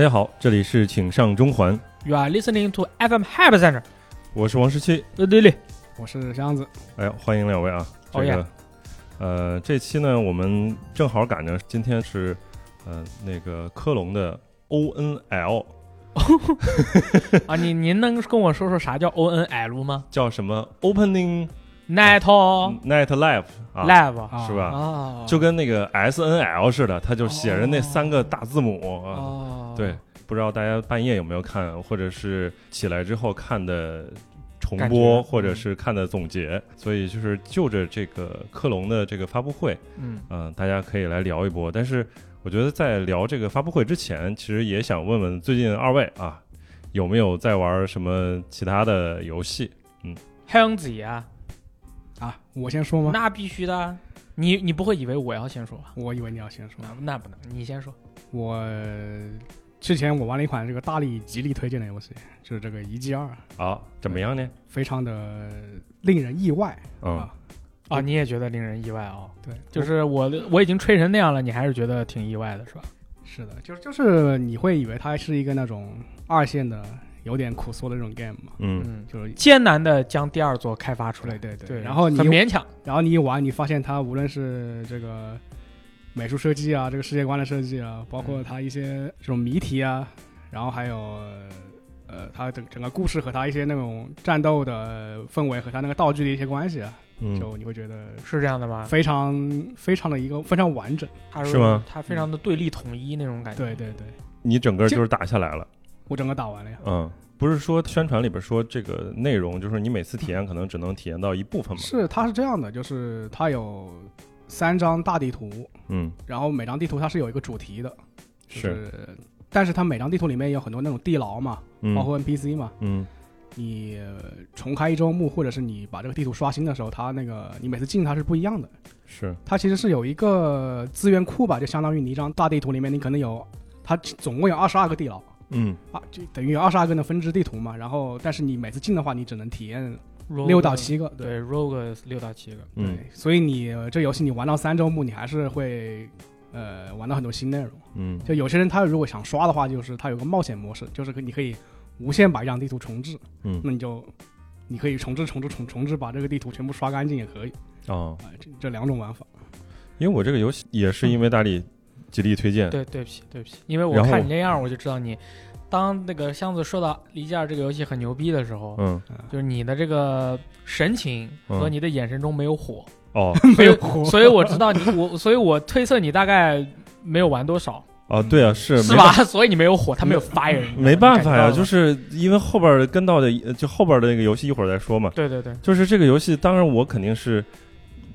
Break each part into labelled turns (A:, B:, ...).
A: 家好，这里是请上中环，
B: You are listening to FM Hype Center。呃
A: 我是王十七，
B: 对对对，
C: 我是箱子，
A: 哎，欢迎两位啊，这
B: 哦
A: 个
B: 耶
A: 呃，这期呢，我们正好赶着今天是呃那个科隆的 O N L
B: 啊，你您能跟我说说啥叫 O N L 吗
A: 叫什么 Opening
B: ？Night
A: Night Live 嗯啊，
B: 哦 Live
C: 啊
A: 是吧？
B: 啊，
A: 就跟那个 S N L 似的，它就写着那三个大字母啊。
B: 哦，
A: 对，不知道大家半夜有没有看，或者是起来之后看的重
B: 感
A: 播，
B: 觉
A: 或者是看的总结。所以就是就着这个科隆的这个发布会，
B: 嗯，
A: 嗯、大家可以来聊一波。但是我觉得在聊这个发布会之前，其实也想问问最近二位啊，有没有在玩什么其他的游戏？
B: 黑影子啊，
C: 啊，我先说吗？
B: 那必须的啊。你你不会以为我要先说啊吧？
C: 我以为你要先说
B: 那。那不能，你先说。
C: 我之前我玩了一款这个大力极力推荐的游戏，就是这个《遗迹二》，
A: 啊，怎么样呢？
C: 非常的令人意外
A: 嗯
C: 啊，
B: 啊，
C: 我
B: 你也觉得令人意外啊、
C: 对，
B: 就是我我已经吹成那样了，你还是觉得挺意外的是吧？
C: 是的，就是就是你会以为它是一个那种二线的、有点苦涩的那种 game 嘛，
A: 嗯
B: 嗯，
C: 就是
B: 艰难的将第二座开发出来
C: 对，对
B: 对，
C: 然后你
B: 很勉强，
C: 然后你一玩，你发现它无论是这个美术设计啊，这个世界观的设计啊，包括它一些这种谜题啊，然后还有呃，它整整个故事和它一些那种战斗的呃氛围和它那个道具的一些关系啊，
A: 嗯，
C: 就你会觉得
B: 是这样的吗？
C: 非常非常的一个非常完整。
B: 它
A: 是吗
B: 它非常的对立统一那种感觉。
C: 嗯对对对，
A: 你整个就是打下来了，
C: 我整个打完了呀。
A: 嗯。不是说宣传里边说这个内容，就是你每次体验可能只能体验到一部分嘛？
C: 是，它是这样的，就是它有三张大地图，
A: 嗯，
C: 然后每张地图它是有一个主题的，就是是但是它每张地图里面有很多那种地牢嘛，
A: 嗯
C: 包括 NPC 嘛，
A: 嗯
C: 你呃重开一周目，或者是你把这个地图刷新的时候，它那个你每次进它是不一样的。
A: 是
C: 它其实是有一个资源库吧，就相当于你一张大地图里面，你可能有它总共有二十二个地牢
A: 嗯
C: 啊，就等于有二十二个的分支地图嘛。然后，但是你每次进的话，你只能体验
B: Rogue-
C: 六到七个，
B: 对 Rogue 六到七个，
C: 对
A: 嗯，
C: 所以你呃这游戏你玩到三周目，你还是会呃玩到很多新内容。
A: 嗯
C: 就有些人他如果想刷的话，就是他有个冒险模式，就是你可以无限把一张地图重置，
A: 嗯
C: 那你就你可以重置、重置、重重置，把这个地图全部刷干净也可以
A: 哦，
C: 啊、这这两种玩法。
A: 因为我这个游戏也是因为大力极力推荐，
B: 对，对不起，对不起，因为我
A: 然后
B: 看你那样，我就知道你，当那个箱子说到《离家》这个游戏很牛逼的时候，
A: 嗯
B: 就是你的这个神情和
A: 嗯
B: 你的眼神中没 有火，
A: 哦
B: 没有
C: 火
B: 所以我知道你，我所以我推测你大概没有玩多少，
A: 哦，对啊，是
B: 是
A: 没
B: 吧？ 所以你没有火，他没有 fire，
A: 没办法
B: 哦
A: 呀，就是是因为后边儿跟到的呃就后边儿的那个游戏一会儿再说嘛，
B: 对 对对，
A: 就是这个游戏，当然我肯定是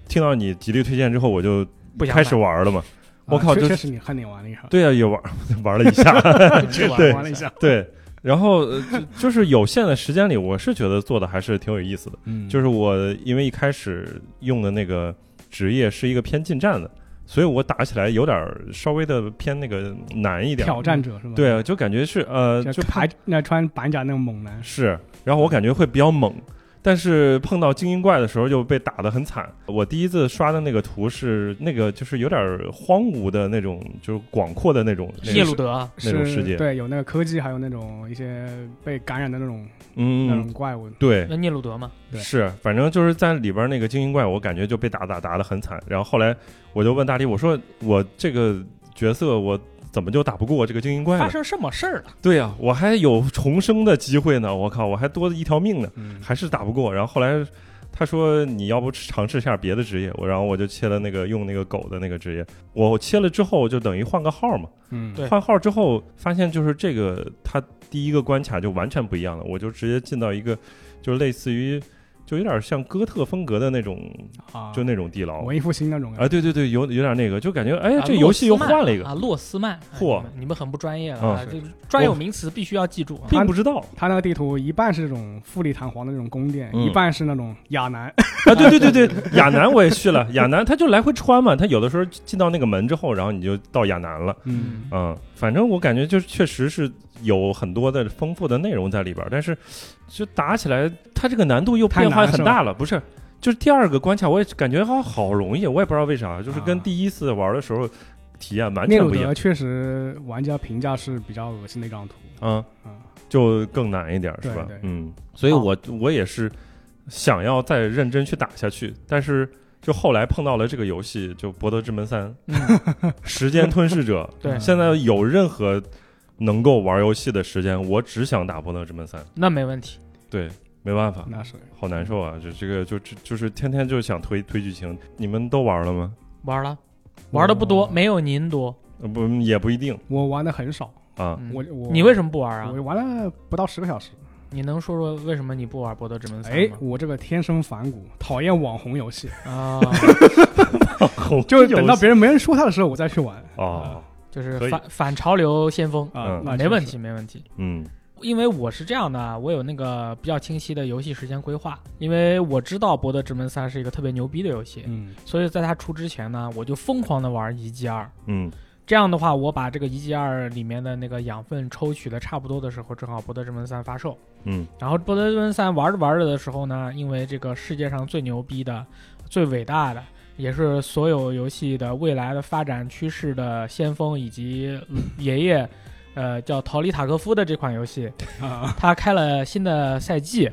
A: 听到你极力推荐之后，我就
B: 不想
A: 开始玩了嘛。我
C: 啊
A: 靠
C: 确
A: 这
C: 确实你看你玩了一下，
A: 对呀、啊也玩 玩了一下，
B: 去
A: 对
B: 玩
C: 玩了一，下，
A: 对。然后、呃、就就是有限的时间里，我是觉得做的还是挺有意思的。
C: 嗯
A: 就是我因为一开始用的那个职业是一个偏近战的，所以我打起来有点儿稍微的偏那个难一点。
C: 挑战者是吧？
A: 对，啊，就感觉是呃，
C: 就
A: 就
C: 排那穿板甲那个猛男，
A: 是，然后我感觉会比较猛，但是碰到精英怪的时候就被打得很惨。我第一次刷的那个图是那个就是有点儿荒芜的那种，就是广阔的那种那
B: 谢
A: 个
B: 鲁德，
A: 那种
C: 是
A: 世界
C: 对，有那个科技，还有那种一些被感染的那种、那
A: 嗯，
C: 种怪物。
A: 对。
B: 那聂鲁德嘛，
C: 对
A: 是，反正就是在里边那个精英怪，我感觉就被打打打得很惨。然后后来我就问大力，我说我这个角色我怎么就打不过这个精英怪
B: 发
A: 呢？
B: 生什么事儿了？
A: 对呀、啊我还有重生的机会呢，我靠，我还多一条命呢。
C: 嗯，
A: 还是打不过。然后后来他说你要不尝试一下别的职业，我然后我就切了那个用那个狗的那个职业。我切了之后就等于换个号嘛，
C: 嗯，
B: 对
A: 换号之后发现就是这个它第一个关卡就完全不一样了，我就直接进到一个就类似于就有点像哥特风格的那种
C: 啊，
A: 就那种地牢
C: 文艺复兴那种感
A: 啊，
C: 觉。
A: 对对对，有有点那个，就感觉哎
B: 啊
A: 这
B: 洛
A: 游戏
B: 斯
A: 又
B: 曼
A: 换了一个，
B: 啊，洛斯曼，哎
A: 嚯
B: 你们你们很不专业了
A: 嗯
B: 啊，
C: 是
B: 这专有名词必须要记住啊。
A: 并不知道
C: 他那个地图一半是这种富丽堂皇的那种宫殿，
A: 嗯
C: 一半是那种亚男，
A: 啊，对对对对，亚南我也去了，亚南他就来回穿嘛，他有的时候进到那个门之后，然后你就到亚南了。
B: 嗯
A: 嗯，反正我感觉就是确实是有很多的丰富的内容在里边儿，但是就打起来，它这个难度又
C: 太
A: 变化
C: 难了
A: 很
C: 是
A: 大了，不是？就是第二个关卡，我也感觉好好容易，我也不知道为啥，就是跟
C: 啊
A: 第一次玩的时候体验完
C: 聂
A: 全
C: 鲁
A: 不一
C: 德
A: 样，
C: 确实玩家评价是比较恶心的一张图
A: 嗯，
C: 啊，
A: 就更难一点，是
C: 对
A: 吧
C: 对？
A: 嗯，所以我我也是想要再认真去打下去，但是就后来碰到了这个游戏，就《博德之门三》
B: 嗯，，
A: 时间吞噬者
B: 对
C: 嗯
A: 现在有任何能够玩游戏的时间，我只想打《博德之门三》，
B: 那没问题。
A: 对，没办法，
C: 那是
A: 好难受啊！这这个就就就是天天就想推推剧情，你们都玩了吗？
B: 玩了，玩的不多，
C: 我
B: 没有您多。
A: 呃不，也不一定
C: 我玩的很少，
A: 啊。
B: 嗯
C: 我我
B: 你为什么不玩啊？
C: 我玩了不到十个小时，
B: 你能说说为什么你不玩《博德之门三》
C: 哎
B: 吗，？
C: 我这个天生反骨，讨厌网红游戏，
B: 啊，
C: 就等到别人没人说他的时候，我再去玩
A: 哦，
B: 就是
A: 可以
B: 反反潮流先锋，
C: 啊
A: 嗯，
C: 那
B: 没问
C: 就是
B: 题，没问题。
A: 嗯
B: 因为我是这样的啊，我有那个比较清晰的游戏时间规划，因为我知道《博德之门三》是一个特别牛逼的游戏，
C: 嗯，
B: 所以在它出之前呢，我就疯狂的玩一 G 二。
A: 嗯
B: 这样的话，我把这个一 G 二里面的那个养分抽取的差不多的时候，正好《博德之门三》发售。
A: 嗯
B: 然后《博德之门三》玩着玩着的时候呢，因为这个世界上最牛逼的、最伟大的，也是所有游戏的未来的发展趋势的先锋，以及爷爷，呃，叫陶里塔科夫的这款 游戏，
C: 啊，
B: 他开了新的赛季，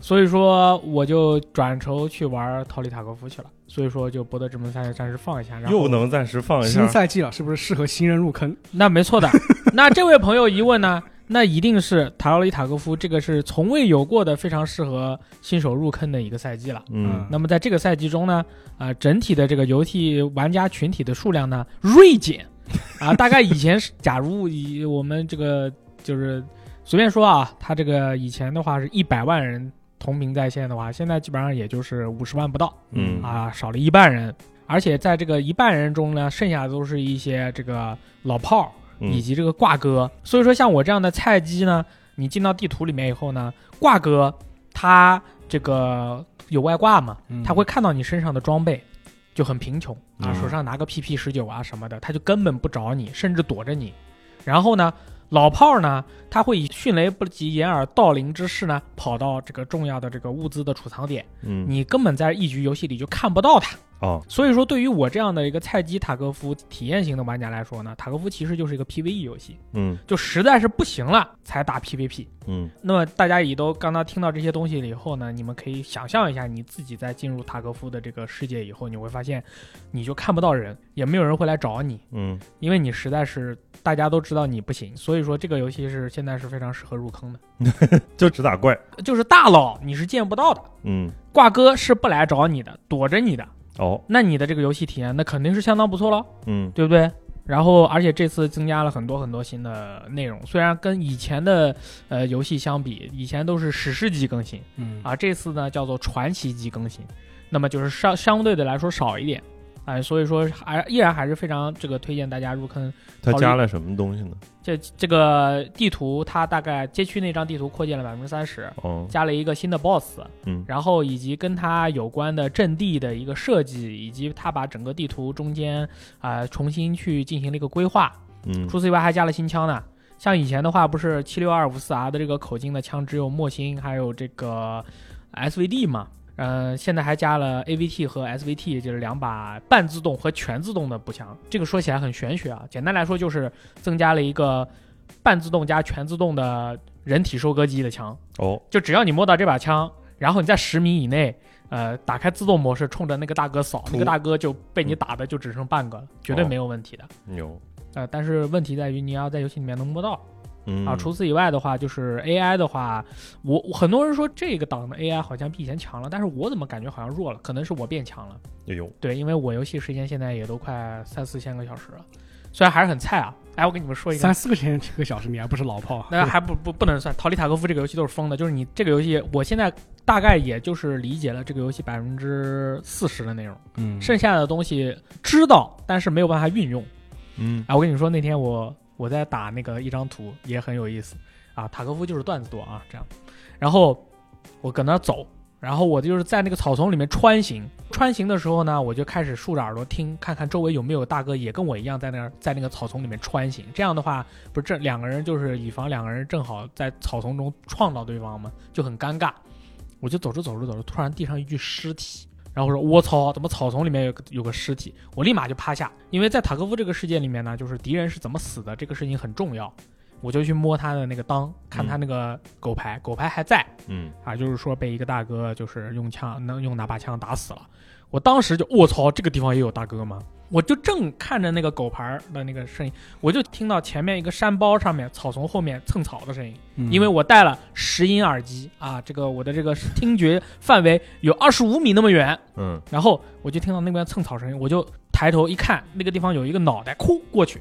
B: 所以说我就转头去玩逃离塔科夫去了。所以说就《博德之门三》就暂时放一下，然后
A: 又能暂时放一
C: 新
A: 下，
C: 赛季了，是不是适合新人入坑？
B: 那没错的。那这位朋友一问呢，那一定是塔里塔科夫这个是从未有过的非常适合新手入坑的一个赛季了。
A: 嗯
B: 那么在这个赛季中呢，啊、整体的这个游戏玩家群体的数量呢锐减，啊、大概以前是，假如以我们这个就是随便说啊，他这个以前的话是一百万人同屏在线的话，现在基本上也就是五十万不到
A: 嗯
B: 啊，少了一半人，而且在这个一半人中呢，剩下的都是一些这个老炮儿，以
A: 嗯
B: 及这个挂哥。所以说，像我这样的菜鸡呢，你进到地图里面以后呢，挂哥他这个有外挂嘛
C: 嗯，
B: 他会看到你身上的装备。就很贫穷啊，
A: 嗯
B: 手上拿个 PP 十九啊什么的，他就根本不找你，甚至躲着你。然后呢，老炮儿呢，他会以迅雷不及掩耳盗铃之势呢，跑到这个重要的这个物资的储藏点，
A: 嗯
B: 你根本在一局游戏里就看不到他。
A: 哦
B: 所以说，对于我这样的一个菜鸡塔科夫体验型的玩家来说呢，塔科夫其实就是一个 PVE 游戏，
A: 嗯
B: 就实在是不行了才打 PVP。
A: 嗯
B: 那么大家也都刚刚听到这些东西了以后呢，你们可以想象一下，你自己在进入塔科夫的这个世界以后，你会发现，你就看不到人，也没有人会来找你，
A: 嗯
B: 因为你实在是大家都知道你不行。所以说，这个游戏是现在是非常适合入坑的，
A: 就只打怪，
B: 就是大佬你是见不到的，
A: 嗯
B: 挂哥是不来找你的，躲着你的，
A: 哦
B: 那你的这个游戏体验那肯定是相当不错喽。
A: 嗯
B: 对不对？然后，而且这次增加了很多很多新的内容，虽然跟以前的呃游戏相比，以前都是史诗级更新
C: 嗯
B: 啊，这次呢叫做传奇级更新，那么就是相相对的来说少一点，哎、所以说还依然还是非常这个推荐大家入坑。
A: 他加了什么东西呢？
B: 这这个地图它大概街区那张地图扩建了百分之三十，
A: 哦
B: 加了一个新的 BOSS，
A: 嗯
B: 然后以及跟它有关的阵地的一个设计，以及它把整个地图中间啊、重新去进行了一个规划。
A: 嗯
B: 除此以外还加了新枪呢。像以前的话，不是七六二五四 R 的这个口径的枪只有墨星还有这个 SVD 嘛？嗯、现在还加了 AVT 和 SVT，就是两把半自动和全自动的步枪。这个说起来很玄学啊，简单来说就是增加了一个半自动加全自动的人体收割机的枪。
A: 哦
B: 就只要你摸到这把枪，然后你在十米以内，呃，打开自动模式，冲着那个大哥扫，
C: 突
B: 那个大哥就被你打的就只剩半个了，绝对没有问题的。
A: 牛
B: 呃，但是问题在于你要在游戏里面能摸到
A: 嗯
B: 啊。除此以外的话，就是 AI 的话，我我很多人说这个档的 AI 好像比以前强了，但是我怎么感觉好像弱了？可能是我变强了。
A: 哎呦
B: 对，因为我游戏时间现在也都快三四千个小时了，虽然还是很菜啊。哎，我跟你们说一个
C: 三，四个钱一个小时，你还不是老炮？啊
B: 那还不不不能算《逃离塔科夫》这个游戏都是疯的，就是你这个游戏，我现在大概也就是理解了这个游戏百分之四十的内容，
C: 嗯
B: 剩下的东西知道，但是没有办法运用。
A: 嗯
B: 啊，我跟你说，那天我我在打那个一张图，也很有意思啊。塔科夫就是段子多啊，这样。然后我搁那儿走，然后我就是在那个草丛里面穿行。穿行的时候呢，我就开始竖着耳朵听，看看周围有没有大哥也跟我一样在那儿在那个草丛里面穿行。这样的话，不是这两个人就是以防两个人正好在草丛中撞到对方嘛，就很尴尬。我就走着走着走着，突然地上一具尸体，然然后说我操，怎么草丛里面有个有个尸体？我立马就趴下，因为在塔科夫这个世界里面呢，就是敌人是怎么死的这个事情很重要，我就去摸他的那个裆，看他那个狗牌，狗牌还在
A: 嗯，
B: 啊，就是说被一个大哥就是用枪能用哪把枪打死了。我当时就我操，这个地方也有大哥吗？我就正看着那个狗牌儿的那个声音，我就听到前面一个山包上面草丛后面蹭草的声音。
C: 嗯
B: 因为我戴了石英耳机啊，这个我的这个听觉范围有二十五米那么远，
A: 嗯，
B: 然后我就听到那边蹭草声音，我就抬头一看，那个地方有一个脑袋哭过去，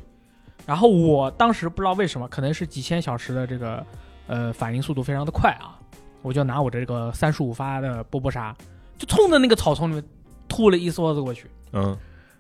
B: 然后我当时不知道为什么，可能是几千小时的这个呃反应速度非常的快啊，我就拿我这个三十五发的波波沙，就冲着那个草丛里面突了一梭子过去，
A: 嗯，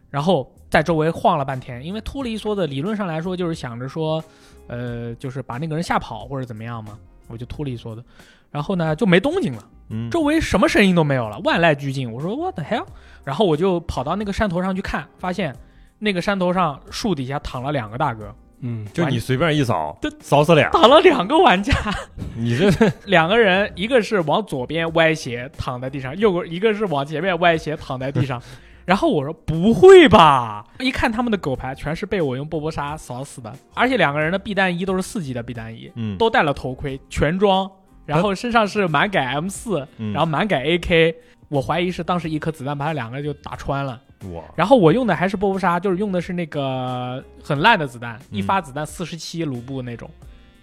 B: 然后在周围晃了半天，因为秃了一梭子，理论上来说就是想着说，呃，就是把那个人吓跑或者怎么样嘛，我就秃了一梭子，然后呢就没动静了，
A: 嗯，
B: 周围什么声音都没有了，万籁俱静。我说 what the hell，然后我就跑到那个山头上去看，发现那个山头上树底下躺了两个大哥，
C: 嗯，
A: 就你随便一扫
B: 对，
A: 扫死俩，
B: 躺了两个玩家，
A: 你这
B: 两个人，一个是往左边歪斜躺在地上，右个一个是往前面歪斜躺在地上。然后我说不会吧，一看他们的狗牌全是被我用波波沙扫死的，而且两个人的避弹衣都是四级的避弹衣，
A: 嗯，
B: 都戴了头盔全装，然后身上是满改 M 四，
A: 嗯
B: 然后满改 AK，我怀疑是当时一颗子弹把他两个就打穿了。
A: 我
B: 然后我用的还是波波沙，就是用的是那个很烂的子弹，
A: 嗯
B: 一发子弹四十七卢布那种，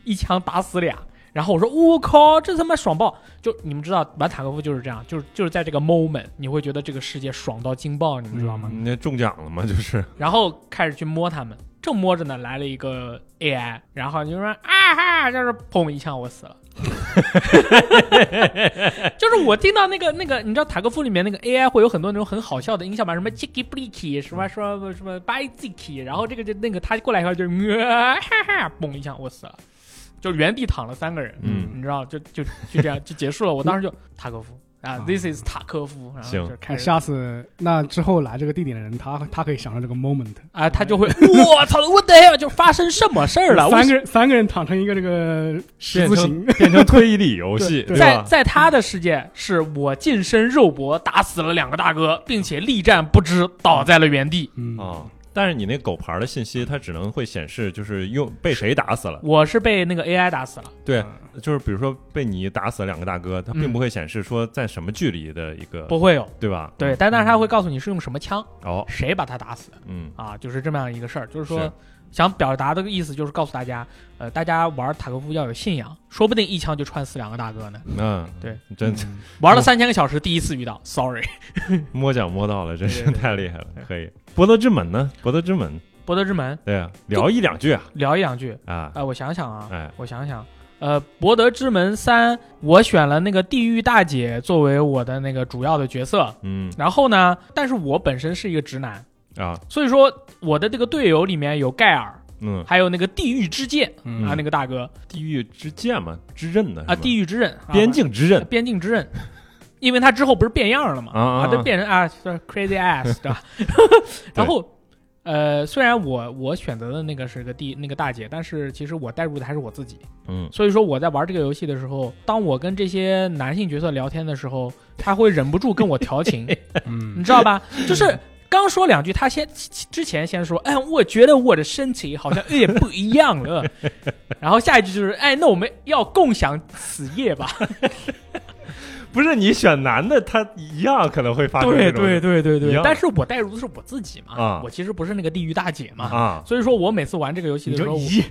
B: 一枪打死俩。然后我说我、靠，这他妈爽爆！就你们知道玩塔科夫就是这样，就是就是在这个 moment，你会觉得这个世界爽到惊爆，你们知道吗？
A: 你那中奖了吗？就是，
B: 然后开始去摸他们，正摸着呢，来了一个 AI，然后就说啊哈，就是砰一枪我死了。 就是我听到那个那个，你知道塔科夫里面那个 AI 会有很多那种很好笑的音效嘛，什么 Chiki Bliki，什
A: 嗯
B: 么什么什么 b y z i k i 然后这个就那个他过来以后就是啊哈哈，嘣一枪我死了，就原地躺了三个人，
A: 嗯
B: 你知道，就就就这样就结束了。我当时就塔科夫啊，This is 塔科夫，然后
A: 行
B: 就开
C: 看
B: 始
C: 下次那之后来这个地点的人，他他可以享受这个 moment。
B: 啊，他就会，我操，我的啊呀，就发生什么事儿了？
C: 三个人三个人躺成一个这个十字形，
A: 变成推理游戏，
B: 我
A: 对
B: 在
A: 吧？
B: 在他的世界，是我近身肉搏打死了两个大哥，并且力战不支，倒在了原地。
C: 嗯
A: 啊，但是你那狗牌的信息，它只能会显示就是用被谁打死了，
B: 我是被那个 AI 打死了，
A: 对，
C: 嗯
B: 嗯
A: 就是比如说被你打死了两个大哥，它并不会显示说在什么距离的一个，
B: 不会有
A: 对吧？
B: 对，但但是他会告诉你是用什么枪，
A: 哦，
B: 谁把他打死
A: 嗯
B: 啊，就是这么样一个事儿。就是说，
A: 是
B: 想表达的意思就是告诉大家，呃，大家玩塔科夫要有信仰，说不定一枪就穿死两个大哥呢。
A: 嗯，
B: 对，
A: 真
C: 嗯
B: 玩了三千个小时，第一次遇到，sorry。
A: 摸奖摸到了，真是
B: 对对对
A: 太厉害了，
B: 对
A: 可以。博德之门呢？博德之门，
B: 博德之门
A: 对啊，聊一两句啊
B: 聊一两句，
A: 啊，
B: 哎、我想想啊，
A: 哎，
B: 我想想，呃，《博德之门三》，我选了那个地狱大姐作为我的那个主要的角色。
A: 嗯
B: 然后呢，但是我本身是一个直男，
A: 啊，
B: 所以说我的这个队友里面有盖尔，
A: 嗯，
B: 还有那个地狱之剑
C: 嗯
B: 啊，那个大哥
A: 地狱之剑嘛，之刃呢？
B: 啊，
A: 是吗
B: 地狱之刃，啊
A: 嗯边境之刃
B: 边境之刃，因为他之后不是变样了嘛，
A: 啊啊
B: 啊，
A: 啊
B: 都变成啊就是，crazy ass，对吧？ 然后，呃，虽然我我选择的那个是个地那个大姐，但是其实我带入的还是我自己。
A: 嗯
B: 所以说我在玩这个游戏的时候，当我跟这些男性角色聊天的时候，他会忍不住跟我调 情，你
C: 嗯
B: 知道吧？就是刚说两句，他先之前先说，哎，我觉得我的身体好像有点不一样 了，然后下一句就是，哎，那我们要共享此夜吧？
A: 不是你选男的，他一样可能会发生
B: 对
A: 这种
B: 对对对
A: 一
B: 对
A: 样，
B: 但是我带入的是我自己嘛，
A: 啊
B: 我其实不是那个地狱大姐嘛。
A: 啊，
B: 所以说我每次玩这个游戏
C: 你
B: 的时
C: 就
B: 候，我
C: 咦，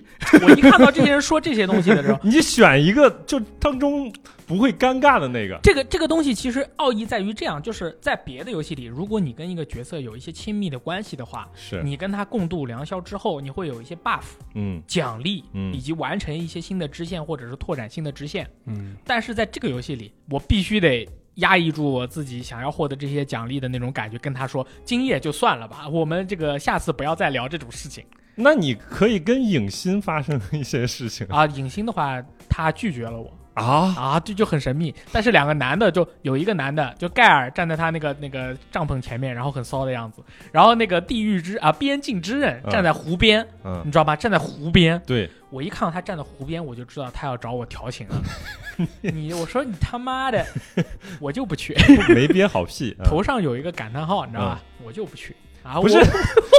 B: 我一看到这些人说这些东西的时候，
A: 你选一个就当中不会尴尬的那个，
B: 这个这个东西其实奥义在于这样，就是在别的游戏里，如果你跟一个角色有一些亲密的关系的话，
A: 是，
B: 你跟他共度良宵之后，你会有一些 buff
A: 嗯
B: 奖励，
A: 嗯
B: 以及完成一些新的支线或者是拓展新的支线。
C: 嗯
B: 但是在这个游戏里，我必须得压抑住我自己想要获得这些奖励的那种感觉，跟他说今夜就算了吧，我们这个下次不要再聊这种事情
A: 那你可以跟影心发生一些事情，
B: 啊。影星的话，他拒绝了我，
A: 啊，
B: 啊，这就很神秘。但是两个男的就有一个男的，就盖尔站在他那个那个帐篷前面，然后很骚的样子。然后那个地狱之啊边境之刃
A: 嗯
B: 站在湖边，
A: 嗯，
B: 你知道吧？站在湖边，
A: 对，
B: 我一看到他站在湖边，我就知道他要找我调情了。你我说你他 妈的，我就不去。
A: 没憋好屁，嗯
B: 头上有一个感叹号，你知道吧？我就不去啊！
A: 不是，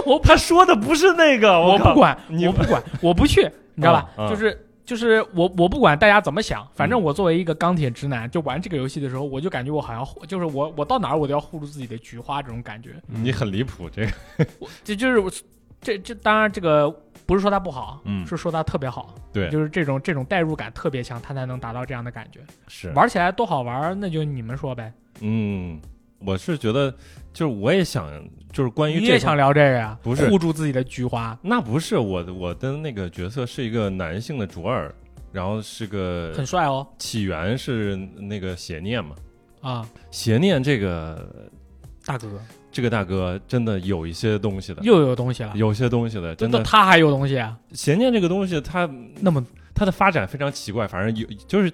A: 我他说的不是那个，
B: 我我
A: 靠
B: 不管，
A: 你
B: 我不管，我不去，你知道吧？
A: 嗯嗯嗯
B: 就是。就是我，我不管大家怎么想，反正我作为一个钢铁直男，就玩这个游戏的时候，我就感觉我好像就是我，我到哪儿我都要护住自己的菊花这种感觉。
C: 嗯
A: 你很离谱，这个
B: 我这就是我，这这当然这个不是说它不好，
A: 嗯
B: 是说它特别好，
A: 对
B: 就是这种这种代入感特别强，它才能达到这样的感觉。
A: 是
B: 玩起来多好玩，那就你们说呗。
A: 嗯，我是觉得，就是我也想，就是关于
B: 你
A: 这
B: 也
A: 方
B: 想聊这个呀？
A: 不是
B: 护住自己的菊花，
A: 那不是我，我的那个角色是一个男性的卓尔，然后是个
B: 很帅哦
A: 起源是那个邪念嘛，
B: 啊，
A: 邪念这个
B: 大哥
A: 这个大哥真的有一些东西的，
B: 又有东西了，
A: 有些东西的，真
B: 那
A: 的
B: 他还有东西啊？
A: 邪念这个东西，它
B: 那么
A: 它的发展非常奇怪，反正有就是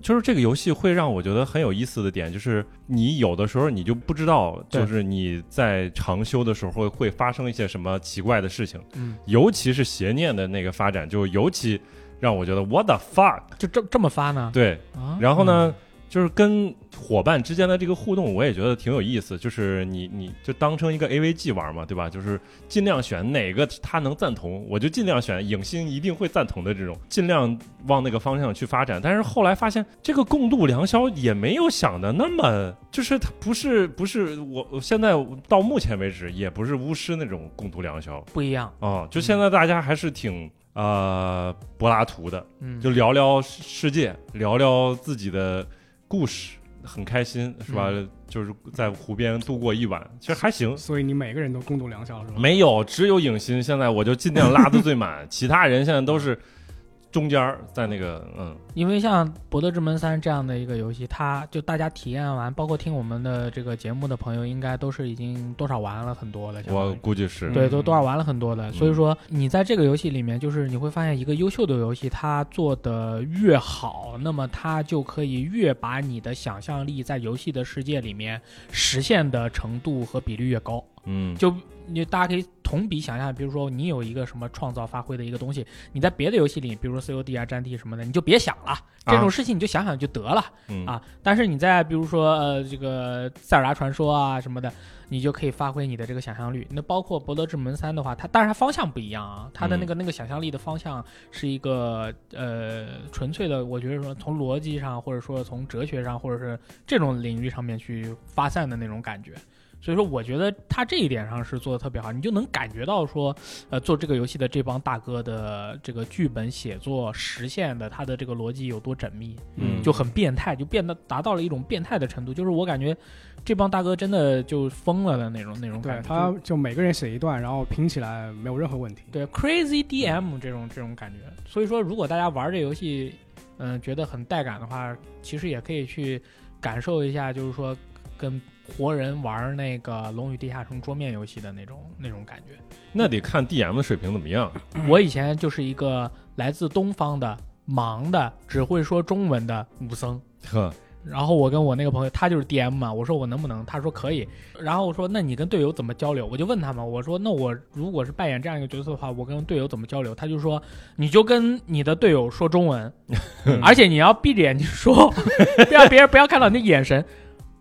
A: 就是这个游戏会让我觉得很有意思的点，就是你有的时候你就不知道，
B: 对
A: 就是你在长修的时候会会发生一些什么奇怪的事情，
B: 嗯，
A: 尤其是邪念的那个发展，就尤其让我觉得 what the fuck，
B: 就这这么发呢？
A: 对，
B: 啊，
A: 然后呢，就是跟伙伴之间的这个互动，我也觉得挺有意思。就是你，你就当成一个 AVG 玩嘛，对吧？就是尽量选哪个他能赞同，我就尽量选影星一定会赞同的这种，尽量往那个方向去发展。但是后来发现，这个共度良宵也没有想的那么，就是它不是不是我我现在到目前为止也不是巫师那种共度良宵啊、
B: 嗯不一样，
A: 哦就现在大家还是挺呃柏拉图的。
B: 嗯，
A: 就聊聊世界，聊聊自己的故事，很开心，是吧？
B: 嗯
A: 就是在湖边度过一晚，其实还行。
C: 所以你每个人都共度良宵是吧？
A: 没有，只有影星现在我就尽量拉的最满， 其他人现在都是中间儿在那个嗯，
B: 因为像《博德之门三》这样的一个游戏，它就大家体验完，包括听我们的这个节目的朋友，应该都是已经多少玩了很多了，相当
A: 我
B: 于
A: 估计是
B: 对，
C: 嗯
B: 都多少玩了很多的。所以说，你在这个游戏里面，就是你会发现，一个优秀的游戏，它做的越好，那么它就可以越把你的想象力在游戏的世界里面实现的程度和比率越高。
A: 嗯，
B: 就你大家可以同比想象，比如说你有一个什么创造发挥的一个东西，你在别的游戏里，比如说 COD 啊、战地什么的，你就别想了，这种事情你就想想就得了
A: 嗯
B: 啊。但是你在比如说呃这个塞尔达传说啊什么的，你就可以发挥你的这个想象力。那包括博德之门三的话，它但是它方向不一样啊，它的那个那个想象力的方向是一个呃纯粹的，我觉得说从逻辑上，或者说从哲学上，或者是这种领域上面去发散的那种感觉。所以说，我觉得他这一点上是做的特别好，你就能感觉到说，呃，做这个游戏的这帮大哥的这个剧本写作实现的他的这个逻辑有多缜密，
A: 嗯
B: 就很变态，就变得达到了一种变态的程度。就是我感觉这帮大哥真的就疯了的那种那种
C: 对
B: 感，觉。
C: 他
B: 就
C: 就每个人写一段，然后拼起来没有任何 问题。
B: 对 crazy DM 这种这种感觉。所以说，如果大家玩这游戏，嗯、觉得很带感的话，其实也可以去感受一下，就是说跟活人玩那个《龙与地下城》桌面游戏的那种那种感觉。
A: 那得看 DM 的水平怎么样。
C: 嗯
B: 我以前就是一个来自东方的盲的只会说中文的武僧。
A: 呵，
B: 然后我跟我那个朋友，他就是 DM 嘛，我说我能不能？他说可以。然后我说那你跟队友怎么交流？我就问他嘛，我说那我如果是扮演这样一个角色的话，我跟队友怎么交流？他就说你就跟你的队友说中文，
A: 嗯
B: 而且你要闭着眼睛说， 不要别人不要看到你的眼神。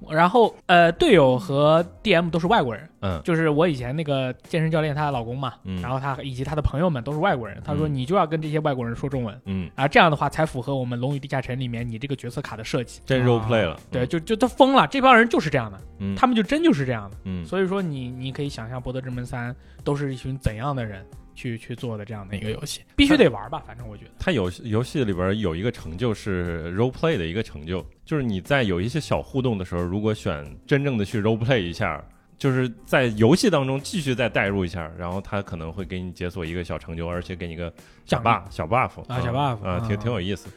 B: 然后呃，队友和 DM 都是外国人，
A: 嗯
B: 就是我以前那个健身教练她的老公嘛，
A: 嗯
B: 然后他以及他的朋友们都是外国人，他说
A: 嗯
B: 你就要跟这些外国人说中文。
A: 嗯，
B: 啊，这样的话才符合我们《龙与地下城》里面你这个角色卡的设计。
A: 真 role play 了。
B: 啊对，就就他疯了，这帮人就是这样的，
A: 嗯，
B: 他们就真就是这样的。
A: 嗯
B: 所以说你，你可以想象《博德之门三》都是一群怎样的人去去做的这样的一个游戏，必须得玩吧，反正我觉得。
A: 它游戏游戏里边有一个成就是 role play 的一个成就，就是你在有一些小互动的时候，如果选真正的去 role play 一下，就是在游戏当中继续再代入一下，然后它可能会给你解锁一个小成就，而且给你个小
B: 奖励
A: buff 小 buff
B: 啊小 buff，
A: 啊，挺
B: 啊
A: 挺有意思。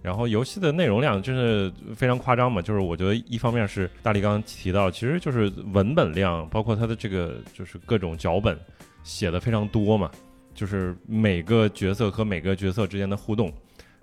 A: 然后游戏的内容量真是非常夸张嘛，就是我觉得一方面是大力刚刚提到，其实就是文本量，包括它的这个就是各种脚本写的非常多嘛，就是每个角色和每个角色之间的互动，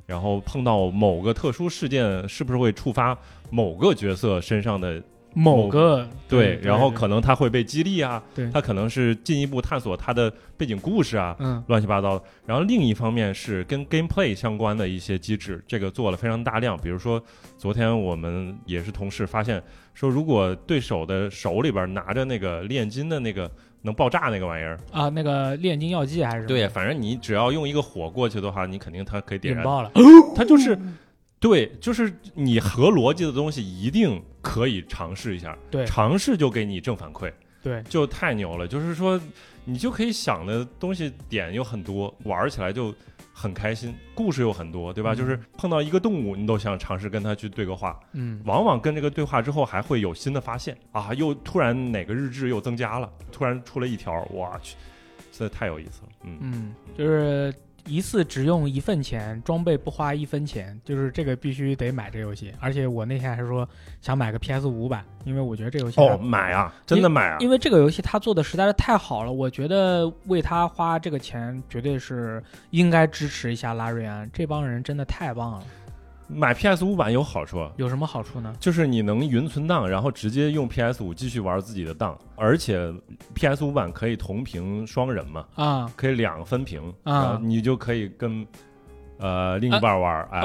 A: 然后碰到某个特殊事件，是不是会触发某个角色身上的
B: 某个
A: 对，
B: 对
A: 然后可能他会被激励啊
B: 对，
A: 他可能是进一步探索他的背景故事啊，
B: 嗯
A: 乱七八糟的。然后另一方面是跟 gameplay 相关的一些机制，这个做了非常大量。比如说，昨天我们也是同事发现说，如果对手的手里边拿着那个炼金的那个能爆炸那个玩意儿，
B: 啊，那个炼金药剂还是什么
A: 对，反正你只要用一个火过去的话，你肯定它可以点
B: 引
A: 燃。哦
B: 爆了，
A: 它就是对，就是你合逻辑的东西一定可以尝试一下，
B: 对
A: 尝试就给你正反馈。
B: 对
A: 就太牛了，就是说你就可以想的东西点有很多，玩起来就很开心，故事有很多，对吧？
B: 嗯
A: 就是碰到一个动物，你都想尝试跟它去对个话，
B: 嗯
A: 往往跟这个对话之后还会有新的发现啊，又突然哪个日志又增加了，突然出了一条，我去，这太有意思了，嗯，
B: 嗯，就是一次只用一份钱，装备不花一分钱，就是这个必须得买这游戏。而且我那天还说想买个 PS 五版，因为我觉得这游戏
A: 哦，买啊，真的买啊，
B: 因为这个游戏它做的实在是太好了，我觉得为它花这个钱绝对是应该支持一下拉瑞安这帮人，真的太棒了。
A: 买 PS 五版有好处。啊
B: 有什么好处呢？
A: 就是你能云存档，然后直接用 PS 五继续玩自己的档，而且 PS 五版可以同屏双人嘛，
B: 啊、
A: 可以两分屏，
B: 啊
A: 然后你就可以跟呃另一半玩儿，哎，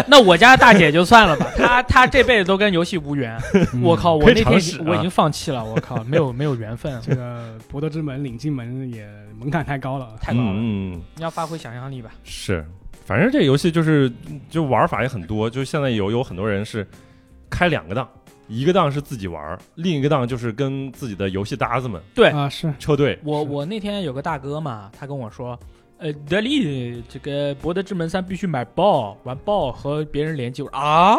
B: 呃， 那我家大姐就算了吧，她她这辈子都跟游戏无缘。我靠，
A: 嗯
B: 我
A: 可以
B: 那天
A: 尝
B: 已
A: 试
B: 经
A: 啊
B: 我已经放弃了，我靠，没有没有 缘分，
C: 这个博德之门、领进门也门槛太高了。
B: 太高了。
A: 嗯嗯，
B: 你要发挥想象力吧。
A: 是，反正这游戏就是就玩法也很多，就现在有有很多人是开两个档，一个档是自己玩儿，另一个档就是跟自己的游戏搭子们
B: 对
C: 啊，是
A: 车队，
B: 我
C: 是
B: 我那天有个大哥嘛，他跟我说，呃，德利这个《博德之门三》必须买爆，玩爆和别人联机。我说啊，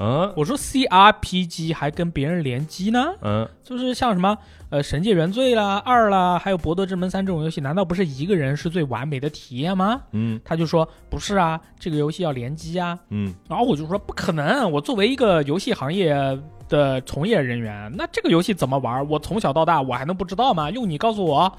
A: 嗯
B: 我说 CRPG 还跟别人联机呢？
A: 嗯，
B: 就是像什么呃《神界原罪》啦、二啦，还有《博德之门三》这种游戏，难道不是一个人是最完美的体验吗？
A: 嗯
B: 他就说不是啊，这个游戏要联机啊。
A: 嗯，
B: 然后我就说不可能，我作为一个游戏行业的从业人员，那这个游戏怎么玩？我从小到大我还能不知道吗？用你告诉我。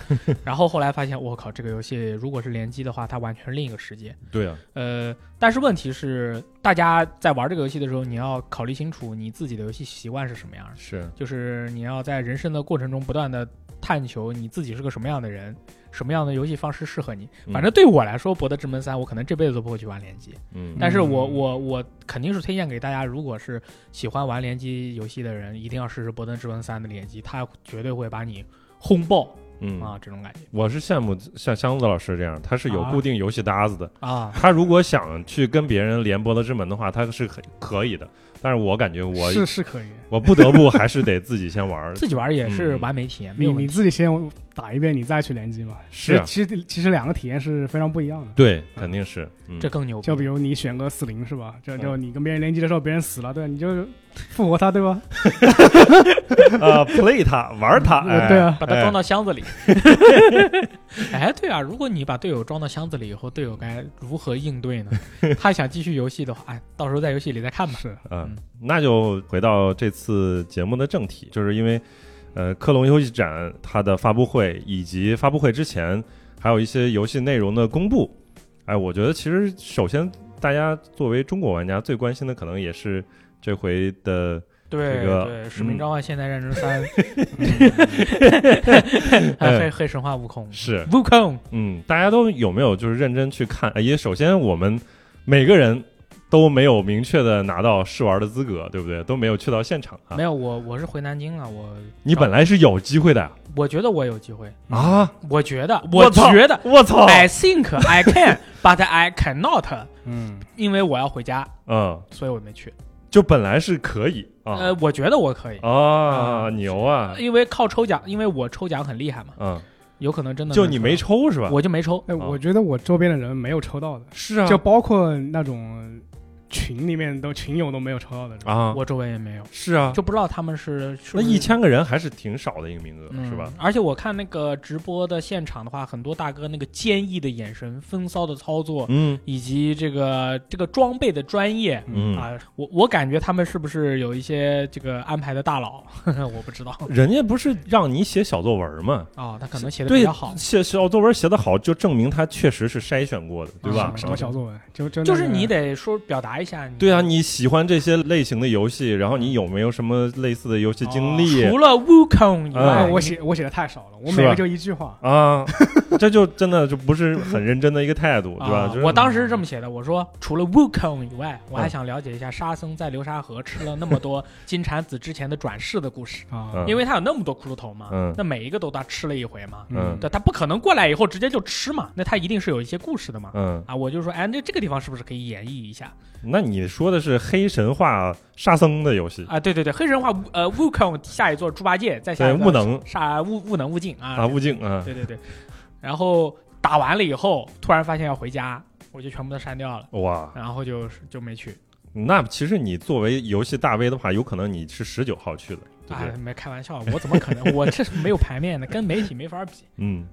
B: 然后后来发现，我靠，这个游戏如果是联机的话，它完全是另一个世界。
A: 对啊，
B: 呃，但是问题是，大家在玩这个游戏的时候，你要考虑清楚你自己的游戏习惯是什么样的。
A: 是，
B: 就是你要在人生的过程中不断的探求你自己是个什么样的人，什么样的游戏方式适合你。
A: 嗯
B: 反正对我来说，《博德之门三》我可能这辈子都不会去玩联机，
A: 嗯，
B: 但是我我我肯定是推荐给大家，如果是喜欢玩联机游戏的人，一定要试试《博德之门三》的联机，它绝对会把你轰爆
A: 嗯，
B: 啊！这种感觉
A: 我是羡慕像箱子老师这样，他是有
B: 啊
A: 固定游戏搭子的。
B: 啊，
A: 他如果想去跟别人连波德之门的话，他是可可以的。但是我感觉我
C: 是是可以，
A: 我不得不还是得自己先玩儿。
B: 自己玩也是
A: 嗯
B: 完美体验，没
C: 你
B: 有
C: 你
B: 问题。
C: 自己先打一遍，你再去联机嘛。
A: 是啊
C: 其实其实其实两个体验是非常不一样的。
A: 对，肯定是。嗯、
B: 这更牛逼！
C: 就比如你选个死灵是吧？就就你跟别人联机的时候，别人死了，对，你就复活他，对吧？
A: 呃，play 它，玩儿它。
C: 呃
A: 哎、
C: 对啊
B: 把它装
A: 到、
B: 到箱 子里。哎，对啊，如果你把队友装到箱子里以后，队友该如何应 对呢？他想继续游戏的话，哎，到时候在游戏里再看吧。
C: 是，
A: 嗯，那就回到这次节目的正题，就是因为呃，科隆游戏展它的发布会以及发布会之前还有一些游戏内容的公布。哎，我觉得其实首先大家作为中国玩家最关心的，可能也是这回的
B: 对
A: 这个
B: 对，《使命
A: 嗯
B: 召唤：现代战争 三》 还
A: 哎
B: 黑黑神话悟空，
A: 是
B: 悟空，
A: 嗯，大家都有没有就是认真去看？呃也首先我们每个人都没有明确的拿到试玩的资格，对不对？都没有去到现场啊
B: 没。有我，我是回南京了。我
A: 你本来是有机会的
B: 我觉得我有机会，
A: 啊！
B: 我觉得，
A: 我操哦
B: 觉得
A: 我操！
B: ，I think I can, but I cannot，
C: 嗯，
B: 因为我要回家，
A: 嗯，
B: 所以我没去。
A: 就本来是可以啊
B: 呃，我觉得我可以，
A: 啊，
B: 啊
A: 牛啊！
B: 因为靠抽奖，因为我抽奖很厉害嘛，
A: 嗯，
B: 有可能真的
A: 就
B: 能
A: 你
B: 抽
A: 没
B: 到
A: 抽是吧？
B: 我就没抽。
C: 哎，
A: 啊
C: 我觉得我周边的人没有抽到的，
A: 是啊，
C: 就包括那种群里面都群友都没有抽到的，
A: 啊，
B: 我周围也没有，
A: 是啊，
B: 就不知道他们是是
A: 那
B: 不是
A: 一千个人还是挺少的一个名额，是吧
B: 嗯？？而且我看那个直播的现场的话，很多大哥那个坚毅的眼神、风骚的操作，
A: 嗯
B: 以及这个这个装备的专业。
A: 嗯，
B: 啊，我我感觉他们是不是有一些这个安排的大佬？ 我不知道
A: 人家不是让你写小作文吗？
B: 啊，他可能写的比
A: 对
B: 较好，，
A: 写小作文写得好，就证明他确实是筛选过的，对吧
C: 什么？啊什么小作文？就就
B: 就是
C: 那个
B: 你得说表达一下你。
A: 对啊，你喜欢这些类型的游戏，然后你有没有什么类似的游戏经历？
B: 哦除了 Wukong 以
C: 啊，
B: 外，
A: 嗯
C: 我写我写的太少了，我
A: 是
C: 每
A: 吧
C: 个就一句话。
A: 啊， 这就真的就不是很认真的一个态度，对吧？
B: 啊
A: 就是
B: 我当时是这么写的，我说除了 Wukong 以外，我还
A: 嗯
B: 想了解一下沙僧在流沙河吃了那 么多金蝉子之前的转世的故事，
C: 啊
A: 嗯，
B: 因为他有那么多骷髅头嘛，
A: 嗯
B: 那每一个都他吃了一回嘛，
A: 嗯
B: 对，他不可能过来以后直接就吃嘛，那他一定是有一些故事的嘛。
A: 嗯，
B: 啊，我就说，哎，那这个地方是不是可以演绎一下
A: 那你说的是黑神话沙僧的游戏
B: 啊？对对对，黑神话，呃，Wukong 下一座猪八戒，再下
A: 对
B: 一座
A: 悟能
B: 啥悟悟能悟净
A: 啊，
B: 啊，
A: 悟净啊，
B: 对对对。然后打完了以后，突然发现要回家，我就全部都删掉了，
A: 哇，
B: 然后就就没去。
A: 那其实你作为游戏大 V 的话，有可能你是十九号去的，对不
B: 啊
A: 对？，
B: 没开玩笑，我怎么可能？我这是没有排面的，跟媒体没法比，
A: 嗯，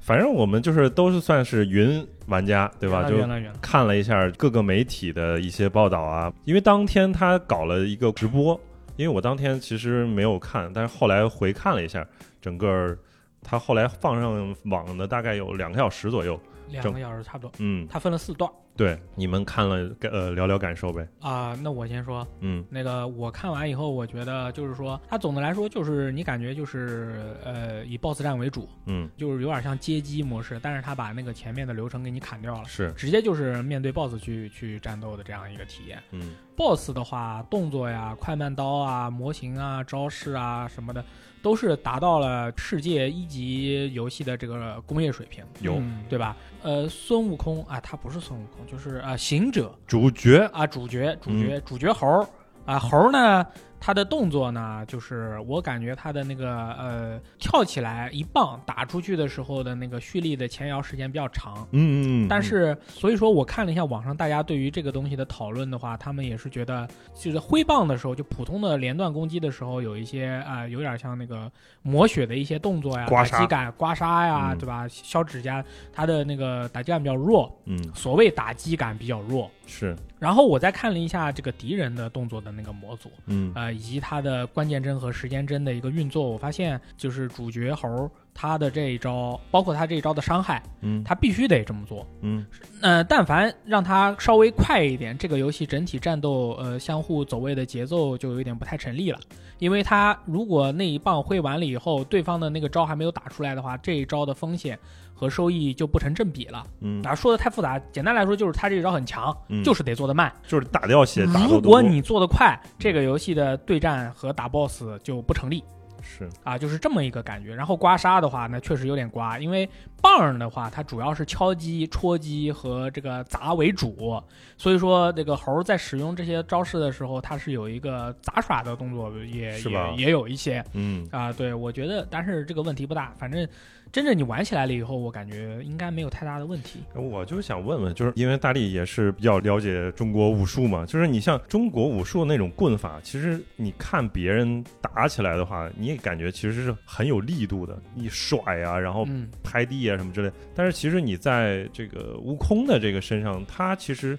A: 反正我们就是都是算是云玩家，对吧？就
B: 啊原来原来，
A: 看了一下各个媒体的一些报道啊，因为当天他搞了一个直播，因为我当天其实没有看，但是后来回看了一下，整个他后来放上网的大概有两个小时左右，
B: 两个小时差不多。
A: 嗯，
B: 它分了四段儿
A: 对，你们看了呃聊聊感受呗，
B: 啊、那我先说，
A: 嗯
B: 那个我看完以后，我觉得就是说，它总的来说就是你感觉就是呃以 BOSS 战为主，
A: 嗯
B: 就是有点像街机模式，但是它把那个前面的流程给你砍掉了，
A: 是
B: 直接就是面对 BOSS 去去战斗的这样一个体验。
A: 嗯
B: BOSS 的话，动作呀、快慢刀啊、模型啊、招式啊什么的，都是达到了世界一级游戏的这个工业水平，
A: 有
C: 嗯
B: 对吧？呃，孙悟空啊，他不是孙悟空，就是啊、行者
A: 主角
B: 啊，主角，主角，
A: 嗯
B: 主角猴儿啊，猴儿呢，他的动作呢，就是我感觉他的那个呃，跳起来一棒打出去的时候的那个蓄力的前摇时间比较长，
A: 嗯嗯，嗯
B: 但是，所以说我看了一下网上大家对于这个东西的讨论的话，他们也是觉得，就是挥棒的时候，就普通的连段攻击的时候，有一些啊、呃有点像那个磨血的一些动作呀，
A: 刮
B: 打
A: 痧
B: 击感、刮痧呀，
A: 嗯
B: 对吧？削指甲，它的那个打击感比较弱，
A: 嗯
B: 所谓打击感比较弱。
A: 是
B: 然后我再看了一下这个敌人的动作的那个模组，
A: 嗯
B: 呃，以及它的关键帧和时间帧的一个运作，我发现就是主角猴儿他的这一招，包括他这一招的伤害，
A: 嗯
B: 他必须得这么做。
A: 嗯
B: 呃，但凡让它稍微快一点，这个游戏整体战斗呃相互走位的节奏就有点不太成立了。因为它如果那一棒挥完了以后，对方的那个招还没有打出来的话，这一招的风险和收益就不成正比了。
A: 嗯
B: 啊，说的太复杂，简单来说就是它这一招很强，
A: 嗯
B: 就是得做的慢。
A: 就是打掉血打斗嗯
B: 如果
A: 多
B: 你做的快，这个游戏的对战和打 BOSS 就不成立。
A: 是
B: 啊，就是这么一个感觉。然后刮痧的话呢，确实有点刮，因为棒儿的话，它主要是敲击、戳击和这个砸为主，所以说这个猴儿在使用这些招式的时候，它是有一个杂耍的动作，也
A: 是吧
B: 也也有一些
A: 嗯
B: 啊。对，我觉得，但是这个问题不大，反正真正你玩起来了以后，我感觉应该没有太大的问题。
A: 我就想问问，就是因为大力也是比较了解中国武术嘛，就是你像中国武术那种棍法，其实你看别人打起来的话，你也感觉其实是很有力度的，你甩啊，然后
B: 嗯，
A: 拍地啊什么之类。但是其实你在这个悟空的这个身上，他其实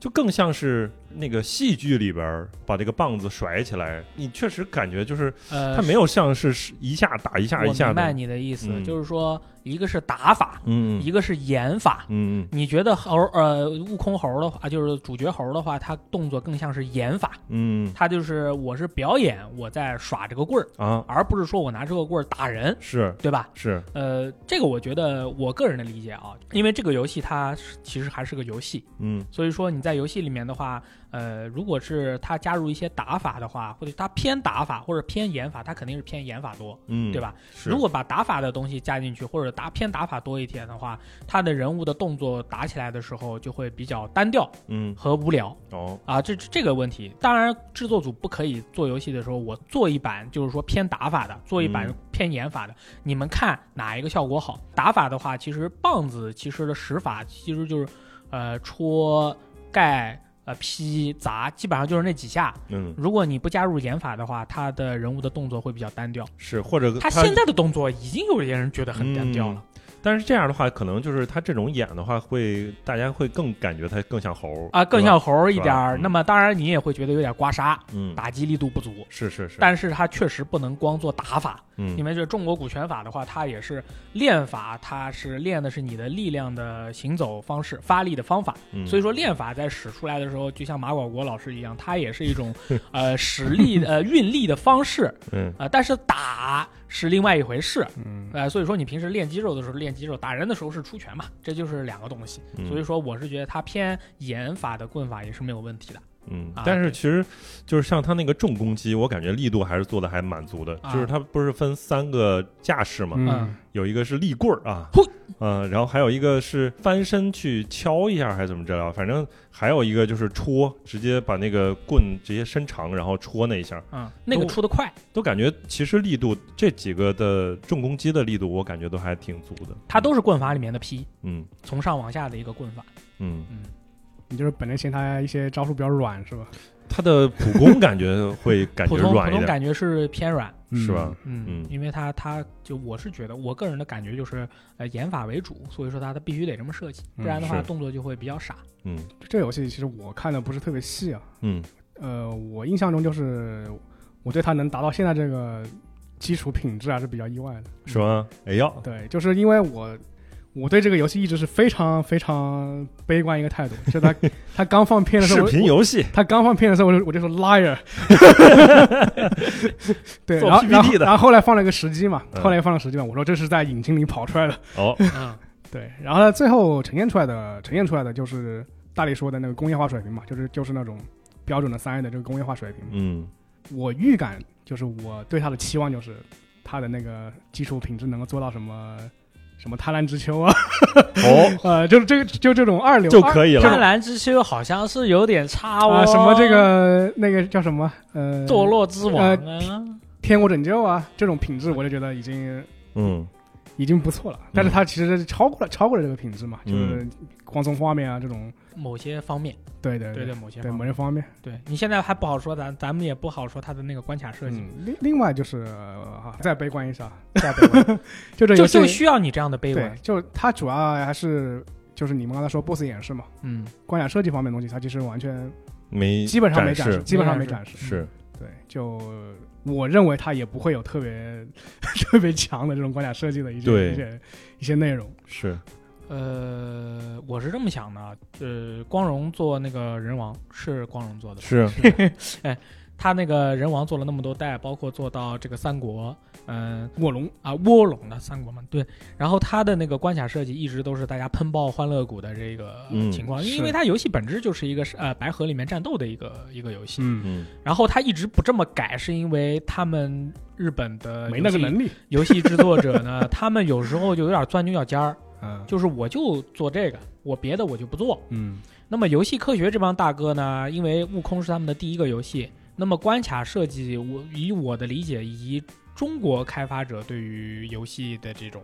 A: 就更像是那个戏剧里边儿把这个棒子甩起来，你确实感觉就是
B: 呃，
A: 他没有像是一下打一下一
B: 我
A: 下
B: 明白
A: 的，
B: 你的意思，
A: 嗯
B: 就是说，一个是打法，
A: 嗯
B: 一个是演法。
A: 嗯嗯
B: 你觉得猴儿呃，悟空猴儿的话，就是主角猴儿的话，他动作更像是演法，
A: 嗯
B: 他就是我是表演我在耍这个棍儿，
A: 啊，
B: 而不是说我拿这个棍儿打人，
A: 是
B: 对吧？
A: 是，
B: 呃，这个我觉得我个人的理解啊，因为这个游戏它是其实还是个游戏，
A: 嗯
B: 所以说你在游戏里面的话，呃，如果是它加入一些打法的话，或者它偏打法或者偏演法，它肯定是偏演法多，
A: 嗯，
B: 对吧？
A: 是？
B: 如果把打法的东西加进去，或者打偏打法多一点的话，他的人物的动作打起来的时候就会比较单调
A: 嗯
B: 和无聊
A: 哦
B: 啊，这这个问题。当然，制作组不可以做游戏的时候，我做一版就是说偏打法的，做一版
A: 嗯
B: 偏演法的，你们看哪一个效果好？打法的话，其实棒子其实的使法其实就是，呃，戳盖。呃劈砸，基本上就是那几下。
A: 嗯，
B: 如果你不加入演法的话，他的人物的动作会比较单调。
A: 是或者
B: 他现在的动
A: 嗯
B: 作已经有些人觉得很单调了。
A: 但是这样的话，可能就是他这种演的话会，大家会更感觉他更像猴儿
B: 啊，更像猴儿一
A: 是吧
B: 点儿。
A: 嗯
B: 那么当然你也会觉得有点刮痧，
A: 嗯，
B: 打击力度不足。
A: 是是是，
B: 但是它确实不能光做打法，
A: 嗯
B: 因为这中国古拳法的话，它也是练法，它是练的是你的力量的行走方式、发力的方法。
A: 嗯
B: 所以说练法在使出来的时候，就像马保国老师一 样，它也是一种呃使力 呃运力的方式
A: 嗯
B: 呃，但是打是另外一回事。
C: 嗯，
B: 呃，所以说你平时练肌肉的时候练肌肉，打人的时候是出拳嘛，这就是两个东西。
A: 嗯
B: 所以说我是觉得它偏演法的棍法也是没有问题的。
A: 嗯
B: 啊，
A: 但是
B: 对
A: 其实就是像他那个重攻击，我感觉力度还是做的还蛮足的，
B: 啊
A: 就是他不是分三个架势嘛，
B: 嗯
C: 嗯，
A: 有一个是立棍儿啊
B: 嘿，
A: 嗯、然后还有一个是翻身去敲一下还是怎么着啊，反正还有一个就是戳，直接把那个棍直接伸长，然后戳那一下，
B: 嗯，那个
A: 都
B: 出的快，
A: 都感觉其实力度这几个的重攻击的力度，我感觉都还挺足的。
B: 它都是棍法里面的劈，
A: 嗯
B: 从上往下的一个棍法。
A: 嗯，
C: 你就是本来嫌他一些招数比较软是吧？
A: 他的普攻感觉会感觉
B: 普通普
A: 软一
B: 通
A: 点，
B: 感觉是偏软，
A: 是吧？
B: 嗯，
A: 嗯
B: 因为它它就我是觉得我个人的感觉就是呃演法为主，所以说它它必须得这么设计，不
C: 嗯
B: 然的话
A: 是
B: 动作就会比较傻。
A: 嗯
C: 嗯？这游戏其实我看的不是特别细啊，
A: 嗯
C: 呃，我印象中就是我对它能达到现在这个基础品质还是比较意外的。
A: 是吧？哎呀，
C: 对，就是因为我我对这个游戏一直是非常非常悲观一个态度，就它它刚放片的时
A: 视
C: 候，我
A: 频游戏
C: 他刚放片的时候，我就我就说 liar，对，
A: 做
C: 然后然
A: PPT
C: 后
A: 的
C: 然后后来放了个时机嘛，
A: 嗯
C: 后来放了时机嘛，我说这是在引擎里跑出来的，
A: 哦，
B: 嗯，
C: 对，然后呢，最后呈现出来的呈现出来的就是大力说的那个工业化水平嘛，就是就是那种标准的三 A 的这个工业化水平。
A: 嗯
C: 我预感就是我对他的期望就是他的那个基础品质能够做到什么。什么贪婪之秋啊，
A: 哦，
C: 呃，就是这个，就这种二流
A: 就
C: 二
A: 可以了。
B: 贪婪之秋好像是有点差哦，
C: 啊，什么这个那个叫什么呃，
B: 堕落之王
C: 呃
B: 啊，
C: 天国拯救啊这种品质，我就觉得已经
A: 嗯
C: 已经不错了。
B: 嗯
C: 但是它其实超过了超过了这个品质嘛，
A: 嗯
C: 就是光从画面啊这种，
B: 某些方面，
C: 对对
B: 对对，
C: 对
B: 某些
C: 对
B: 方
C: 某
B: 面，
C: 些方面。
B: 对你现在还不好说，咱咱们也不好说它的那个关卡设计，
C: 嗯，另另外就是呃哈再悲观一下，
B: 再悲观
C: 就 这
B: 就
C: 游戏
B: 就需要你这样的悲
C: 对
B: 观，，
C: 就它主要还是就是你们刚才说 BOSS 演示嘛，
B: 嗯，
C: 关卡设计方面的东西，它其实完全
A: 没
C: 基本上没
A: 嗯
C: 展
A: 展
C: 示，
A: 示，
C: 基本上没展示。
A: 是
C: 对，就我认为它也不会有特别 特别强的这种关卡设计的一
A: 对
C: 些一些一些内容。
A: 是，
B: 呃，我是这么想的啊，呃，光荣做那个人王是光荣做的吧，
A: 是
B: 他那个人王做了那么多代，包括做到这个三国，嗯、
C: 卧龙
B: 啊卧龙的三国嘛，对。然后他的那个关卡设计一直都是大家喷爆欢乐谷的这个
A: 嗯
B: 情况，
C: 是
B: 因为它游戏本质就是一个呃白河里面战斗的一个一个游戏。
C: 嗯，
A: 嗯
B: 然后他一直不这么改，是因为他们日本的
C: 没那
B: 游
C: 个
B: 戏
C: 能力。
B: 游戏制作者 呢，他们有时候就有点钻牛角尖儿，
C: 嗯
B: 就是我就做这个，我别的我就不做。
C: 嗯
B: 那么游戏科学这帮大哥呢，因为悟空是他们的第一个游戏，那么关卡设计，我以我的理解，以及中国开发者对于游戏的这种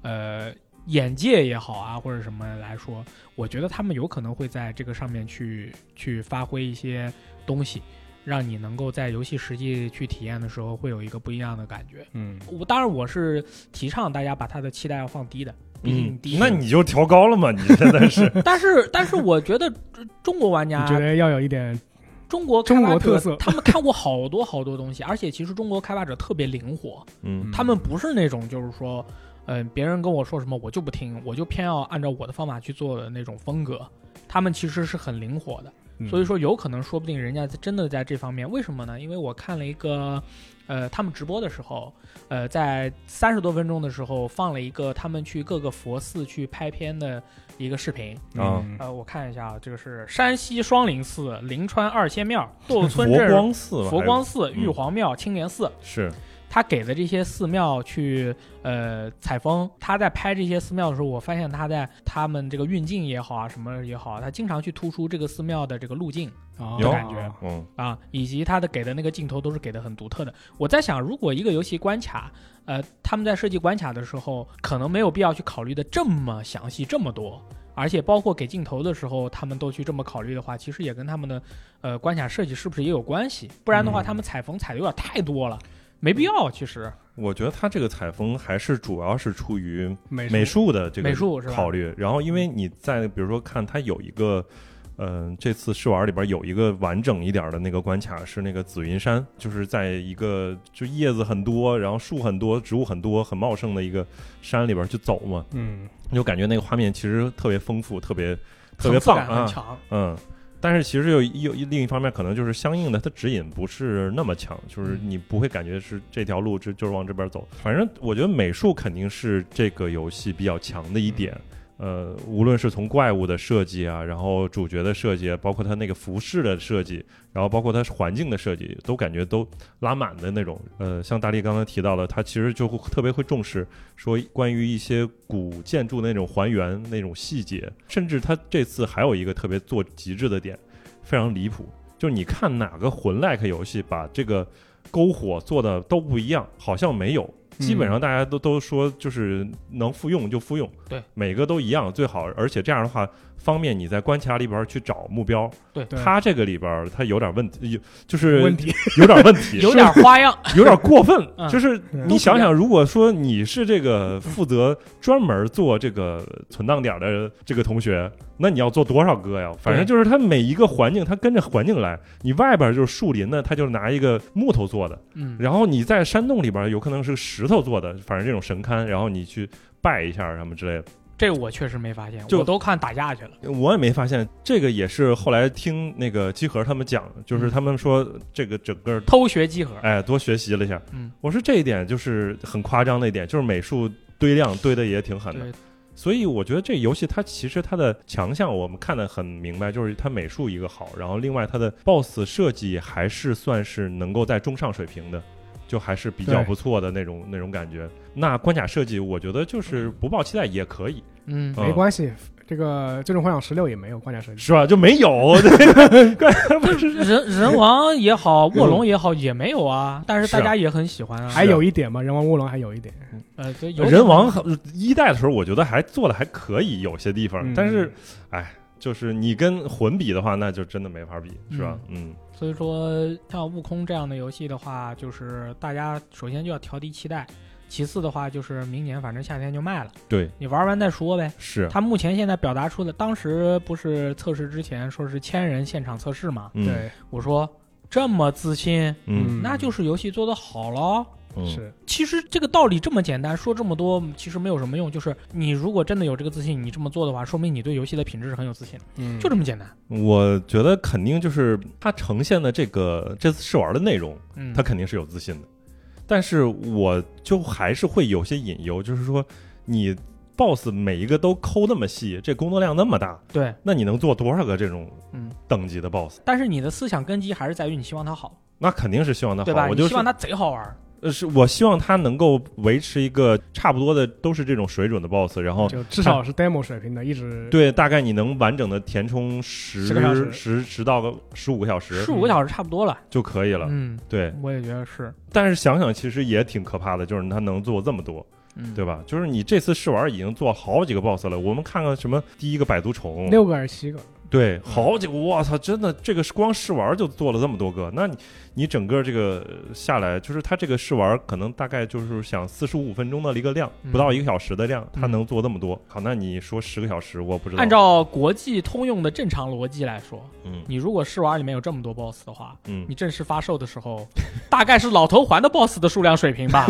B: 呃眼界也好啊，或者什么来说，我觉得他们有可能会在这个上面去去发挥一些东西。让你能够在游戏实际去体验的时候，会有一个不一样的感觉。
C: 嗯，
B: 我当然我是提倡大家把他的期待要放低的，毕竟
A: 嗯
B: 低、，
A: 那你就调高了嘛，你真的是嗯
B: 但是但是我觉得呃中国玩家
C: 你觉得要有一点
B: 中国开
C: 中
B: 发
C: 国
B: 者
C: 特色
B: 他们看过好多好多东西，而且其实中国开发者特别灵活，
A: 嗯
B: 他们不是那种就是说，嗯、别人跟我说什么我就不听，我就偏要按照我的方法去做的那种风格，他们其实是很灵活的，
C: 嗯
B: 所以说有可能说不定人家真的在这方面，为什么呢？因为我看了一个。呃，他们直播的时候，呃，在三十多分钟的时候放了一个他们去各个佛寺去拍片的一个视频，
A: 啊
C: 嗯
B: 呃，我看一下啊，这个是山西双林寺、灵川二仙庙、窦
A: 佛
B: 村镇
A: 光寺吧，
B: 佛
A: 还
B: 光
A: 有
B: 寺、玉皇庙、青莲寺，
A: 是
B: 他给的这些寺庙去呃采风。他在拍这些寺庙的时候，我发现他在他们这个运镜也好啊，什么也好啊，他经常去突出这个寺庙的这个路径
C: 啊
A: 有
B: 感觉
A: 嗯
B: 啊，以及他的给的那个镜头都是给的很独特的。我在想，如果一个游戏关卡，呃，他们在设计关卡的时候，可能没有必要去考虑的这么详细这么多。而且包括给镜头的时候，他们都去这么考虑的话，其实也跟他们的呃关卡设计是不是也有关系？不然的话，
A: 嗯
B: 他们踩缝踩的有点太多了，没必要。其实
A: 我觉得他这个采风还是主要是出于
C: 美
A: 美术的这个
B: 美术是吧嗯
A: 考虑。然后，因为你在比如说看它有一个，嗯、这次试玩里边有一个完整一点的那个关卡是那个紫云山，就是在一个就叶子很多，然后树很多，植物很多，很茂盛的一个山里边去走嘛，
C: 嗯，
A: 你就感觉那个画面其实特别丰富，特别特
B: 层
A: 别
B: 次
A: 棒
B: 感很
A: 啊，
B: 强。
A: 嗯。但是其实有有另一方面，可能就是相应的，它指引不是那么强，就是
B: 嗯
A: 你不会感觉是这条路就就是往这边走。反正我觉得美术肯定是这个游戏比较强的一点，呃，无论是从怪物的设计啊，然后主角的设计啊，包括它那个服饰的设计，然后包括它环境的设计，都感觉都拉满的那种。呃，像大力刚才提到的，他其实就会特别会重视说关于一些古建筑的那种还原那种细节，甚至他这次还有一个特别做极致的点，非常离谱，就是你看哪个魂 like 游戏把这个篝火做的都不一样，好像没有。
B: 嗯
A: 基本上大家都都说就是能复用就复用，
B: 对，
A: 每个都一样最好，而且这样的话方便你在关卡里边去找目标。
B: 对
C: 对
A: 它这个里边它有点问题，有就是
C: 问题
A: 有点问题，
B: 有点 花样，
A: 有点过分
B: 嗯，
A: 就是你想想，如果说你是这个负责专门做这个存档点的这个同学，那你要做多少个呀？反正就是他每一个环境，他跟着环境来。你外边就是树林呢，他就拿一个木头做的，
B: 嗯，
A: 然后你在山洞里边有可能是石头做的，反正这种神龛，然后你去拜一下什么之类的。
B: 这个我确实没发现，
A: 就
B: 我都看打架去了。
A: 我也没发现，这个也是后来听那个集合他们讲，就是他们说这个整个
B: 偷学集合，
A: 哎，多学习了一下。
B: 嗯，
A: 我说这一点就是很夸张的一点，就是美术堆量堆的也挺狠的。
B: 对，
A: 所以我觉得这游戏它其实它的强项我们看得很明白，就是它美术一个好，然后另外它的 BOSS 设计还是算是能够在中上水平的，就还是比较
C: 对
A: 不错的那种那种感觉。那关卡设计，我觉得就是不抱期待也可以，
B: 嗯，
A: 嗯
C: 没关系。这个《最终幻想十六》也没有关卡设计，
A: 是吧？就没 有，
B: 人人王也好，卧龙也好，也没有啊，但是
A: 嗯是啊
B: 大家也很喜欢啊。
A: 是
C: 还有一点嘛，人王卧龙还有一点，
B: 呃，对，有
A: 人王一代的时候，我觉得还做的还可以，有些地方，
C: 嗯
A: 但是，哎，就是你跟魂比的话，那就真的没法比，是吧？嗯，
B: 所以说，像悟空这样的游戏的话，就是大家首先就要调低期待，其次的话就是明年反正夏天就卖了，
A: 对，
B: 你玩完再说呗。
A: 是，
B: 他目前现在表达出的，当时不是测试之前说是千人现场测试嘛，
A: 嗯，
C: 对，
B: 我说这么自信，
A: 嗯，
B: 那就是游戏做得好喽。
A: 嗯，
C: 是
B: 其实这个道理这么简单，说这么多其实没有什么用。就是你如果真的有这个自信，你这么做的话，说明你对游戏的品质是很有自信的，
C: 嗯
B: 就这么简单。
A: 我觉得肯定就是它呈现的这个这次试玩的内容，
B: 嗯，
A: 他肯定是有自信的。但是我就还是会有些隐忧，就是说你 BOSS 每一个都抠那么细，这工作量那么大，
B: 对，
A: 那你能做多少个这种
B: 嗯
A: 等级的 BOSS？
B: 但是你的思想根基还是在于你希望它好，
A: 那肯定是希望他
B: 对
A: 好，
B: 吧？
A: 我就
B: 你
A: 是
B: 希望它贼好玩儿。
A: 呃，是我希望他能够维持一个差不多的，都是这种水准的 BOSS，然后
C: 就至少是 demo 水平的，一直
A: 对，大概你能完整的填充十
C: 10个小时
A: 十十到个十五个小时
B: 十五个小时差不多了。
A: 就可以了。
B: 嗯，
A: 对，
B: 我也觉得是。
A: 但是想想其实也挺可怕的，就是他能做这么多，
B: 嗯，
A: 对吧？就是你这次试玩已经做好几个 BOSS 了，我们看看什么第一个百足虫，
C: 六个还是七个，
A: 对，好几个，我操，真的，这个是光试玩就做了这么多个，那你你整个这个呃下来，就是它这个试玩可能大概就是想四十五分钟的一个量，
B: 嗯
A: 不到一个小时的量，它能做这么多，好，那你说十个小时，我不知道，
B: 按照国际通用的正常逻辑来说，
A: 嗯
B: 你如果试玩里面有这么多 BOSS 的话，
A: 嗯
B: 你，正式发售的时候， 大概是老头环的 BOSS 的数量水平 吧。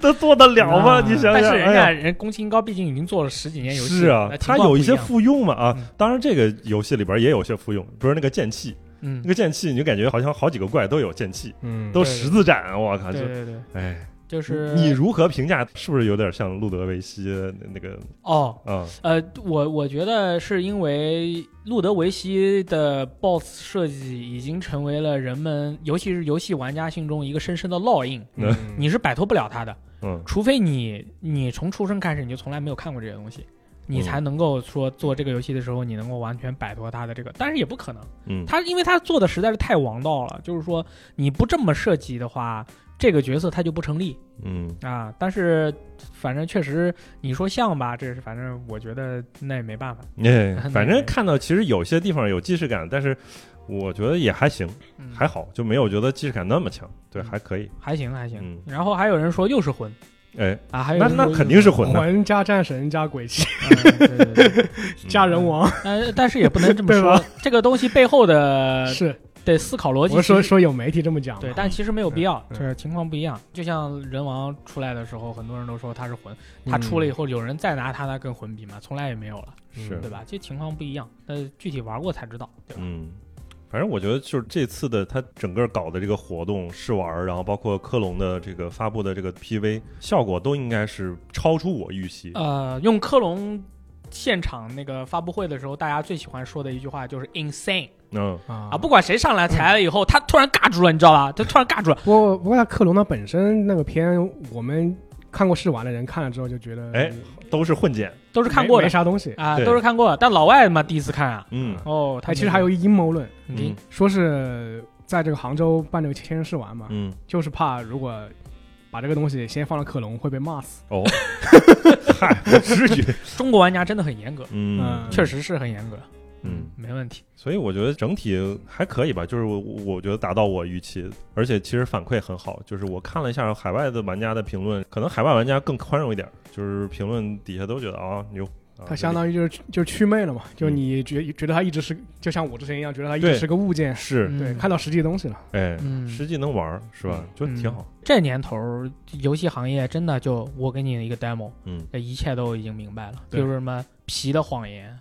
A: 这做得了吗？
B: 啊
A: 你想想，
B: 但是人
A: 哎呀
B: 家人宫崎英高毕竟已经做了十几年游戏，
A: 是啊
B: 那，情
A: 它
B: 况
A: 有
B: 不
A: 一
B: 一
A: 些
B: 样
A: 复用嘛啊
B: 嗯，
A: 当然这个游戏里边也有些复用，比如那个剑气，
B: 嗯
A: 那，个剑气你就感觉好像好几个怪都有剑气，
C: 嗯
A: 都
B: 对
A: 十字斩，我靠，就
B: 对对对，
A: 哎，
B: 就是
A: 你如何评价？是不是有点像路德维希那那个
B: 哦，
A: 啊？
B: 呃，我我觉得是因为路德维希的 BOSS 设计已经成为了人们，尤其是游戏玩家心中一个深深的烙印，
C: 嗯
B: 你是摆脱不了它的，
A: 嗯
B: 除非你你从出生开始你就从来没有看过这些东西，你才能够说做这个游戏的时候，你能够完全摆脱它的这个，但是也不可能。
A: 嗯，
B: 他因为他做的实在是太王道了，就是说你不这么设计的话，这个角色他就不成立
A: 嗯
B: 啊。但是反正确实你说像吧，这是反正我觉得那也没办法。
A: 哎
B: 那，
A: 反正看到其实有些地方有既视感，但是我觉得也还行，
B: 嗯、
A: 还好，就没有觉得既视感那么强，对，
B: 嗯
A: 还可以，
B: 还行还行。
A: 嗯
B: 然后还有人说又是 魂
A: 哎，
B: 啊，还有
A: 那
B: 人说
A: 那
B: 又
A: 肯定是
B: 魂。
A: 混的，
C: 魂加战神加鬼泣
B: 嗯对对对
A: 嗯
C: 加人王，
B: 但但是也不能这么
C: 对
B: 说，这个东西背后的
C: 是
B: 得思考呃逻辑
C: 我
B: 其实。
C: 说说有媒体这么讲嘛，
B: 对，但其实没有必要，
C: 嗯
B: 就是情况不一样。就像人王出来的时候，很多人都说他是魂，
C: 嗯
B: 他出了以后，有人再拿他那跟魂比吗？从来也没有了，
A: 嗯是
B: 对吧？这情况不一样，呃，具体玩过才知道，对吧？
A: 嗯，反正我觉得就是这次的他整个搞的这个活动试玩儿，然后包括科隆的这个发布的这个 PV 效果都应该是超出我预期。
B: 呃，用科隆现场那个发布会的时候，大家最喜欢说的一句话就是 “insane”
A: 嗯，
B: 啊，
C: 啊
B: 不管谁上来踩了以后，他突然尬住了，你知道吧？他突然尬住了，
C: 不过不过他克隆他本身那个片，我们看过试玩的人看了之后就觉得
A: 哎都是混剪。
B: 都是看过
C: 没
B: 的
C: 没啥东西，
B: 啊，
A: 对
B: 都是看过的，但老外嘛第一次看啊。
A: 嗯
B: 哦，
C: 他
B: 他
C: 其实还有阴谋论，
B: 没有，
A: 嗯
C: 说是在这个杭州办这个千人试玩嘛，
A: 嗯，
C: 就是怕如果把这个东西先放了克隆会被骂死，
A: 哦，嗨，不至于。
B: 中国玩家真的很严格，
A: 嗯，
B: 确，实是很严格，
A: 嗯，
B: 没问题。
A: 所以我觉得整体还可以吧，就是我我我觉得达到我预期，而且其实反馈很好。就是我看了一下海外的玩家的评论，可能海外玩家更宽容一点，就是评论底下都觉得啊牛。啊
C: 他相当于就是就是祛魅了嘛，就你觉觉得他一直是就像我之前一样，觉得他一直
A: 嗯对
C: 是个物件，
A: 是
B: 嗯
C: 对，看到实际的东西了，
A: 哎，
B: 嗯
A: 实际能玩儿是吧？就挺好。
B: 这年头儿，游戏行业真的就我给你一个 demo，
A: 嗯，
B: 这一切都已经明白了，
C: 对
B: 就是什么皮的谎言。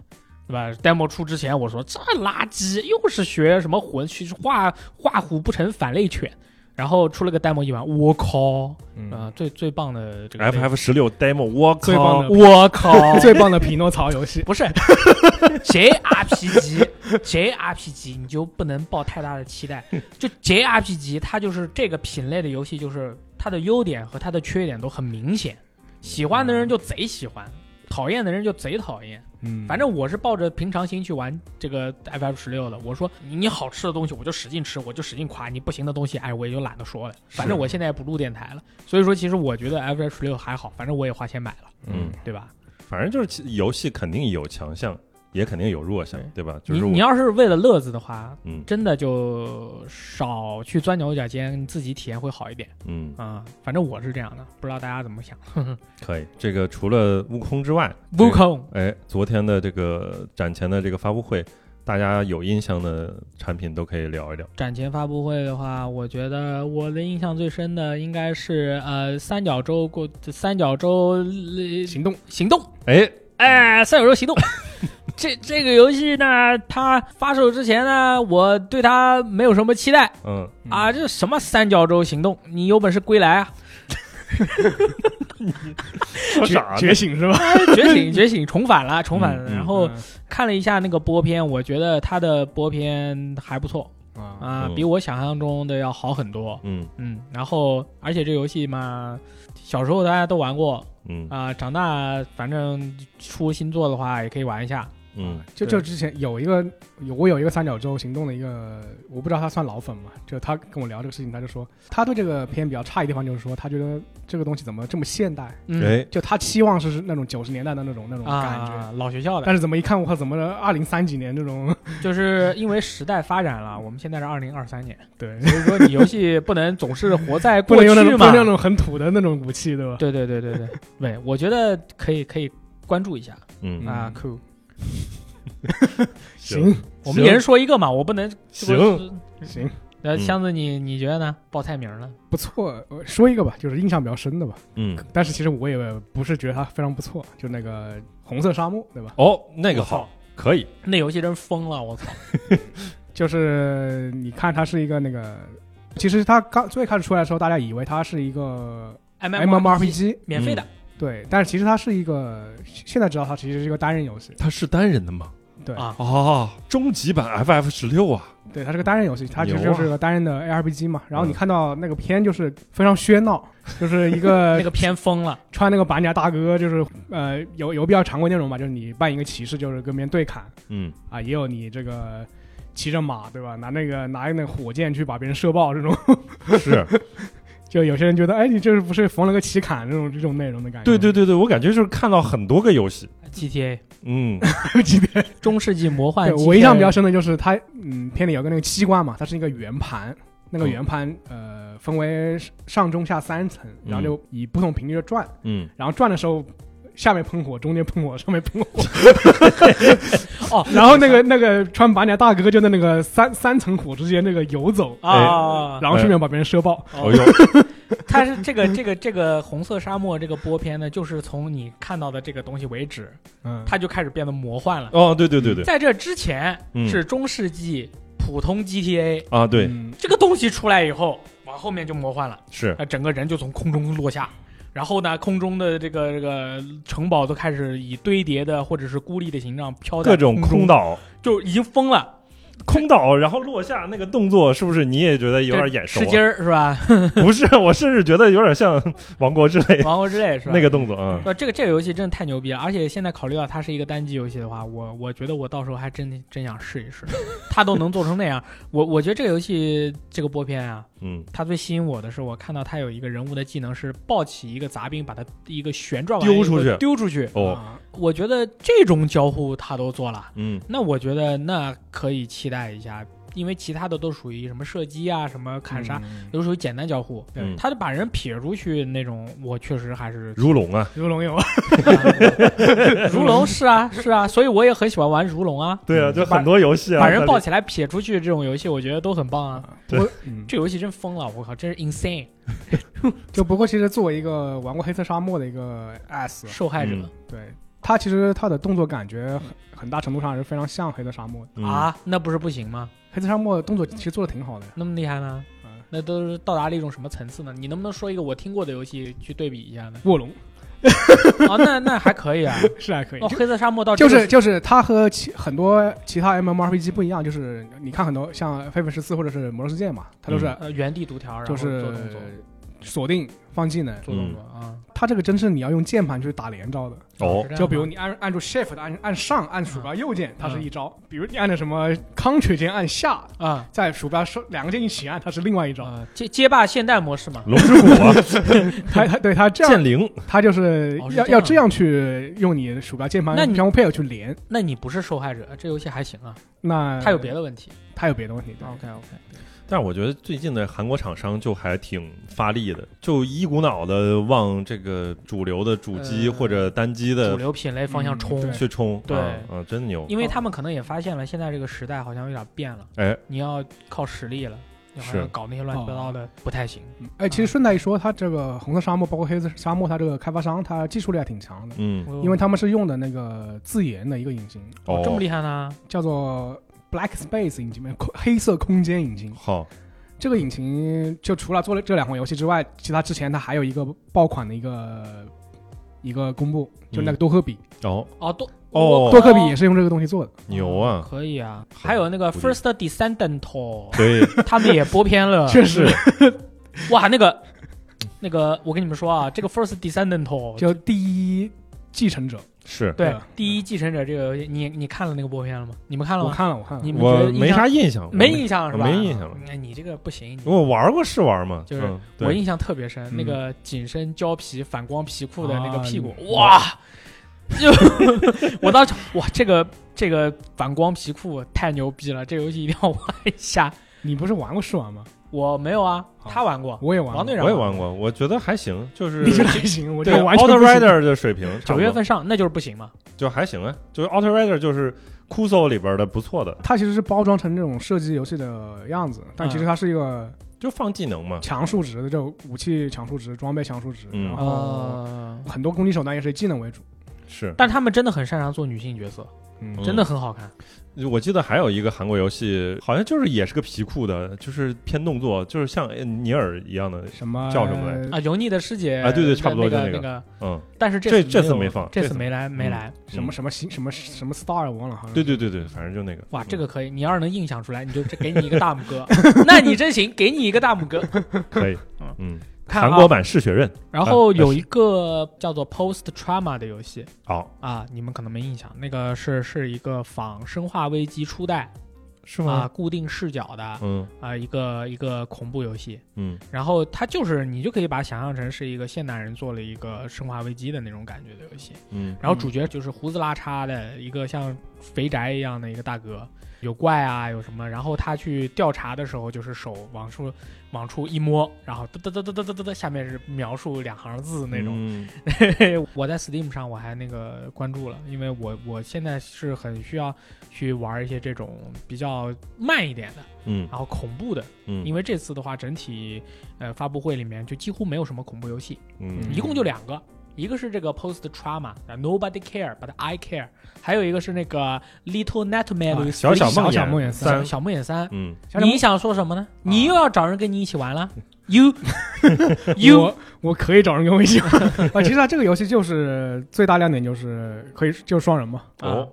B: 对吧？demo 出之前，我说这垃圾又是学什么魂，去画画虎不成反类犬。然后出了个 demo 一玩，我靠！啊、最最棒的这个
A: F F 十六 demo，我
C: 最
A: 靠
C: 棒的！！
B: 我靠
C: 最棒的匹诺曹 游戏，
B: 不是 JRPG JRPG，你就不能抱太大的期待。就 JRPG，它就是这个品类的游戏，就是它的优点和它的缺点都很明显。喜欢的人就贼喜欢，讨厌的人就贼讨厌。
C: 嗯
B: 反正我是抱着平常心去玩这个 FF 十六的。我说你你好吃的东西我就使劲吃，我就使劲夸；你不行的东西，哎，我也就懒得说了。反正我现在也不录电台了，所以说其实我觉得 FF 十六还好，反正我也花钱买了，
A: 嗯，
B: 对吧？
A: 反正就是其游戏肯定有强项，也肯定有弱项对
B: 对，
A: 吧？就是
B: 你
A: 我
B: 你要是为了乐子的话，
A: 嗯
B: 真的就少去钻牛角尖，自己体验会好一点
A: 嗯，
B: 啊、反正我是这样的，不知道大家怎么想。
A: 可以。这个除了悟空之外，
B: 悟空，
A: 这个哎，昨天的这个展前的这个发布会，大家有印象的产品都可以聊一聊。
B: 展前发布会的话，我觉得我的印象最深的应该是呃三角洲过三角洲、呃
C: 行动
B: 行动，
A: 哎，
B: 哎，三角洲行 动。这这个游戏呢，它发售之前呢，我对它没有什么期待，
A: 嗯，
B: 啊，这什么三角洲行动？你有本事归来啊！
A: 说
C: 觉
A: 啥呢
C: 觉醒是吧？哦
B: 觉 醒，觉醒，重返了，重返了。
A: 嗯嗯
B: 然后看了一下那个播片，我觉得他的播片还不错
C: 啊，
B: 啊，
A: 嗯
B: 比我想象中的要好很多。
A: 嗯
B: 嗯，然后而且这游戏嘛，小时候大家都玩过
A: 嗯
B: 啊，长大反正出新作的话也可以玩一下。
A: 嗯
C: 就就之前有一个有我有一个三角洲行动的一个，我不知道他算老粉嘛，就他跟我聊这个事情，他就说他对这个片比较差异地方就是说，他觉得这个东西怎么这么现代，
B: 嗯
A: 嗯，哎，
C: 就他期望是那种九十年代的那种那种感觉，
B: 啊，老学校 的，
C: 但是怎么一看我靠，怎么二零三几年这种，
B: 就是因为时代发展了，我们现在是二零二三 年，
C: 对，
B: 所以说你游戏不能总是活在
C: 不
B: 过去
C: 能用那种
B: 嘛
C: 不能用那。种很土的那种武器，对吧？
B: 对对对 对对，对，我觉得可以可以关注一下
A: 嗯，
B: 啊
C: 嗯
B: ，cool。
C: 行
B: 我们一人说一个嘛，我不能
A: 行。
C: 行，
B: 呃，
A: 嗯
B: 箱子你你觉得呢？报菜名了，
C: 不错，我说一个吧，就是印象比较深的吧，
A: 嗯，
C: 但是其实我也不是觉得它非常不错，就那个红色沙漠，对吧？
A: 哦，那个好，可以，
B: 那游戏真疯了，我操！
C: 就是你看它是一个那个，其实它刚最开始出来的时候，大家以为它是一个
B: MMORPG
C: MMORPG，
B: 免
C: 嗯
B: 费的，
C: 对，但是其实它是一个，现在知道它其实是一个单人游戏，
A: 它是单人的吗？
C: 对
B: 啊，
A: 哦，终极版 FF 十六啊，
C: 对，它是个单人游戏，它其实
A: 牛
C: 就
A: 啊
C: 是个单人的 ARPG 嘛。然后你
A: 嗯
C: 看到那个片就是非常喧闹，就是一 个
B: 那个偏疯了，
C: 穿那个板甲大哥，就是呃有有比较常规内容吧，就是你扮一个骑士，就是跟别人对砍
A: 嗯，
C: 啊，也有你这个骑着马对吧，拿那个拿那个火箭去把别人射爆这种，
A: 是
C: 就有些人觉得哎你这是不是缝了个骑砍这种这种内容的感觉？
A: 对 对对对，我感觉就是看到很多个游戏，
B: GTA
A: 嗯，
C: 对，今天
B: 中世纪魔幻
C: 对
B: GTA。
C: 我印象比较深的就是它嗯片里有个那个机关嘛，它是一个圆盘。那个
A: 嗯
C: 圆盘，呃，分为上中下三层，然后就以不同频率的转，
A: 嗯，
C: 然后转的时候，下面喷火，中间喷火，上面喷 火，
B: 哦，
C: 然后那个那个穿板甲大哥就在那个三三层火之间那个游走，
B: 啊啊，啊
A: 哎
C: 然后顺便把别人射爆。
A: 哦呦，
B: 它是这个这个这个红色沙漠这个播片呢，就是从你看到的这个东西为止，
C: 嗯，
B: 它就开始变得魔幻了。
A: 哦，对对对对，
B: 在这之前
A: 嗯
B: 是中世纪普通 GTA，
A: 啊，对，
C: 嗯
B: 这个东西出来以后，往后面就魔幻了。
A: 是，
B: 呃，整个人就从空中落下。然后呢，空中的这个这个城堡都开始以堆叠的或者是孤立的形状飘在
A: 各种
B: 空
A: 空
B: 中，
A: 岛，
B: 就已经疯了，
A: 空岛，然后落下那个动作，是不是你也觉得有点眼熟
B: 吃
A: 啊？
B: 鸡儿是吧？
A: 不是，我甚至觉得有点像《王国之 泪》
B: 王国之泪是吧？
A: 那个动作，嗯，
B: 呃，这个这个游戏真的太牛逼了，而且现在考虑到它是一个单机游戏的话，我我觉得我到时候还真真想试一 试，它都能做成那样，我我觉得这个游戏这个播片啊，
A: 嗯，
B: 它最吸引我的是我看到它有一个人物的技能是抱起一个杂兵，把它一个旋转完
A: 丢
B: 以后
A: 出去
B: 丢出去。
A: 哦，
C: 啊
B: 我觉得这种交互它都做了，
A: 嗯，
B: 那我觉得那可以期待一下，因为其他的都属于什么射击啊、什么砍杀，
C: 嗯
B: 都属于简单交互。
A: 嗯
B: 它就把人撇出去那种，我确实还 是
A: 如龙啊，
C: 如龙有，
B: 如龙 是啊是啊，所以我也很喜欢玩如龙啊，
A: 对啊，就很多游戏啊，
B: 把人抱
A: 起，
B: 起来撇出去这种游戏，我觉得都很棒啊。
A: 对
C: 我嗯
B: 这游戏真疯了，我靠，真是 insane
C: 就不过其实作为一个玩过黑色沙漠的一个 S，
B: 受害
A: 嗯
B: 者、
C: 对他其实他的动作感觉很很大程度上是非常像黑色沙漠的。
A: 嗯，
B: 啊，那不是不行吗？
C: 黑色沙漠的动作其实做的挺好的，
B: 那么厉害吗？
C: 嗯，？
B: 那都是到达了一种什么层次呢？你能不能说一个我听过的游戏去对比一下呢
C: 卧龙
B: 哦，那那还可以啊。
C: 是还可以
B: 哦，。黑色沙漠到这
C: 就
B: 个
C: 是就是它和其很多其他 MMORPG 不一样，就是你看很多像《绯闻十四》或者是《魔兽世界》嘛，它都是
B: 呃原地读条，然后
C: 就
B: 做
C: 是
B: 动作，
C: 锁定放技能，
A: 嗯
B: 做动作啊。
C: 它这个真是你要用键盘去打连招的。
A: 哦
B: 是这样，吗
C: 就比如你按按住 Shift 按按上，按鼠
B: 嗯
C: 标右键，它是一招；比如你按的什么 Ctrl 键按下，
B: 啊
C: 在鼠标手两个键一起按，它是另外一招。
B: 啊，街街霸现代模式嘛，
A: 龙之谷 啊，
C: 它它对它这样，
A: 剑灵，
C: 它就是
B: 哦是
C: 要
B: 这样
C: 要这样去用你的鼠标键盘
B: 那你
C: 相互配合去连。
B: 那你不是受害者，这游戏还行啊，
C: 那
B: 它有别，的问题。
C: 它有别的问嗯题。对
B: OK OK，
A: 但是我觉得最近的韩国厂商就还挺发力的，就一股脑的往这个主流的主机
B: 呃
A: 或者单机
B: 主
A: 的
B: 流品类方向冲，
C: 嗯对哦
A: 去冲，
B: 对
A: 啊啊，真牛，
B: 因为他们可能也发现了现在这个时代好像有点变了，
A: 哎，
B: 你要靠实力了，你好
A: 是
B: 像搞那些乱七八糟的不太行。
C: 嗯哎，其实顺带一说，它这个红色沙漠包括黑色沙漠，它这个开发商它技术力还挺强的，
A: 嗯，
B: 我
C: 因为他们是用的那个自研的一个引擎，
B: 哦这么
A: 哦，
B: 厉害呢？
C: 叫做 Black Space 引擎，空黑色空间引擎。
A: 哦好，
C: 这个引擎就除了做了这两款游戏之外，其他之前它还有一个爆款的一个一个公布，就
B: 嗯
C: 那个多克比，
A: 哦，
B: 哦，多
A: 哦
C: 多克比也是用这个东西做的。
A: 牛啊，
B: 可以啊，还有那个
A: 不错
B: First Descendant，哦
A: 对，
B: 他们也播片了，
C: 确实，
B: 哇，那个那个，我跟你们说啊，这个 First Descendant 哦
C: 就第一继承者，
A: 是
B: 对
C: 对
B: 《第一继承者》这个游戏，你你看了那个播片了吗？你们看了
C: 我
B: 吗？
C: 看了，我看了
B: 你，们觉
A: 我
B: 得印
A: 没
B: 象
A: 啥印象，我
B: 没印象是吧？
A: 没印象了
B: 那你这个不行。你
A: 我玩过是玩嘛，
B: 就是
A: 嗯对
B: 我印象特别深，
C: 嗯
B: 那个紧身胶皮反光皮裤的那个
C: 啊
B: 屁股，
C: 你
B: 哇！就 我当时哇，这个这个反光皮裤太牛逼了，这游戏一定要玩一下。
C: 你不是玩过试玩吗？
B: 我没有啊，
C: 好
B: 他玩过，
C: 我也玩
B: 王队
C: 过，
B: 长
A: 我也玩过，我觉得还行，就是
C: 你这还行，我
A: 对
C: 这
B: 啊
C: 完全
A: Outer
C: 不行
A: Rider 的水平，差不
B: 九
A: 多
B: 月份上那就是不行嘛。
A: 就还行啊，就是 Outer Rider 就是 Kuso 里边的不错的，
C: 它其实是包装成这种射击游戏的样子，但其
B: 嗯
C: 实它是一个
A: 就放技能嘛，
C: 强数值的，就武器强数值、装备强数值，
A: 嗯
C: 然后
B: 啊，
C: 很多攻击手段也是以技能为主。
A: 是，
B: 但他们真的很擅长做女性角色，
D: 嗯
A: 嗯
B: 真的很好看。
A: 我记得还有一个韩国游戏，好像就是也是个皮裤的，就是偏动作，就是像呃尼尔一样的，
C: 什么
A: 叫什么来
B: 啊，油腻的师姐
A: 啊对对差不多
B: 那个
A: 就那个
B: 那个，
A: 嗯，
B: 但是
A: 这
B: 这
A: 这次
B: 没
A: 没
B: 有
A: 放
B: 这
A: 这
B: 次
A: 次
B: 没来没
A: 嗯
B: 来。
C: 什么什么星什么什么 star 忘了，好像
A: 对对对对，反正就那个，
B: 哇，
A: 嗯
B: 这个可以，你要是能硬想出来，你就这给你一个大拇 哥，那你真行，给你一个大拇哥。
A: 可以
B: 嗯，
A: 嗯，
B: 看啊
A: 韩国版《啊嗜血刃》
B: 然后有一个叫做 Post Trauma 的游戏
A: 哦，
B: 啊，你们可能没印象，那个是是一个仿《生化危机》初代
A: 是
B: 啊，？固定视角的
A: 嗯
B: 啊一个一个恐怖游戏。
A: 嗯，
B: 然后它就是你就可以把它想象成是一个现代人做了一个《生化危机》的那种感觉的游戏。
A: 嗯
B: 然后主角就是胡子拉碴的一个像肥宅一样的一个大哥，有怪啊，有什么？然后他去调查的时候，就是手往出往出一摸，然后嘚嘚嘚嘚嘚嘚嘚嘚，下面是描述两行字那种。
A: 嗯
B: 我在 Steam 上我还那个关注了，因为我我现在是很需要去玩一些这种比较慢一点的，
A: 嗯
B: 然后恐怖的，
A: 嗯，
B: 因为这次的话整体呃发布会里面就几乎没有什么恐怖游戏，
A: 嗯
B: 一共就两个，一个是这个 Post Trauma 呃 Nobody Care But I Care，还有一个是那个 Little Nightmare
C: 啊
B: with
A: 小小梦魇
C: 小小梦魇三
B: 小梦魇三。
A: 嗯
C: 小小梦
B: 你想说什么呢？你又要找人跟你一起玩了？You you
C: 我我可以找人跟我一起玩 啊。其实啊，这个游戏就是最大亮点就是可以就是双人嘛，
B: 啊
A: 哦，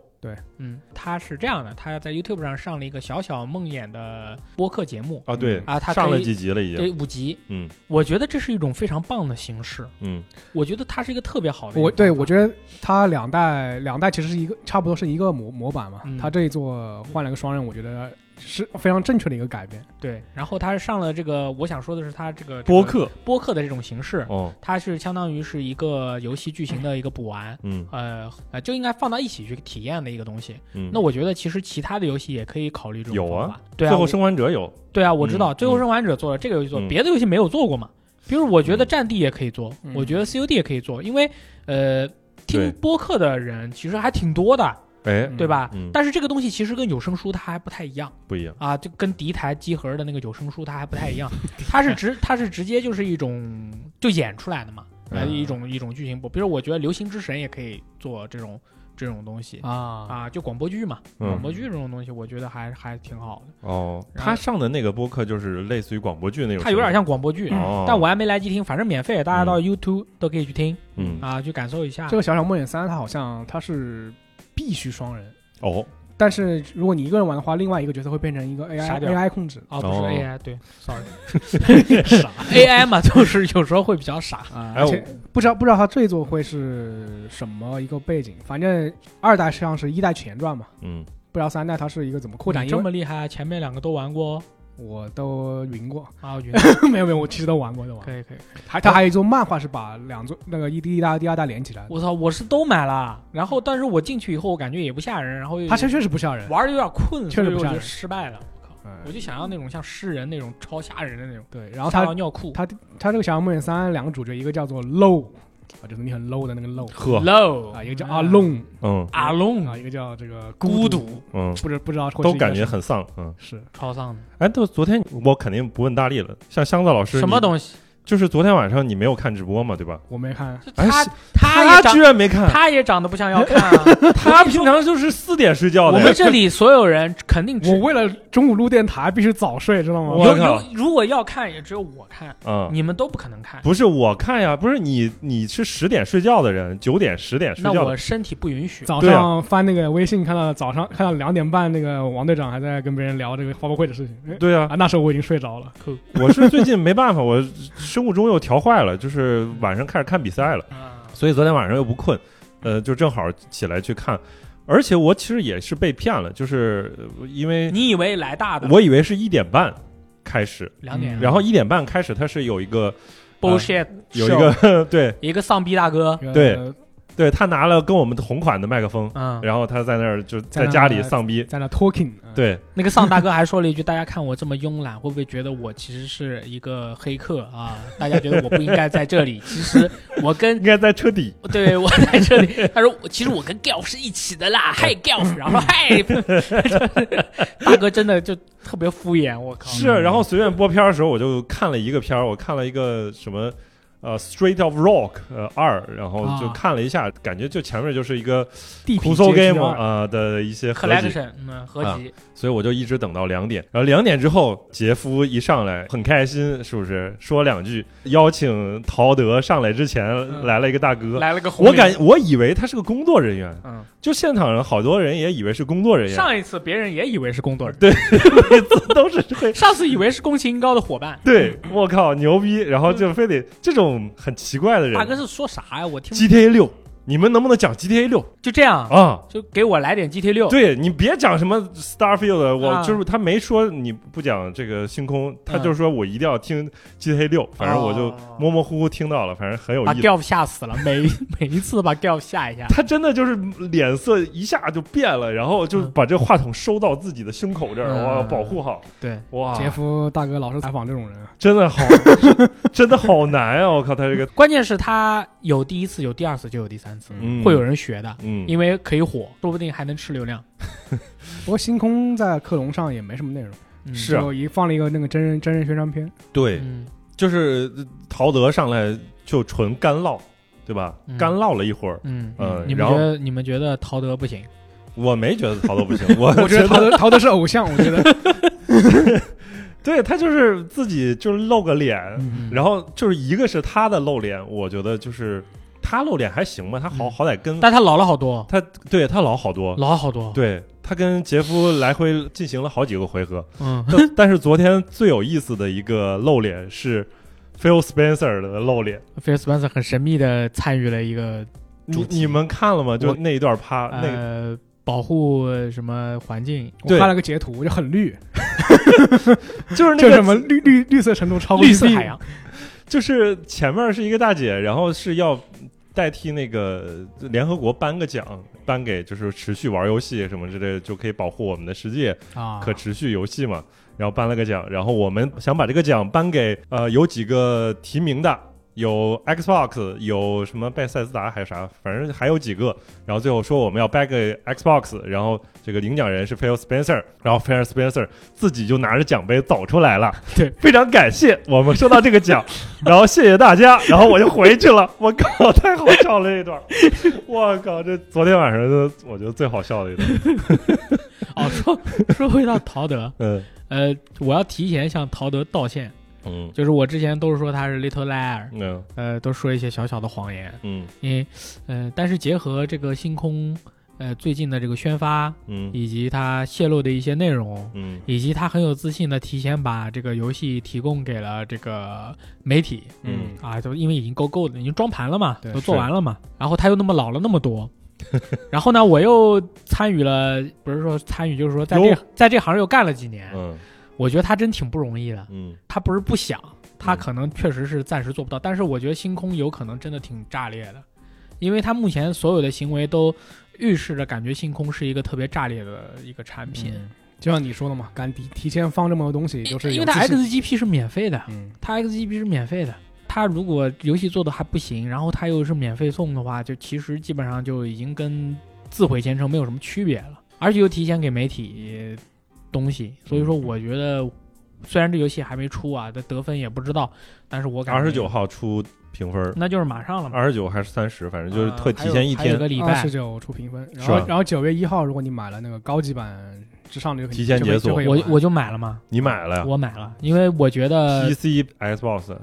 B: 嗯，他是这样的，他在 YouTube 上上了一个小小梦魇的播客节目，
A: 啊对
B: 啊他可以
A: 上了几集了已
B: 对
A: 经，
B: 五集，
A: 嗯
B: 我觉得这是一种非常棒的形式，
A: 嗯
B: 我觉得它是一个特别好的一个
C: 我对
B: 方法
C: 我觉得它两代两代其实是一个差不多是一个模模板嘛
B: 嗯，
C: 它这一做换了个双人，我觉得是非常正确的一个改变。
B: 对，然后他上了这个，我想说的是他这个这
A: 播
B: 个
A: 客
B: 播客的这种形式，
A: 哦
B: 它是相当于是一个游戏剧情的一个补完，
A: 嗯
B: 呃呃，就应该放到一起去体验的一个东西。
A: 嗯，
B: 那我觉得其实其他的游戏也可以考虑这种
A: 有啊
B: 方法。对啊，
A: 最后
B: 我
A: 生还者有
B: 对啊，我知道《
A: 嗯
B: 最后生还者》做了这个游戏做，
A: 嗯
B: 别的游戏没有做过嘛。比如我觉得
A: 嗯
B: 《战地》也可以做，
C: 嗯
B: 我觉得 COD 也可以做，因为呃，听
A: 对
B: 播客的人其实还挺多的，
A: 哎
C: 嗯
B: 对吧？
A: 嗯
B: 但是这个东西其实跟有声书它还不太一样。
A: 不一样，
B: 啊，就跟敌台集合的那个有声书它还不太一 样，它是直它是直接就是一种就演出来的嘛，呃，
A: 嗯
B: 一种一种剧情播。比如我觉得《流行之神》也可以做这种这种东西
C: 啊
B: 啊，就广播剧嘛，广
A: 嗯
B: 播剧这种东西我觉得还还挺好的，
A: 哦，
B: 然后
A: 他上的那个播客就是类似于广播剧那种，
B: 它有嗯点像广播剧，
A: 哦
B: 但我还没来得及听，反正免费，大家到 YouTube 都可以去听
A: 嗯
B: 啊，去感受一下
C: 这。个小小梦魇三，它好像它是必须双人，
A: 哦，
C: 但是如果你一个人玩的话，另外一个角色会变成一个 AI
B: 杀掉
C: AI 控制
B: 啊，不是
A: 哦
B: AI，对，sorry，AI 嘛，就是有时候会比较傻。
C: 啊，
A: 哎
C: 而且不知道不知道它这一作会是什么一个背景，反正二代实际上是一代前传嘛，
A: 嗯
C: 不知道三代它是一个怎么扩展，
B: 你
C: 因
B: 这
C: 为
B: 么厉害，啊前面两个都玩过哦
C: 我都云过，
B: 啊，云
C: 没有没有，我其实都玩过都玩过。
B: 可以可以。
C: 还它还有一座漫画是把两座那个一第一代第二代连起来的，
B: 我操，我是都买了，然后但是我进去以后，我感觉也不吓人，然后又
C: 它确确实不吓人。
B: 玩的有点困，
C: 确实
B: 所以
C: 不
B: 我
C: 吓
B: 就
C: 人
B: 失败了。我靠，
C: 嗯
B: 我就想要那种像诗人那种超吓人的那种，
C: 对，然后
B: 吓
C: 它
B: 到尿裤。
C: 它它这个《小小梦魇三》两个主角，一个叫做 Low 啊，就是你很 low 的那个 low
A: 呵
B: low
C: 啊，一个叫阿龙
A: 嗯
B: 阿龙
C: 啊，一个叫这个
B: 孤
C: 独，
B: 独
A: 嗯，
C: 不知不知道会是
A: 都
C: 一个
A: 感觉
C: 什么
A: 很丧，嗯。
C: 是
B: 超丧的
A: 哎，都昨天我肯定不问大力了。像箱子老师，
B: 什么
A: 你
B: 东西？
A: 就是昨天晚上你没有看直播嘛，对吧？
C: 我没看，
B: 就
A: 哎
B: 他
A: 是
B: 他也
A: 居
B: 长
A: 然没看，
B: 他也长得不像要看啊！
A: 他平常就是四点睡觉
B: 我
A: 的
B: 们。这里所有人肯定只
C: 我为了中午录电台必须早睡，知道吗？
A: 我
B: 有有
A: 靠，
B: 如果要看也只有我看，
A: 嗯，
B: 你们都不可能看。
A: 不是我看呀，不是你，你是十点睡觉的人，九点、十点睡
B: 那
A: 觉
B: 我
A: 的。
B: 身体不允许。
C: 早
A: 对啊
C: 上翻那个微信，看到早上看到两点半，那个王队长还在跟别人聊这个发布会的事情。哎
A: 对啊
C: 啊，，那时候我已经睡着了。
A: 我是最近没办法，我生物钟又调坏了，就是晚上开始看比赛了，
B: 啊
A: 所以昨天晚上又不困，呃，就正好起来去看。而且我其实也是被骗了，就是呃因为
B: 你以为来大的
A: 我以为是一点半开始，
B: 两点啊
C: 嗯
A: 然后一点半开始它是有一个
B: bullshit
A: 有一个对
B: 一个丧逼大哥，
A: 对
C: 呃，
A: 对，他拿了跟我们同款的麦克风，
B: 嗯，
A: 然后他在那儿就
C: 在
A: 在
C: 那
A: 家里丧逼。
C: 在那 talking，嗯，
A: 对，
B: 那个丧大哥还说了一句：“大家看我这么慵懒，会不会觉得我其实是一个黑客啊？ 大家觉得我不应该在这里。其实我跟
A: 应该在车底。
B: 对我在这里， 他说我其实我跟 Gelf 是一起的啦，嗨 Gelf，然后嗨， 大哥真的就特
C: 哦
B: 别敷衍，我靠，
A: 啊是，然后随便播片儿的时候，我就看了一个片儿，我看了一个什么。呃 Street of Rock 呃二，然后
B: 啊
A: 就看了一下，感觉就前面就是一个
C: 地
A: 空
C: 痞
A: 搜
C: 街
A: game
C: 区二
A: 啊、的一些合集，啊
B: collection 嗯合集，
A: 所以我就一直等到两点。然后两点之后，杰夫一上来很开心，是不是说两句？邀请陶德上来之前
B: 嗯
A: 来了一个大哥，
B: 来了个红
A: 我
B: 领
A: 感我以为他是个工作人员，
B: 嗯，
A: 就现场人好多人也以为是工作人 员，
B: 上一次别人也以为是工作人员，
A: 每次都是会。，
B: 上次以为是宫崎英高的伙伴
A: 对，我靠，牛逼！然后就非得这种很奇怪的人
B: 大哥是说啥呀？我听不
A: GTA 六，你们能不能讲 GTA 六
B: 就这样，
A: 啊？
B: 就给我来点 GT 六，
A: 对你别讲什么 Starfield，我、
B: 啊
A: 就是他没说你不讲这个星空，他
B: 嗯
A: 就是说我一定要听 GTA 六，反正我就
B: 哦啊
A: 模模糊糊听到了，反正很有
B: 把
A: 意思。
B: Gelf 吓死了，每每一次都把 Gelf 吓一下，
A: 他真的就是脸色一下就变了，然后就
B: 嗯
A: 把这话筒收到自己的胸口这儿，
B: 嗯
A: 我要保护好。
B: 对，
A: 哇，
C: 杰夫大哥老是采访这种人，啊
A: 真的 好，真的好难啊！我靠，他这个，
B: 关键是他有第一次，有第二次，就有第三次，
A: 嗯，
B: 会有，人学的，
A: 嗯，
B: 因为可以火，说不定还能吃流量。
C: 不过星空在克隆上也没什么内容，
B: 嗯
A: 是啊
C: 就一放了一个那个真人真人宣传 片，
A: 对，
B: 嗯
A: 就是呃陶德上来就纯干唠，对吧？
B: 嗯
A: 干唠了一会儿，
B: 嗯
A: 呃
B: 你们
A: 然后
B: 觉得你们觉得陶德不行？
A: 我没觉得陶德不 行，我
C: 我觉得陶德陶德是偶像，我觉得
A: 对他就是自己就是露个脸，
B: 嗯
A: 然后就是一个是他的露脸，我觉得就是他露脸还行吧，他好
B: 嗯
A: 好歹跟
B: 但他老了好多，
A: 他对他老好多，
B: 老了好多。，
A: 对他跟杰夫来回进行了好几个回合，
B: 嗯，
A: 但但是昨天最有意思的一个露脸是 Phil Spencer 的露脸。
B: 菲尔·斯潘 r 很神秘的参与了一个
A: 你
B: 主题
A: 你们看了吗？就
B: 我
A: 那一段趴，啊那个
B: 呃保护什么环境，
C: 我
A: 对
C: 看了个截图就很绿，
A: 就是那
C: 就
A: 个
C: 什么绿绿绿色程度超过
B: 绿色
C: 地
B: 海洋。
A: 就是前面是一个大姐，然后是要代替那个联合国颁个奖，颁给就是持续玩游戏什么之类的，就可以保护我们的世界，
B: 啊，
A: 可持续游戏嘛。然后颁了个奖，然后我们想把这个奖颁给呃有几个提名的，有 Xbox，有什么拜塞斯达还是啥，反正还有几个。然后最后说我们要颁给 Xbox，然后这个领奖人是 Phil Spencer，然后 Phil Spencer 自己就拿着奖杯走出来了。
B: 对，
A: 非常感谢我们收到这个奖，然后谢谢大家，然后我就回去了。我靠，太好笑了这一段，我靠，这昨天晚上的我觉得最好笑的一段，
B: 哦，说说回到陶德，
A: 嗯
B: 呃，我要提前向陶德道歉，
A: 嗯
B: 就是我之前都是说他是 Little Liar，
A: 嗯
B: 呃，都说一些小小的谎言，
A: 嗯
B: 因为呃，但是结合这个星空呃最近的这个宣发，
A: 嗯
B: 以及他泄露的一些内容，
A: 嗯
B: 以及他很有自信的提前把这个游戏提供给了这个媒体
A: 嗯
B: 啊，就因为已经够够的，已经装盘了嘛，
C: 对
B: 都做完了嘛，然后他又那么老了那么多。然后呢，我又参与了，不是说参与，就是说在
A: 哟
B: 这在这行又干了几年，
A: 嗯
B: 我觉得他真挺不容易的。
A: 嗯
B: 他不是不想，
C: 嗯
B: 他可能确实是暂时做不到，但是我觉得星空有可能真的挺炸裂的，因为他目前所有的行为都预示着感觉星空是一个特别炸裂的一个产品，
C: 嗯就像你说的嘛，敢提提前放这么多东西，就是
B: 因
C: 有
B: 为它
C: 自信
B: XGP 是免费的，
C: 嗯，
B: 它 XGP 是免费的。它如果游戏做的还不行，然后它又是免费送的话，就其实基本上就已经跟自毁前程没有什么区别了，而且又提前给媒体东西，所以
C: 嗯
B: 说我觉得虽然这游戏还没出啊，但得分也不知道，但是我感觉
A: 二十九号出评分儿，
B: 那就是马上了嘛，啊
A: 二十九还是三十，反正就是
B: 呃
A: 特提前一
B: 还有还
A: 天
B: 有个礼
C: 二
B: 拜
C: 十。九出评分，然
A: 是吧
C: 后然后九月一号，如果你买了那个高级版之上的，就可以
A: 提前
C: 就会
A: 解锁
C: 就会有
B: 我
C: 了
B: 我就买了嘛，
A: 你买了呀
B: 我呃买了，因为我觉得
A: ？PC Xbox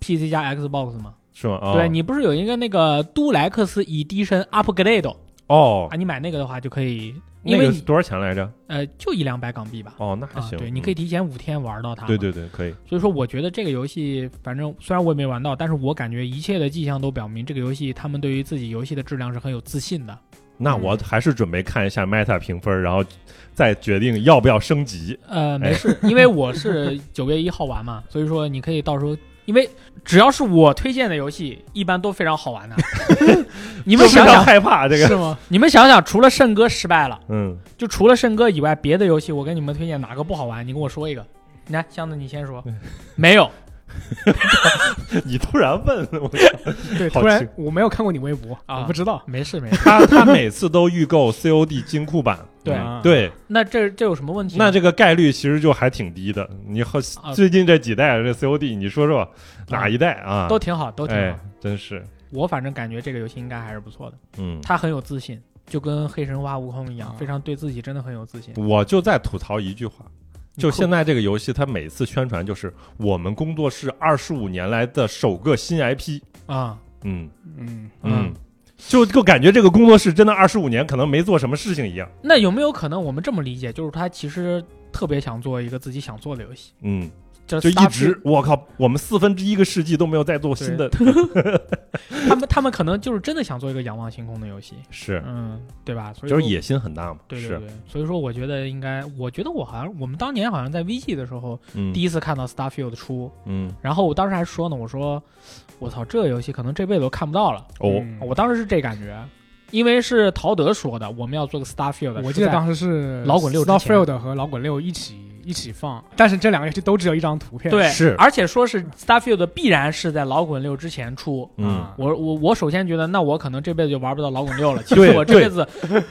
B: PC 加 Xbox 嘛，
A: 是吗？啊，
B: 对你不是有一个那个都莱克斯 Edition Upgrade
A: 哦
B: 啊，，你买那个的话就可以，
A: 那
B: 因为
A: 个
B: 你
A: 多少钱来着？
B: 呃就一两百港币吧，
A: 哦，那还
B: 啊，
A: 行，
B: 对，你可以嗯
A: 嗯
B: 提前五天玩到它，
A: 对，对对，可以，
B: 所以说我觉得这个游戏，反正虽然我也没玩到，但是我感觉一切的迹象都表明这个游戏他们对于自己游戏的质量是很有自信的，
A: 那我还是准备看一下 Meta 评分，然后再决定要不要升级。
B: 呃，没事，因为我是九月一号玩嘛，所以说你可以到时候，因为只要是我推荐的游戏，一般都非常好玩的。你
A: 你
B: 们想想，
A: 害怕这 个，
B: 是吗？你们想想，除了圣歌失败了，
A: 嗯，
B: 就除了圣歌以外，别的游戏我给你们推荐哪个不好玩，你跟我说一个。来，箱子你先说，没有，
A: 你突然问， 我
C: 对，
A: 好
C: 突然
A: 奇
C: 我没有看过你微博，
B: 啊
C: 我不知道。
B: 没事没事，
A: 他他每次都预购 COD 金库版，
B: 对啊
A: 嗯对，
B: 那这这有什么问题呢？
A: 那这个概率其实就还挺低的。你和
B: 啊
A: 最近这几代这 COD，你说说哪一代啊？
B: 都挺好，都挺
A: 哎
B: 好。，
A: 真是，
B: 我反正感觉这个游戏应该还是不错的，
A: 嗯，
B: 他很有自信，就跟黑神话悟空一样，
C: 啊
B: 非常对自己真的很有自信。
A: 我就在吐槽一句话，就现
B: 在
A: 在这个游戏，它每次宣传就是我们工作室二十五年来的首个新 IP，
B: 啊，
A: 嗯
C: 嗯，
A: 嗯，就就感觉这个工作室真的二十五年可能没做什么事情一样，
B: 那有没有可能我们这么理解，就是他其实特别想做一个自己想做的游戏，
A: 嗯，
B: 就
A: 就一
B: Starfield
A: 直我靠，我们四分之一个世纪都没有再做新的，
B: 他们他们可能就是真的想做一个仰望星空的游戏，
A: 是，
B: 嗯，对吧？所以
A: 就是
B: 说
A: 野心很大嘛，
B: 对对
A: 是，
B: 对，所以说我觉得应该，我觉得我好像我们当年好像在 VG 的时候
A: 嗯
B: 第一次看到 Starfield 出，
A: 嗯，
B: 然后我当时还说呢，我说我操，这个游戏可能这辈子都看不到了，
A: 哦，
C: 嗯
B: 我当时是这感觉，因为是陶德说的，我们要做个 Starfield，
C: 我
B: 是
C: 记得
B: 在
C: 当时是
B: 老滚六之
C: s
B: 前
C: t f i e l d 和老滚六一起一起放，但是这两个游戏都只有一张图片。
B: 对
A: 是
B: 而且说是 Starfield 必然是在老滚六之前出。
A: 嗯，
B: 我我我首先觉得，那我可能这辈子就玩不到老滚六了。其实
A: 对
B: 我这辈子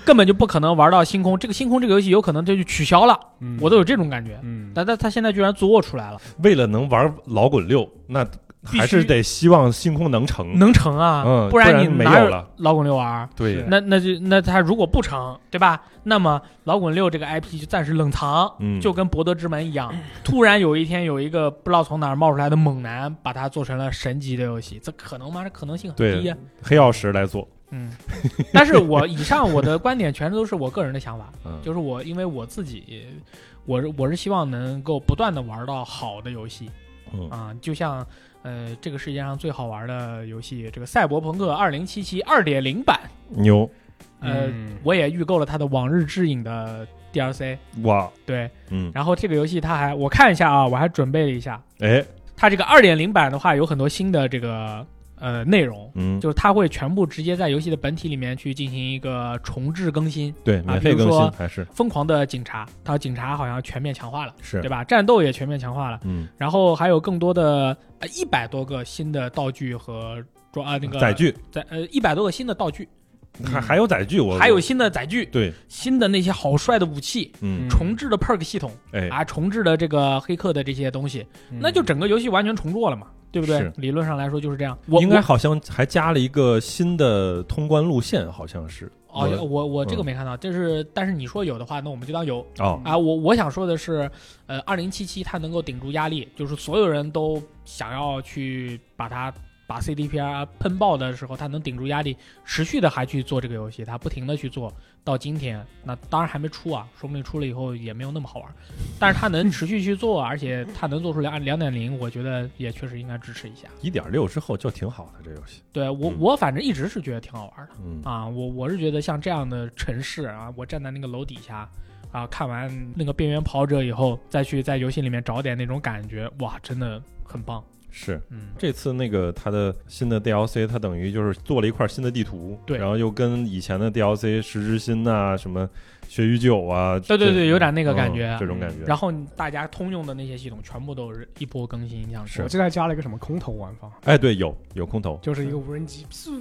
B: 根本就不可能玩到星空，这个星空这个游戏有可能这就取消了，
C: 嗯
B: 我都有这种感觉。
C: 嗯，
B: 但但他现在居然做出来了，
A: 为了能玩老滚六，那还是得希望星空能成，
B: 能成啊？
A: 嗯，
B: 不
A: 不
B: 然你
A: 没
B: 哪
A: 有
B: 有
A: 了，
B: 老滚六玩？
A: 对
C: 是，
B: 那那就那他如果不成，对吧？那么老滚六这个 IP 就暂时冷藏，
A: 嗯，
B: 就跟博德之门一样，突然有一天有一个不知道从哪儿冒出来的猛男，把它做成了神级的游戏，这可能吗？这可能性很
A: 对
B: 低啊呀。
A: 黑曜石来做，
B: 嗯，但是我以上我的观点全都是我个人的想法，
A: 嗯，
B: 就是我因为我自己，我是我是希望能够不断的玩到好的游戏
A: 嗯
B: 啊，就像呃这个世界上最好玩的游戏，这个《赛博朋克2077》2.0版，
A: 牛
B: 呃，
C: 嗯
B: 我也预购了它的《往日之影》的 DLC，
A: 哇，
B: 对，
A: 嗯，
B: 然后这个游戏它还我看一下啊，我还准备了一下。
A: 哎，
B: 它这个二点零版的话，有很多新的这个呃内容，
A: 嗯，
B: 就是它会全部直接在游戏的本体里面去进行一个重置更新。
A: 对，免费
B: 啊比如
A: 更
B: 说
A: 新还是
B: 疯狂的警察，它警察好像全面强化了，
A: 是
B: 对吧？战斗也全面强化了，
A: 嗯，
B: 然后还有更多的呃一百多个新的道具和装啊那个
A: 载具
B: 载呃一百多个新的道具，
A: 还还有载具，我
B: 还有新的载具，
A: 对，
B: 新的那些好帅的武器，
A: 嗯，
B: 重置的 perk 系统
A: 哎，
B: 啊，重置的这个黑客的这些东西，
C: 嗯
B: 那就整个游戏完全重做了嘛，对不对
A: 嗯是？
B: 理论上来说就是这样。我
A: 应该
B: 我
A: 好像还加了一个新的通关路线，好像是
B: 哦，
A: 我
B: 我我这个
A: 嗯
B: 没看到，这是但是你说有的话，那我们就当有
A: 哦，
B: 啊。我我想说的是，呃，二零七七它能够顶住压力，就是所有人都想要去把它把 CDPR 喷爆的时候，它能顶住压力，持续的还去做这个游戏，它不停的去做到今天。那当然还没出啊，说不定出了以后也没有那么好玩，但是它能持续去做，啊而且它能做出两两点零，我觉得也确实应该支持一下。
A: 一点六之后就挺好的这游戏，
B: 对我
A: 嗯
B: 我反正一直是觉得挺好玩的。
A: 嗯，
B: 啊，我我是觉得像这样的城市啊，我站在那个楼底下啊，看完那个《边缘跑者》以后，再去在游戏里面找点那种感觉，哇，真的很棒。
A: 是。
B: 嗯，
A: 这次那个它的新的 DLC，它等于就是做了一块新的地图，
B: 对
A: 然后又跟以前的 DLC 十之心呐、什么血与酒啊，
B: 对对
A: 这
B: 对有点那个感觉
A: 嗯这种感觉。
B: 然后大家通用的那些系统全部都是一波更新上去
A: 是
C: 我这还加了一个什么空投玩法，
A: 哎，对，有有空投，
C: 就是一个无人机，嗖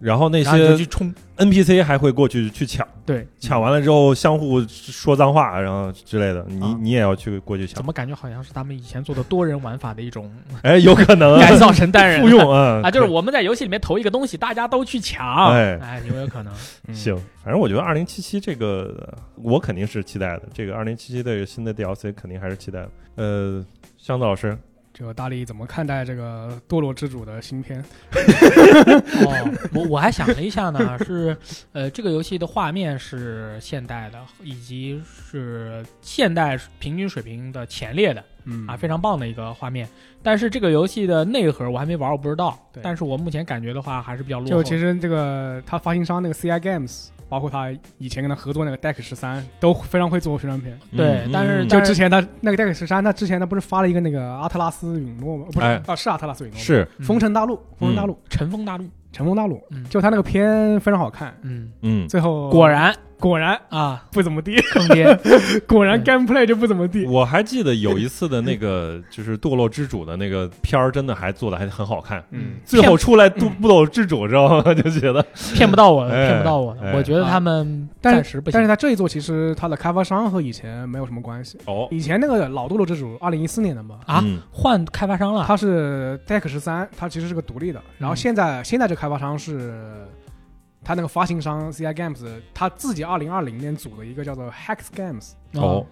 A: 然后那
B: 然后你就
A: 些
B: 去冲，
A: NPC 还会过去去抢，
B: 对，
A: 抢完了之后相互说脏话，然后之类的，你、
C: 啊
A: 你也要去过去抢
B: 怎。么感觉好像是他们以前做的多人玩法的 一种
A: 哎，有可 能啊
B: 改造成单 人
A: 复用啊
B: 啊？就是啊我们在游戏里面投一个东西，大家都去抢，
A: 哎
B: 有没有可能？
C: 嗯
A: 可行。反正我觉得二零七七这个我肯定是期待的，这个二零七七的新的 DLC 肯定还是期待的。呃，箱子老师，
C: 这个大力怎么看待这个堕落之主的新片？
B: 哦，我我还想了一下呢，是呃，这个游戏的画面是现代的，以及是现代平均水平的前列的
C: 嗯
B: 啊，非常棒的一个画面。但是这个游戏的内核我还没玩，我不知道
C: 对。
B: 但是我目前感觉的话还是比较落
C: 就
B: 后。嗯
C: 其实这个他发行商那个 CI Games，包括他以前跟他合作那个 Deck 十三，都非常会做宣传片。
B: 对
A: 嗯
B: 但是
A: 嗯
B: 但
C: 就之前他那个 Deck 十三，他之前他不是发了一个那个阿特拉斯陨落吗？不是，
A: 哎
C: 啊是阿特拉斯陨落吗，
A: 是
C: 《封神大陆》《封神大陆》
B: 尘封大陆
C: 乘风大陆
B: 嗯》，
C: 就他那个片非常好看，
B: 嗯，
A: 嗯，
C: 最后
B: 果然
C: 果然
B: 啊，
C: 不怎么地，
B: 坑爹，
C: 果然
B: 嗯
C: gameplay 就不怎么地。
A: 我还记得有一次的那个就是《堕落之主》的那个片儿，真的还做的还很好看。
C: 嗯，
A: 最后出来《堕落之主》知道吗？就 觉得
B: 骗不到我的，
A: 哎
B: 骗不到我
A: 哎
B: 的。我觉得他们暂时不
C: 啊但是
B: 行。
C: 他这一座其实他的开发商和以前没有什么关系。
A: 哦
C: 以前那个老堕落之主，二零一四年的嘛，
B: 啊
A: 嗯
B: 换开发商了，
C: 它是 Deck 十三，它其实是个独立的。
B: 嗯
C: 然后现在、现在这开发商是它那个发行商 CI Games，他自己二零二零年组的一个叫做 Hex Games，
A: 哦，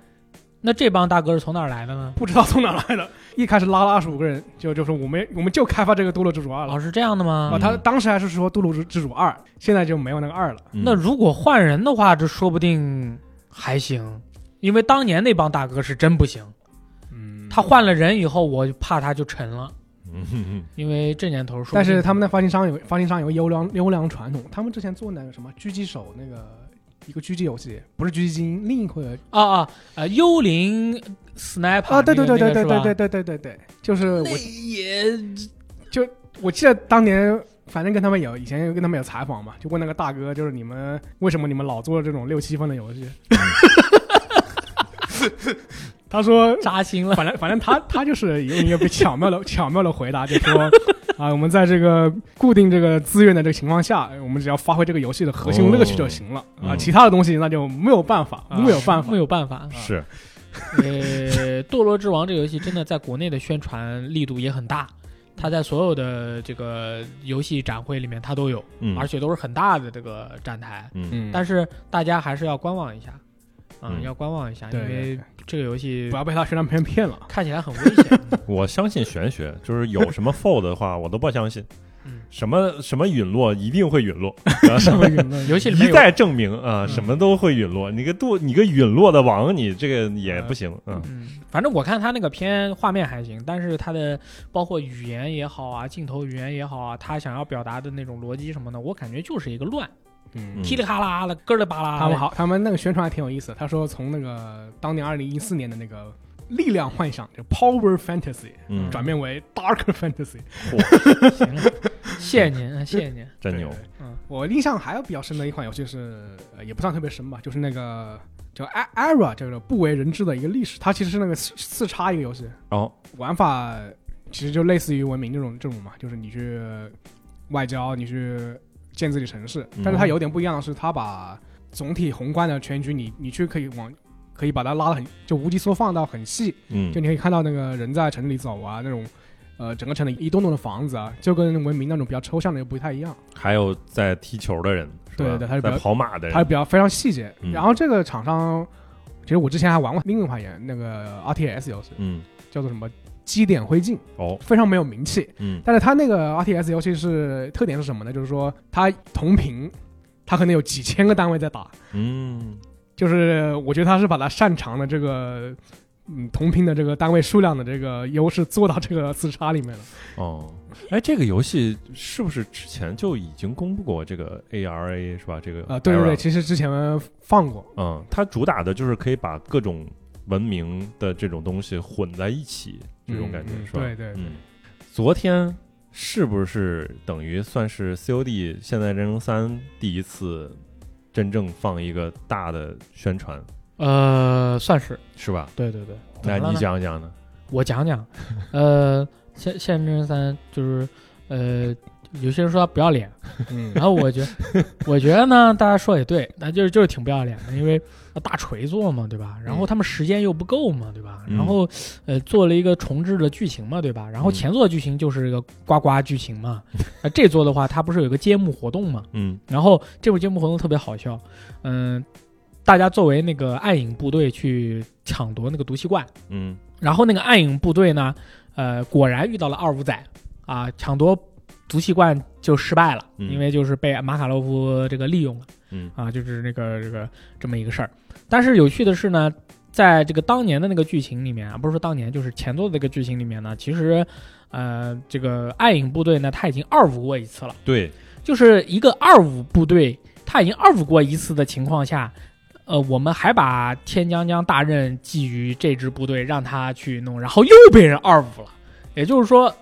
B: 那这帮大哥是从哪儿来的呢？
C: 不知道从哪来的，一开始拉了二十五个人，就就说我们我们就开发这个《堕落之主二》了。
B: 哦，是这样的吗？
C: 啊，
A: 嗯
C: 他当时还是说《堕落之之主二》，现在就没有那个二了。
A: 嗯
B: 那如果换人的话，这说不定还行，因为当年那帮大哥是真不行。
C: 嗯
B: 他换了人以后，我就怕他就沉了，
A: 嗯哼哼
B: 因为这年头说不定。
C: 但是他们的发行商有发行商有个优良优良传统，他们之前做那个什么狙击手那个一个狙击游戏，不是狙击精，另一个
B: 啊啊呃，幽灵 sniper
C: 啊，对对对对对哎
B: 对，
C: 对对对对对对，就是
B: 那
C: 我
B: 也
C: 我记得当年。反正跟他们有以前跟他们有采访嘛，就问那个大哥，就是你们为什么你们老做这种六七分的游戏？ 他说
B: 扎 心了。
C: 反正反正他他就是用一个被巧妙的巧妙的回答，就说 啊，我们在这个固定这个资源的这个情况下，哎我们只要发挥这个游戏的核心乐趣就行了、
A: 哦
C: 啊，
A: 嗯
C: 其他的东西那就没有办法，
B: 啊
C: 没有办法
B: 没。有办法。
A: 是
B: 呃，《堕落之王》这游戏真的在国内的宣传力度也很大，它在所有的这个游戏展会里面它都有，
A: 嗯
B: 而且都是很大的这个站台。
A: 嗯
C: 嗯，
B: 但是大家还是要观望一下，啊，
A: 嗯
B: 要观望一下，因
C: 对对
B: 为这个游戏
C: 呃不要被他宣传片 骗了。
B: 看起来很危险。
A: 我相信玄学，就是有什么 fold 的话，我都不相信
B: 嗯。
A: 什么什么陨落一定会陨落，
C: 上个云 了
B: 游戏里面
A: 一
B: 有
A: 再证明啊，
B: 嗯
A: 什么都会陨落。你个堕，你个陨落的王，你这个也不行。嗯
B: 嗯，反正我看他那个片画面还行，但是他的包括语言也好啊，镜头语言也好啊，他想要表达的那种逻辑什么的，我感觉就是一个乱，
C: 嗯
A: 嗯
B: 噼里咔啦的，咯儿了吧啦的。
C: 他们好，他们那个宣传还挺有意思。他说从那个当年二零一四年的那个力量幻想，就 Power Fantasy
A: 嗯，
C: 转变为 Dark Fantasy，
B: 行了，谢谢您，谢谢您。
A: 真牛
C: 对。对
B: 嗯
C: 我印象还有比较深的一款游戏是，呃也不算特别深吧，就是那个叫 A- Era 这个不为人知的一个历史，它其实是那个四四叉一个游戏，
A: 哦，
C: 玩法其实就类似于文明这种这种嘛，就是你去呃外交，你去建自己城市，但是它
A: 嗯
C: 有点不一样的是，它把总体宏观的全局你你去可以往。可以把它拉得很，就无极缩放到很细，
A: 嗯
C: 就你可以看到那个人在城市里走啊，那种，呃，整个城里一栋栋的房子啊，就跟文明那种比较抽象的又不太一样。
A: 还有在踢球的人，是吧
C: 对对还有比
A: 在
C: 较
A: 跑马的
C: 它是
A: 人，
C: 比较非常细节。
A: 嗯
C: 然后这个厂商，其实我之前还玩过另一款也那个 RTS 游戏，
A: 嗯，
C: 叫做什么《基点灰烬》，
A: 哦，
C: 非常没有名气。
A: 嗯
C: 但是它那个 RTS 游戏是特点是什么呢？就是说它同屏，它可能有几千个单位在打。
A: 嗯，
C: 就是我觉得它是把它擅长的这个。嗯，同屏的这个单位数量的这个优势做到这个四叉里面 了。
A: 哦，哎，这个游戏是不是之前就已经公布过这个 ARA 是吧？这个
C: 啊，对对对，
A: Era
C: 其实之前放过，
A: 嗯，它主打的就是可以把各种文明的这种东西混在一起，这种感觉
C: 嗯嗯
A: 是吧？
C: 对对对
A: 嗯，昨天是不是等于算是 COD 现代战争三第一次真正放一个大的宣传
B: 呃，算是
A: 是吧？
B: 对对对。怎
A: 来，
B: 么了
A: 你
B: 呢，
A: 讲一讲呢？
B: 我讲讲。呃，现《现真三》就是呃，有些人说他不要脸，
C: 嗯
B: 然后 我觉我觉得呢，大家说也对，那就是就是挺不要脸的，因为大锤做嘛，对吧？然后他们时间又不够嘛，对吧？
A: 嗯
B: 然后呃，做了一个重置的剧情嘛，对吧？然后
A: 嗯
B: 前作剧情就是一个呱呱剧情嘛，那这作的话，它不是有个揭幕活动嘛？
A: 嗯
B: 然后这部揭幕活动特别好笑，嗯、大家作为那个暗影部队去抢夺那个毒气罐，
A: 嗯
B: 然后那个暗影部队呢，呃，果然遇到了二五仔啊，抢夺毒气罐就失败了，
A: 嗯
B: 因为就是被马卡洛夫这个利用了
A: 嗯
B: 啊，就是那个这个这么一个事儿。但是有趣的是呢，在这个当年的那个剧情里面啊，不是说当年，就是前作的这个剧情里面呢，其实呃，这个暗影部队呢，他已经二五过一次了。
A: 对，
B: 就是一个二五部队，他已经二五过一次的情况下，呃，我们还把天将将大任寄于 这支部队，让他去弄，然后又被人二五了。也就是说，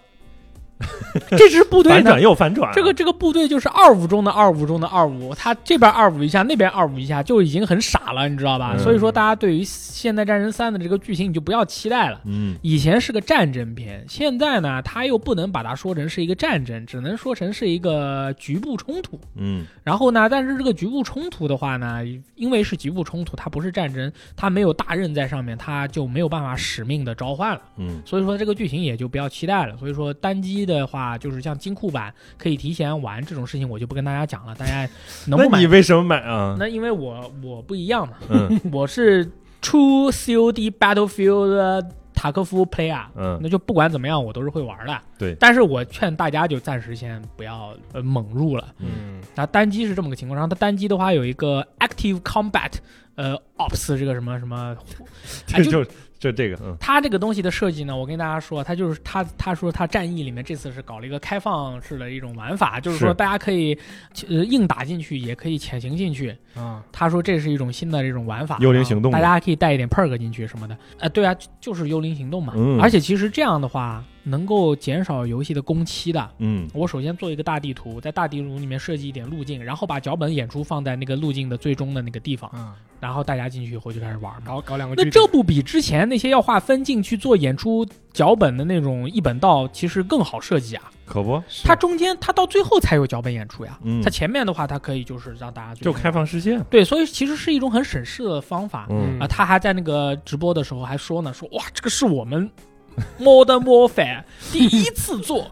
B: 这支部队
A: 反
B: 呢
A: 转，又反转，
B: 这个这个部队就是二五中的二五中的二五，他这边二五一下，那边二五一下，就已经很傻了，你知道吧？
A: 嗯
B: 所以说，大家对于《现代战争三》的这个剧情，你就不要期待了。
A: 嗯
B: 以前是个战争片，现在呢，他又不能把它说成是一个战争，只能说成是一个局部冲突。
A: 嗯
B: 然后呢，但是这个局部冲突的话呢，因为是局部冲突，它不是战争，它没有大任在上面，它就没有办法使命的召唤了。
A: 嗯
B: 所以说这个剧情也就不要期待了。所以说单机的话，就是像金库版可以提前玩这种事情，我就不跟大家讲了。大家能不
A: 那
B: 买
A: 你？为什么买啊？
B: 那因为我我不一样嘛，
A: 嗯
B: 我是出 COD Battlefield 的塔科夫 player，
A: 嗯
B: 那就不管怎么样，我都是会玩的。
A: 对
B: 但是我劝大家就暂时先不要呃猛入了。
C: 嗯，
B: 那单机是这么个情况，然后它单机的话有一个 Active Combat，呃，Ops 这个什么什么哎
A: 这 就就这个嗯
B: 它这个东西的设计呢，我跟大家说，它就是它他说它战役里面这次是搞了一个开放式的一种玩法，就是说
A: 是
B: 大家可以呃硬打进去，也可以潜行进去。
C: 啊，
B: 他说这是一种新的这种玩法，啊
A: 幽灵行动
B: 大家可以带一点 perk 进去什么的。呃，对啊，就就是幽灵行动嘛。
A: 嗯
B: 而且其实这样的话，能够减少游戏的工期的。
A: 嗯
B: 我首先做一个大地图，在大地图里面设计一点路径，然后把脚本演出放在那个路径的最终的那个地方，
C: 嗯，
B: 然后大家进去以后就开始玩嘛。
C: 搞搞两个
B: 那
C: 据
B: 这
C: 点，
B: 不比之前那些要划分进去做演出脚本的那种一本道其实更好设计啊？
A: 可不，
C: 是
B: 它中间它到最后才有脚本演出呀，
A: 嗯
B: 它前面的话它可以就是让大家最
A: 就
B: 后
A: 开放世界，
B: 对，所以其实是一种很省事的方法
A: 嗯
B: 啊。他还在那个直播的时候还说呢，说哇这个是我们 Modern Warfare 第一次做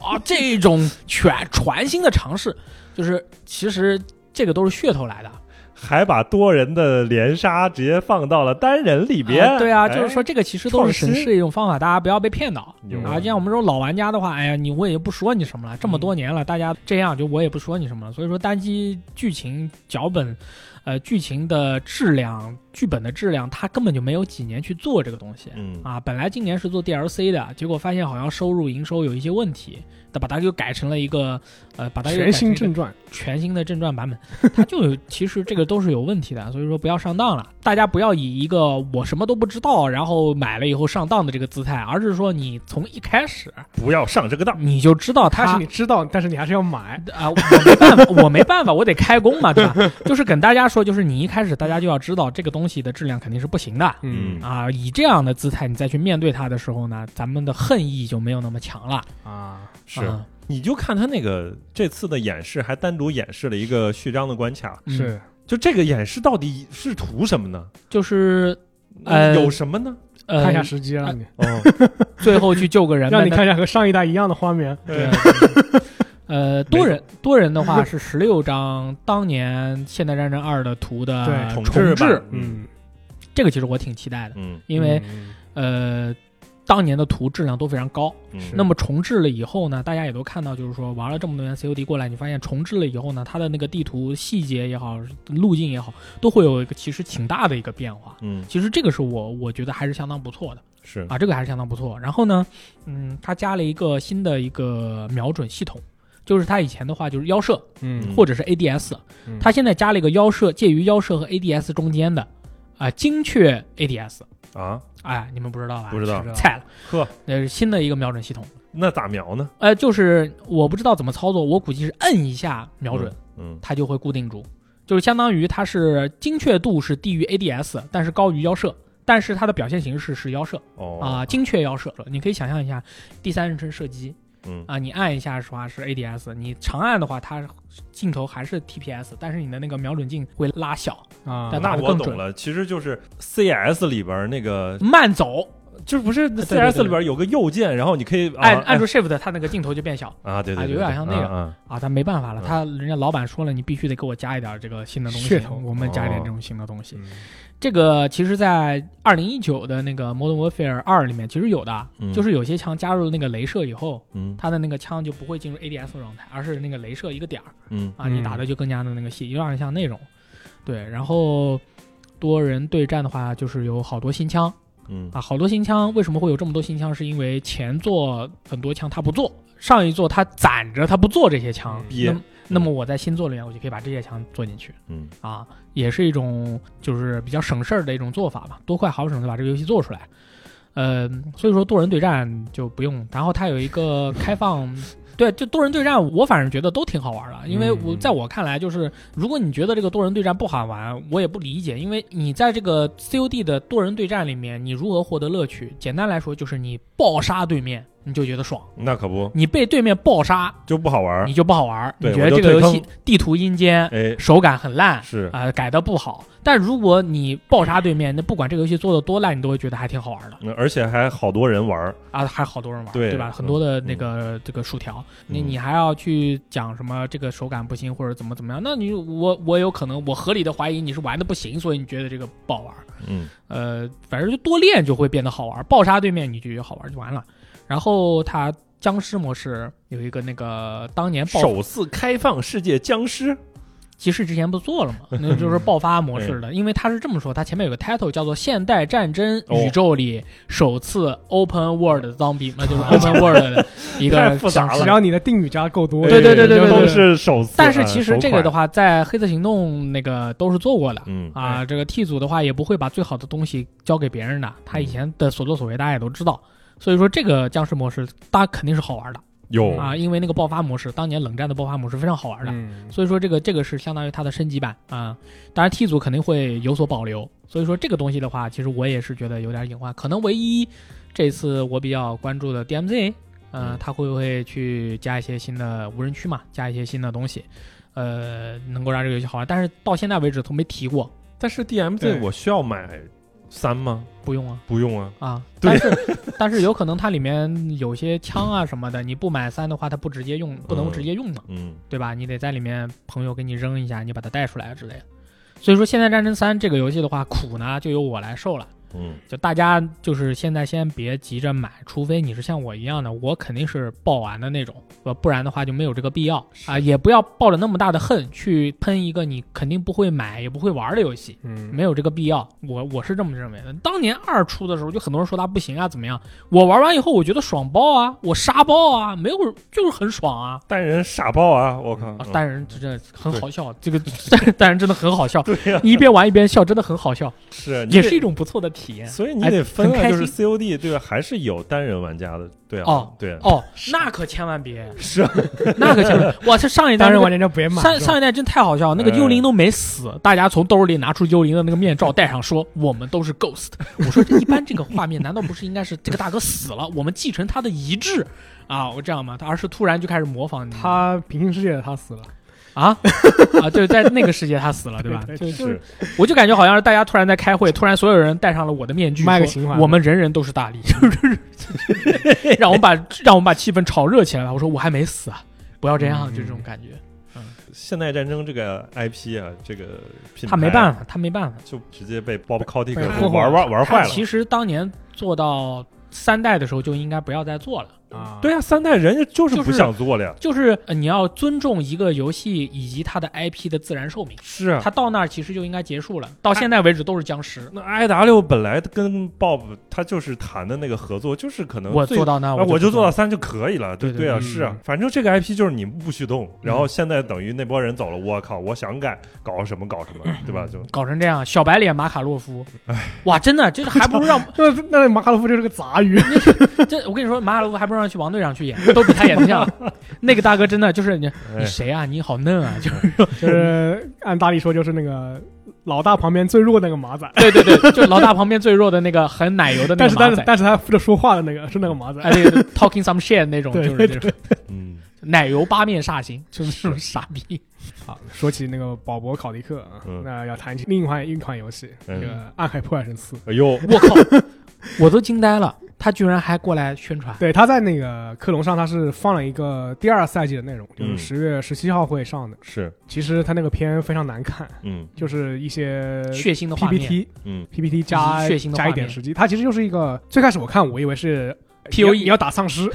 B: 啊这种全全新的尝试，就是其实这个都是噱头来的。
A: 还把多人的连杀直接放到了单人里
B: 啊
A: 边，
B: 对啊，
A: 哎
B: 就是说这个其实都是省事的一种方法，大家不要被骗到。
A: 牛
C: 嗯
B: 啊，像我们这种老玩家的话，哎呀，你我也不说你什么了，这么
C: 嗯
B: 多年了，大家这样就我也不说你什么了。所以说单机剧情脚本，呃，剧情的质量、剧本的质量，它根本就没有几年去做这个东西。
A: 嗯
B: 啊，本来今年是做 DLC 的，结果发现好像收入营收有一些问题，那把它又改成了一个，呃，把它又改成一
C: 全新
B: 个
C: 正传，
B: 全新的正传版本， 它就有其实这个都是有问题的，所以说不要上当了。大家不要以一个我什么都不知道，然后买了以后上当的这个姿态，而是说你从一开始
A: 不要上这个当，
B: 你就知道
C: 它是
B: 它
C: 你知道，但是你还是要买，
B: 啊、我没办法， 我没办法，我得开工嘛，对吧？就是跟大家说，就是你一开始大家就要知道这个东西的质量肯定是不行的。
A: 嗯
B: 啊，以这样的姿态，你再去面对它的时候呢，咱们的恨意就没有那么强了。
C: 啊，
A: 是
B: 啊
A: 你就看他那个这次的演示，还单独演示了一个序章的关卡，
B: 嗯
C: 是
A: 就这个演示到底是图什么呢？
B: 就是呃
A: 有什么 呢？
B: 呃，
C: 看一下时机让你
A: 哦，
B: 最后去救个人，
C: 让你看一下和上一代一样的画面，
B: 对，呃，多人多人的话是十六张当年《现代战争二》的图的
C: 对
B: 重
A: 重置版，
C: 嗯，
B: 这个其实我挺期待的，
A: 嗯
B: 因为呃，当年的图质量都非常高。
A: 嗯，
C: 是
B: 那么重置了以后呢，大家也都看到，就是说玩了这么多年 COD 过来，你发现重置了以后呢，它的那个地图细节也好，路径也好，都会有一个其实挺大的一个变化。
A: 嗯
B: 其实这个是我我觉得还是相当不错的。
A: 是
B: 啊，这个还是相当不错。然后呢，嗯，它加了一个新的一个瞄准系统，就是它以前的话就是腰射
C: 嗯
B: 或者是 ADS，
C: 嗯
B: 它现在加了一个腰射，介于腰射和 ADS 中间的啊、精确 ADS。
A: 啊，
B: 哎，你们不知道吧？
A: 不知道
C: 是的
B: 菜了，
A: 呵，
B: 那是新的一个瞄准系统。
A: 那咋瞄呢？嗯
B: 呃，就是我不知道怎么操作，我估计是摁一下瞄准，
A: 嗯，
B: 它就会固定住，就是相当于它是精确度是低于 ADS，但是高于腰射，但是它的表现形式是腰射。
A: 哦
B: 啊、，精确要射，你可以想象一下，第三人称射击
A: 嗯
B: 啊、你按一下的话是 ADS，你长按的话，它镜头还是 TPS，但是你的那个瞄准镜会拉小，
C: 啊
A: 哦
B: 但，
A: 那
B: 打得
A: 我
B: 更
A: 懂
B: 准
A: 了，其实就是 CS 里边那个，
B: 慢走，
A: 就是不是
B: 对对
A: CS 里边有个右键，然后你可以啊
B: 按按住 Shift，它那个镜头就变小
A: 啊，对
B: 啊
A: 对，
B: 有点像那个
A: 个，
B: 啊，但没办法了，
A: 嗯
B: 他人家老板说了，你必须得给我加一点这个新的东西
C: 噱头，
B: 我们加一点
A: 哦
B: 这种新的东
C: 嗯
B: 西。这个其实，在二零一九的那个《Modern Warfare 二》里面其实有的，
A: 嗯
B: 就是有些枪加入那个镭射以后，
A: 嗯
B: 它的那个枪就不会进入 ADS 状态，而是那个镭射一个点儿。
A: 嗯
B: 啊，你
C: 嗯
B: 打的就更加的那个细，有点像那种。对，然后多人对战的话，就是有好多新枪
A: 嗯
B: 啊，好多新枪。为什么会有这么多新枪？是因为前作很多枪他不做，上一作他攒着他不做这些枪，
A: 憋
B: 那么那么我在新作里面我就可以把这些枪做进去
A: 嗯
B: 啊，也是一种就是比较省事儿的一种做法吧，多快好省的把这个游戏做 出来。呃，所以说多人对战就不用，然后它有一个开放对，就多人对战，我反正觉得都挺好玩的，因为我
A: 嗯
B: 在我看来，就是如果你觉得这个多人对战不好玩，我也不理解，因为你在这个 COD 的多人对战里面，你如何获得乐趣？简单来说，就是你暴杀对面，你就觉得爽；
A: 那可不
B: 你被对面暴杀，
A: 就不好玩儿
B: 你。就不好玩，你
A: 啊对我
B: 觉得
A: 就
B: 这个
A: 退
B: 游
A: 坑
B: 戏地图阴间，
A: 哎，
B: 手感很烂，
A: 是
B: 啊、改的不好。但如果你暴杀对面，那不管这个游戏做的多烂，你都会觉得还挺好玩的
A: 嗯而且还好多人玩儿。
B: 啊，还好多人玩，
A: 对
B: 吧？
A: 嗯
B: 很多的那个、呃这个薯条，你
A: 嗯
B: 你还要去讲什么这个手感不行或者怎么怎么样？那你我我有可能我合理的怀疑你是玩的不行，所以你觉得这个不好玩。
A: 嗯，
B: 呃，反正就多练就会变得好玩，暴杀对面你就觉得好玩就完了。然后它僵尸模式有一个那个当年爆
A: 首次开放世界僵尸。
B: 集市之前不做了嘛，那就是爆发模式
A: 嗯
B: 的，因为他是这么说，他前面有个 title 叫做《现代战争
A: 哦
B: 宇宙里首次 open world zombie》，那就是 open world 的一
A: 太
B: 个
A: 复杂
B: 僵
A: 了
B: 尸
C: 只。要你的定语加够多，
B: 对对对对对对
A: 都哎是首次。
B: 但是
A: 啊
B: 其实这个的，话，在《黑色行动》那个都是做过的
A: 首款嗯，
B: 啊，这个 T 组的话也不会把最好的东西交给别人的，他
A: 嗯
B: 以前的所作所为大家也都知道。所以说这个僵尸模式，大家肯定是好玩的
A: 有
B: 啊，因为那个爆发模式，当年冷战的爆发模式非常好玩的。
C: 嗯，
B: 所以说这个这个是相当于它的升级版啊、当然 T 组肯定会有所保留，所以说这个东西的话，其实我也是觉得有点隐患。可能唯一这次我比较关注的 DMZ，呃
A: 嗯，
B: 它会不会去加一些新的无人区嘛，加一些新的东西，呃，能够让这个游戏好玩。但是到现在为止都没提过，
A: 但是 DMZ
C: 对
A: 我需要买三吗？
B: 不用啊。
A: 不用啊，
B: 啊，
A: 对
B: 但是但是有可能它里面有些枪啊什么的，你不买三的话，它不直接用，不能
A: 嗯
B: 直接用嘛。
A: 嗯，
B: 对吧？你得在里面朋友给你扔一下，你把它带出来之类的。所以说，《现代战争三》这个游戏的话，苦呢就由我来受了。
A: 嗯，
B: 就大家就是现在先别急着买，除非你是像我一样的，我肯定是爆完的那种，呃，不然的话就没有这个必要啊。也不要抱着那么大的恨去喷一个你肯定不会买也不会玩的游戏，
C: 嗯
B: 没有这个必要。我我是这么认为的。当年二出的时候，就很多人说它不行啊，怎么样？我玩完以后，我觉得爽爆啊，我杀爆啊，没有就是很爽啊。
A: 单人傻爆啊！我靠
B: 啊，，
A: 嗯
B: 单人真的很好笑，这个单单人真的很好笑，
A: 对呀，
B: 你一边玩一边笑，真的很好笑，
A: 是啊你
B: 也
A: 得
B: 是一种不错的体验。
A: 所以你
B: 哎
A: 得分
B: 很
A: 啊，
B: 开
A: 就是
B: 心
A: COD 对吧？还是有单人玩家的，对啊，
B: 哦
A: 对啊，
B: 哦，那可千万别，
A: 是啊
B: 那可千万，哇，这上一代
C: 当然
B: 那
C: 玩
B: 个。
C: 家就别买，
B: 上
C: 是吧
B: 上一代真太好笑，那个
A: 哎
B: 幽灵都没死，大家从兜里拿出幽灵的那个面罩戴上，说我们都是 ghost。我说这一般这个画面难道不是应该是这个大哥死了，我们继承他的遗志啊？我这样吗？他而是突然就开始模仿你
C: 他平行世界他死了，
B: 啊啊，对，在那个世界他死了，对 吧？
C: 对
B: 就就是
A: 是
B: 我就感觉好像是大家突然在开会，突然所有人戴上了我的面具，
C: 卖个
B: 说
C: 情怀
B: 我们人人都是大力， 就是让我们把让我们把气氛炒热起来了。我说我还没死啊，不要这样，
C: 嗯
B: 就这种感觉。
A: 现代战争这个 IP 啊，这个品牌啊
B: 他没办法，他没办法。
A: 就直接被 Bob Kotick
C: 被
A: 给玩玩玩坏
B: 他其
A: 了。
B: 实当年做到三代的时候就应该不要再做了。
C: 啊，
A: 对啊，三代人家就是不想做了呀。
B: 就是呃你要尊重一个游戏以及它的 IP 的自然寿命，
A: 是啊，
B: 它到那儿其实就应该结束了。到现在为止都是僵尸，
A: 那 I W 本来跟 Bob 他就是谈的那个合作，就是可能
B: 我
A: 最
B: 做到那
A: 啊
B: 儿，
A: 我就做
B: 到
A: 到三就可以了，对
B: 对
A: 对啊，
C: 对
A: 是啊
C: 嗯，
A: 反正这个 IP 就是你不许动，然后现在等于那波人走了，我靠，我想改搞什么搞什么，对吧？就
B: 搞成这样，小白脸马卡洛夫，哇，真的，这还不如让
C: 那那马卡洛夫就是个 杂鱼，
B: 这我跟你说，马卡洛夫还不让去王队长去演， 都比他演的像。那个大哥真的就是你，
A: 哎
B: 你谁啊？你好嫩啊！就是
C: 就是按大力说就是那个老大旁边最弱那个马仔，
B: 对对对，就老大旁边最弱的那个很奶油的那
C: 但是
B: 个马
C: 但是
B: 仔，
C: 但是他负责说话的那个是那个马仔，
B: 哎，对对，talking some shit 那种，
C: 对
B: 就是那种
A: 嗯，
B: 奶油八面煞星，就是那种傻逼。
C: 好，说起那个宝博考迪克啊
A: 嗯，
C: 那要谈起另外一款游戏，
A: 嗯
C: 那个《暗海破坏神四》。
A: 哎呦，
B: 我靠， 我都惊呆了，他居然还过来宣传。
C: 对，他在那个科隆上，他是放了一个第二赛季的内容，就
A: 嗯
C: 是十月十七号会上的。
A: 是，
C: 其实他那个片非常难看，
A: 嗯
C: 就是一些
B: 血腥的画面
C: PPT
A: 嗯
C: PPT 加
B: 血腥的画面
C: 加一点实际，它其实就是一个最开始我看我以为是
B: POE
C: 你要你要打丧尸，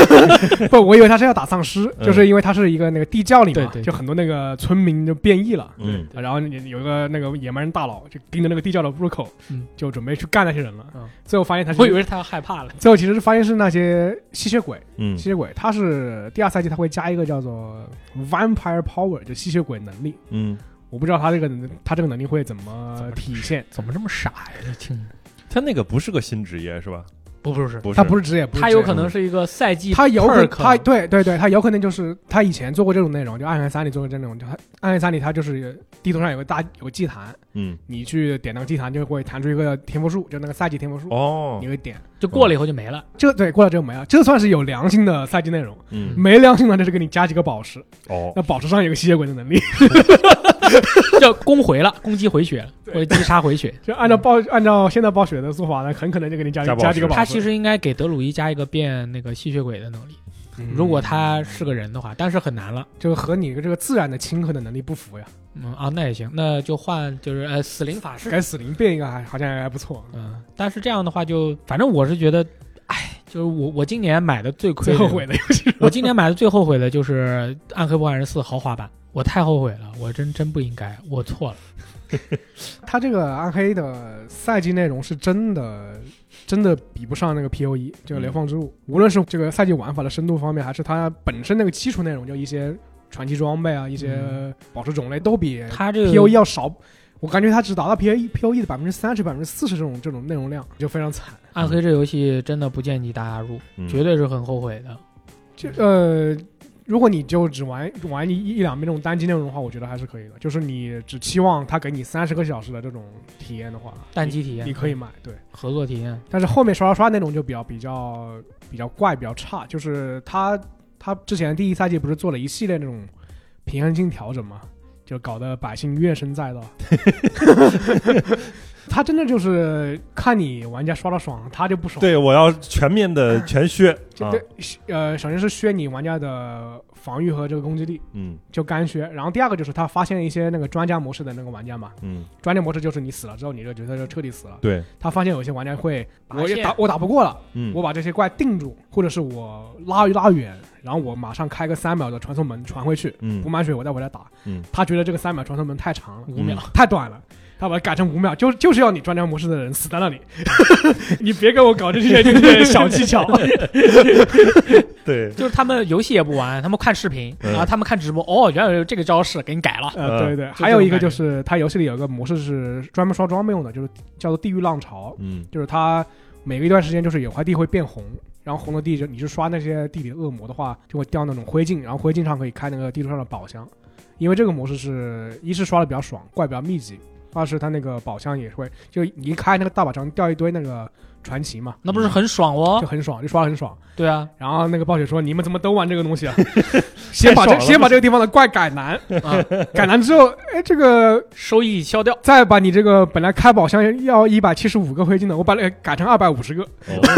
C: 不，我以为他是要打丧尸，
A: 嗯
C: 就是因为他是一个那个地窖里
B: 对
C: 嘛
B: 对对，
C: 就很多那个村民就变异了。
A: 嗯
B: 对
C: 然后有一个那个野蛮人大佬就盯着那个地窖的入口
B: 嗯，
C: 就准备去干那些人了
B: 嗯。
C: 最后发现他是
B: 我以为他害怕了。
C: 最后其实是发现是那些吸血鬼，
A: 嗯
C: 吸血鬼它是第二赛季它会加一个叫做 vampire power，就吸血鬼能力。
A: 嗯，
C: 我不知道它这个能它这个能力会怎么体现。
B: 怎么这么傻呀？这听着
A: 他那个不是个新职业是吧？
B: 不不是，
A: 不是，
C: 他不是职业，不是
B: 他
C: 职
B: 有
C: 业
B: 可能是一个赛季 perk，
C: 他有可他对对对，他有可能就是他以前做过这种内容，就《暗黑三》里做过这种，就他《暗黑三》里他就是地图上有个大有个祭坛，
A: 嗯，
C: 你去点那个祭坛就会弹出一个天赋树，就那个赛季天赋树，
A: 哦
C: 你，会点。
B: 就过了以后就没 了。
C: 这对过了这个没了，这算是有良心的赛季内容。
A: 嗯，
C: 没良心的，那就是给你加几个宝石，
A: 哦，
C: 那宝石上有个吸血鬼的能力，
B: 叫攻回了，攻击回血了，
C: 对
B: 或者击杀回血。
C: 就按照暴按照现在暴雪的做法呢，很可能就给你加
A: 嗯加宝石
C: 加几个宝石。
B: 他其实应该给德鲁伊加一个变那个吸血鬼的能力，
C: 嗯
B: 如果他是个人的话，但是很难了。
C: 就和你这个自然的亲和的能力不符呀，
B: 嗯啊，那也行，那就换就是 呃死灵法师。
C: 改死灵变一个还好像还不错。
B: 嗯，但是这样的话就，反正我是觉得，哎，就是我我今年买的最亏
C: 最
B: 的
C: 后悔的游戏，
B: 我今年买的最后悔的就是《暗黑破坏神四》豪华版，我太后悔了，我真真不应该，我错了。
C: 他这个暗黑的赛季内容是真的，真的比不上那个 P O E
B: 嗯
C: 这个流放之路。无论是这个赛季玩法的深度方面，还是它本身那个基础内容，就一些传奇装备啊，一些
B: 嗯
C: 宝石种类，都比
B: 他这
C: P O E
B: 个
C: 要少。我感觉它只达到 P O E P O E 的百分之三十、百分之四十这种这种内容量，就非常惨。
B: 暗黑这游戏真的不建议大家入，
A: 嗯
B: 绝对是很后悔
C: 嗯
B: 的。
C: 就呃，如果你就只玩玩一一两遍这种单机内容的话，我觉得还是可以的。就是你只期望它给你三十个小时的这种体验的话，
B: 单机体验
C: 你可以买，对。
B: 合作体验，
C: 但是后面刷刷刷那种就比较比较比较怪，比较差。就是他他之前第一赛季不是做了一系列那种平衡性调整嘛，就搞得百姓怨声载道。 他真的就是看你玩家刷的爽，他就不爽。
A: 对我要全面的全削
C: 就
A: 啊
C: 对，，呃，首先是削你玩家的防御和这个攻击力，
A: 嗯
C: 就干削。然后第二个就是他发现了一些那个专家模式的那个玩家嘛，
A: 嗯，
C: 专家模式就是你死了之后，你这个角色就彻底死了。
A: 对，
C: 他发现有些玩家会，
B: 拔
C: 我也
B: 线
C: 打我打不过了，
A: 嗯，
C: 我把这些怪定住，或者是我拉一拉远，然后我马上开个三秒的传送门传回去，
A: 嗯
C: 不满血我再回来打。
A: 嗯
C: 他觉得这个三秒传送门太长了，
B: 五秒。
C: 太短了。他把它改成五秒，就就是要你专家模式的人死在那里，你别给我搞这些这些小技巧。
A: 对，
B: 就是他们游戏也不玩，他们看视频，
A: 嗯
B: 然后他们看直播。哦，原来有这个招式，给你改了。
C: 呃，对对，
B: 这
C: 还有一个
B: 种感觉
C: 就是它游戏里有一个模式是专门刷装备用的，就是叫做地狱浪潮，
A: 嗯
C: 就是它每隔一段时间就是有块地会变红，然后红的地就你去刷那些地里的恶魔的话，就会掉那种灰烬，然后灰烬上可以开那个地图上的宝箱，因为这个模式是一是刷的比较爽，怪比较密集，二是它那个宝箱也会就你一开那个大宝箱掉一堆那个传奇嘛，
B: 那不是很爽
C: 就
B: 哦？
C: 很爽，就刷的很爽。
B: 对啊，
C: 然后那个暴雪说：“你们怎么都玩这个东西啊？ 先把这
A: 太爽了
C: 先把这个地方的怪改难，
B: 啊，
C: 改难之后，哎，这个
B: 收益消掉。
C: 再把你这个本来开宝箱要一百七十五个灰烬的，我把它改成二百五十个。
A: 哦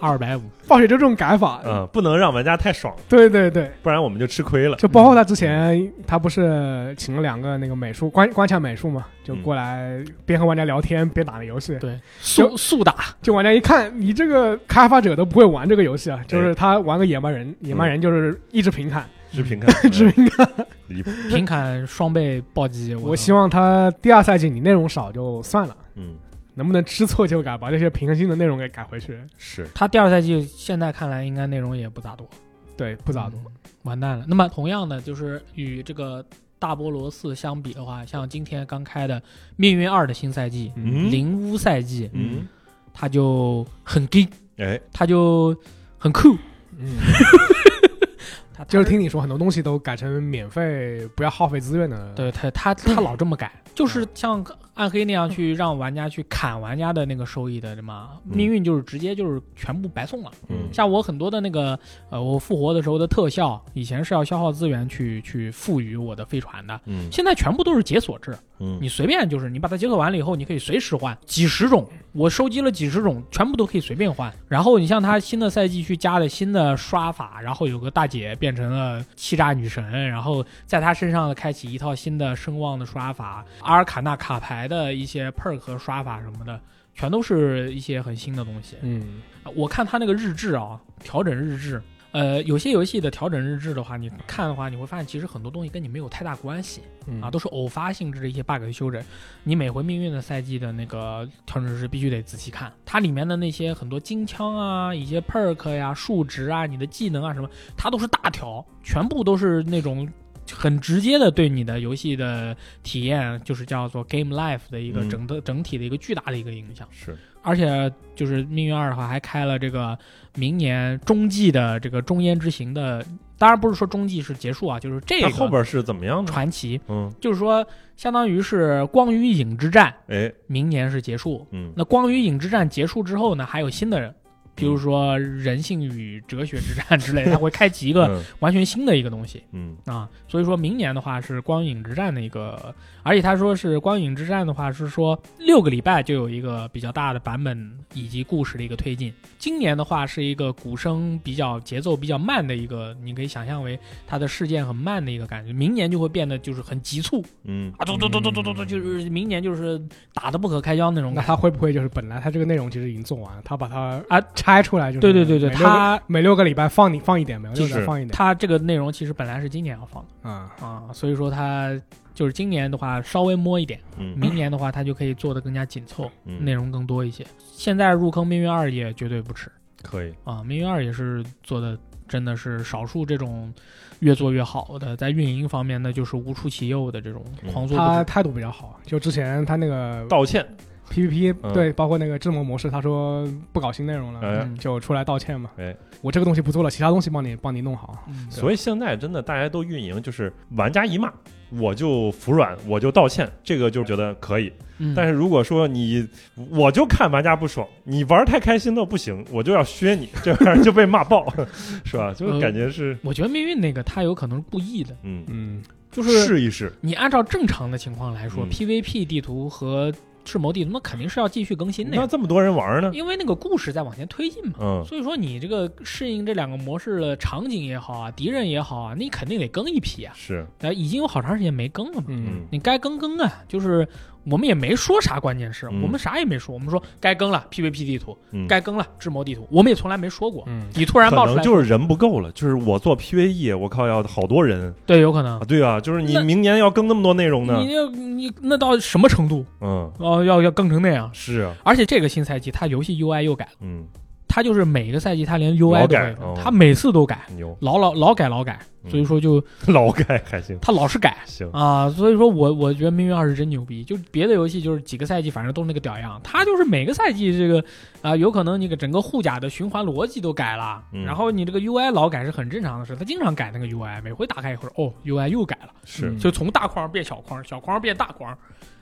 B: 二百 五，
C: 暴雪就这种改法，
A: 嗯，不能让玩家太爽，
C: 对对对，
A: 不然我们就吃亏了。
C: 就包括他之前他不是请了两个那个美术关关卡美术嘛，就过来边和玩家聊天边打的游戏。
B: 对，速速 打，
C: 就玩家一看你这个开发者都不会玩这个游戏啊，就是他玩个野蛮人，野蛮人就是一直平砍。
A: 只平看， 只平看，离谱。
B: 平砍双倍暴击。
C: 我希望他第二赛季你内容少就算了，
A: 嗯，
C: 能不能知错就改，把这些平衡性的内容给改回去？
A: 是，
B: 他第二赛季现在看来应该内容也不咋多，嗯
C: 对，不
B: 不
C: 咋多。
B: 完蛋了。那么同样的，就是与这个大菠萝四相比的话，像今天刚开的《命运二》的新赛季、
A: 嗯
B: 灵屋赛季，
A: 嗯，
B: 它就很 gay，
A: 哎，
B: 它就很酷，
C: 嗯。
B: 它它
C: 就是听你说，很多东西都改成免费，不要耗费资源
A: 嗯
C: 的。，
B: 对他，他他老这么改，就是像暗黑那样去让玩家去砍玩家的那个收益的嘛。
A: 嗯
B: 命运就是直接就是全部白送了。
A: 嗯
B: 像我很多的那个呃，我复活的时候的特效，以前是要消耗资源去去赋予我的飞船的，
A: 嗯
B: 现在全部都是解锁制，
A: 嗯
B: 你随便就是你把它解锁完了以后，你可以随时换几十种，我收集了几十种，全部都可以随便换。然后你像他新的赛季去加的新的刷法，然后有个大姐变成了欺诈女神，然后在她身上开启一套新的声望的刷法，阿尔卡纳卡牌的一些 perk 和刷法什么的，全都是一些很新的东西。
C: 嗯，
B: 我看他那个日志啊，调整日志。呃，有些游戏的调整日志的话，你看的话，你会发现其实很多东西跟你没有太大关系。
C: 嗯
B: 啊，都是偶发性质的一些 bug 和修整。你每回命运的赛季的那个调整师必须得仔细看，它里面的那些很多金枪啊、一些 perk 呀、数值啊、你的技能啊什么，它都是大调，全部都是那种很直接的对你的游戏的体验，就是叫做 game life 的一个
A: 嗯
B: 整的、整体的一个巨大的一个影响。
A: 是，
B: 而且就是《命运二》的话，还开了这个明年中季的这个中烟之行的，当然不是说中季是结束啊，就是这
A: 那
B: 个
A: 后边是怎么样的？
B: 传奇，
A: 嗯，
B: 就是说相当于是光与影之战，
A: 哎，
B: 明年是结束。
A: 嗯，
B: 那光与影之战结束之后呢，还有新的人，比如说人性与哲学之战之类的，它会开启一个
A: 嗯
B: 完全新的一个东西。
A: 嗯
B: 啊，所以说明年的话是光影之战的一个，而且他说是光影之战的话是说六个礼拜就有一个比较大的版本以及故事的一个推进。今年的话是一个鼓声比较节奏比较慢的一个，你可以想象为它的事件很慢的一个感觉。明年就会变得就是很急促
A: 嗯
B: 啊，嘟嘟嘟嘟嘟嘟嘟，就是明年就是打得不可开交那种
C: 那
B: 感觉。
C: 他会不会就是本来他这个内容其实已经做完了，他把它
B: 啊
C: 拆出来就是？
B: 对对对对，
C: 每六个
B: 他
C: 每六个礼拜放你放一点，每六个礼
A: 就是
C: 拜放一点
B: 他这个内容其实本来是今年要放
C: 啊。
B: 的啊，所以说他就是今年的话稍微摸一点。
A: 嗯
B: 明年的话，它就可以做得更加紧凑，
A: 嗯，
B: 内容更多一些。现在入坑《命运二》也绝对不迟
A: 可以，
B: 啊，《命运二》也是做的真的是少数这种越做越好的，在运营方面呢，就是无出其右的这种
A: 嗯
B: 狂做不
C: 他
B: 止。
C: 态度比较好，就之前他那个
A: 道歉，
C: PVP
A: 嗯
C: 对，包括那个智谋模式，他说不搞新内容了，
A: 哎
B: 嗯
C: 就出来道歉嘛
A: 哎。
C: 我这个东西不做了，其他东西帮你帮你弄好。
B: 嗯
A: 所以现在真的大家都运营，就是玩家一骂我就服软，我就道歉，这个就觉得可以。
B: 嗯，
A: 但是如果说你，我就看玩家不爽，你玩太开心了不行，我就要削你， 这玩意儿就被骂爆， 是吧？就感觉是，
B: 我觉得命运那个它有可能是故意的，
A: 嗯，
C: 嗯，
B: 就是
A: 试一试，
B: 你按照正常的情况来说
A: 嗯
B: ，PVP 地图和智谋地图那肯定是要继续更新的
A: 那
B: 呀，
A: 这么多人玩呢，
B: 因为那个故事在往前推进嘛。
A: 嗯，
B: 所以说你这个适应这两个模式的场景也好啊，敌人也好啊，那你肯定得更一批啊。
A: 是，
B: 呃，已经有好长时间没更了嘛，
C: 嗯
A: 嗯，
B: 你该更更啊。就是我们也没说啥关键事，
A: 嗯
B: 我们啥也没说，我们说该更了 PVP 地图，
A: 嗯，
B: 该更了智谋地图，我们也从来没说过。
C: 嗯，
B: 你突然
A: 可
B: 冒出
A: 能
B: 来，
A: 就是人不够了，就是我做 PVE，我靠，要好多人
B: 对，有可能
A: 啊，。对啊，就是你
B: 那
A: 明年要更那么多内容呢
B: 你，要你那到什么程度？
A: 嗯，
B: 哦，要要更成那样。
A: 是啊，
B: 而且这个新赛季，它游戏 UI 又改了，
A: 嗯，
B: 它就是每个赛季它连 UI
A: 老
B: 都
A: 改
B: 会
A: 哦
B: 它每次都改，
A: 牛，
B: 老老老改老改，
A: 嗯
B: 所以说就
A: 老改还行，
B: 它老是改。
A: 行，
B: 啊，所以说我我觉得《命运二》是真牛逼，就别的游戏就是几个赛季反正都是那个屌样，它就是每个赛季这个啊、有可能你个整个护甲的循环逻辑都改了，
A: 嗯
B: 然后你这个 UI 老改是很正常的事，它经常改那个 UI，每回打开以后哦 UI 又改了，
A: 是
C: 嗯，
B: 就从大框变小框，小框变大框，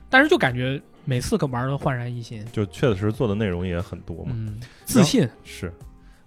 B: 但是就感觉每次可玩的焕然一新，
A: 就确实做的内容也很多嘛，
B: 嗯，自信，
A: 是，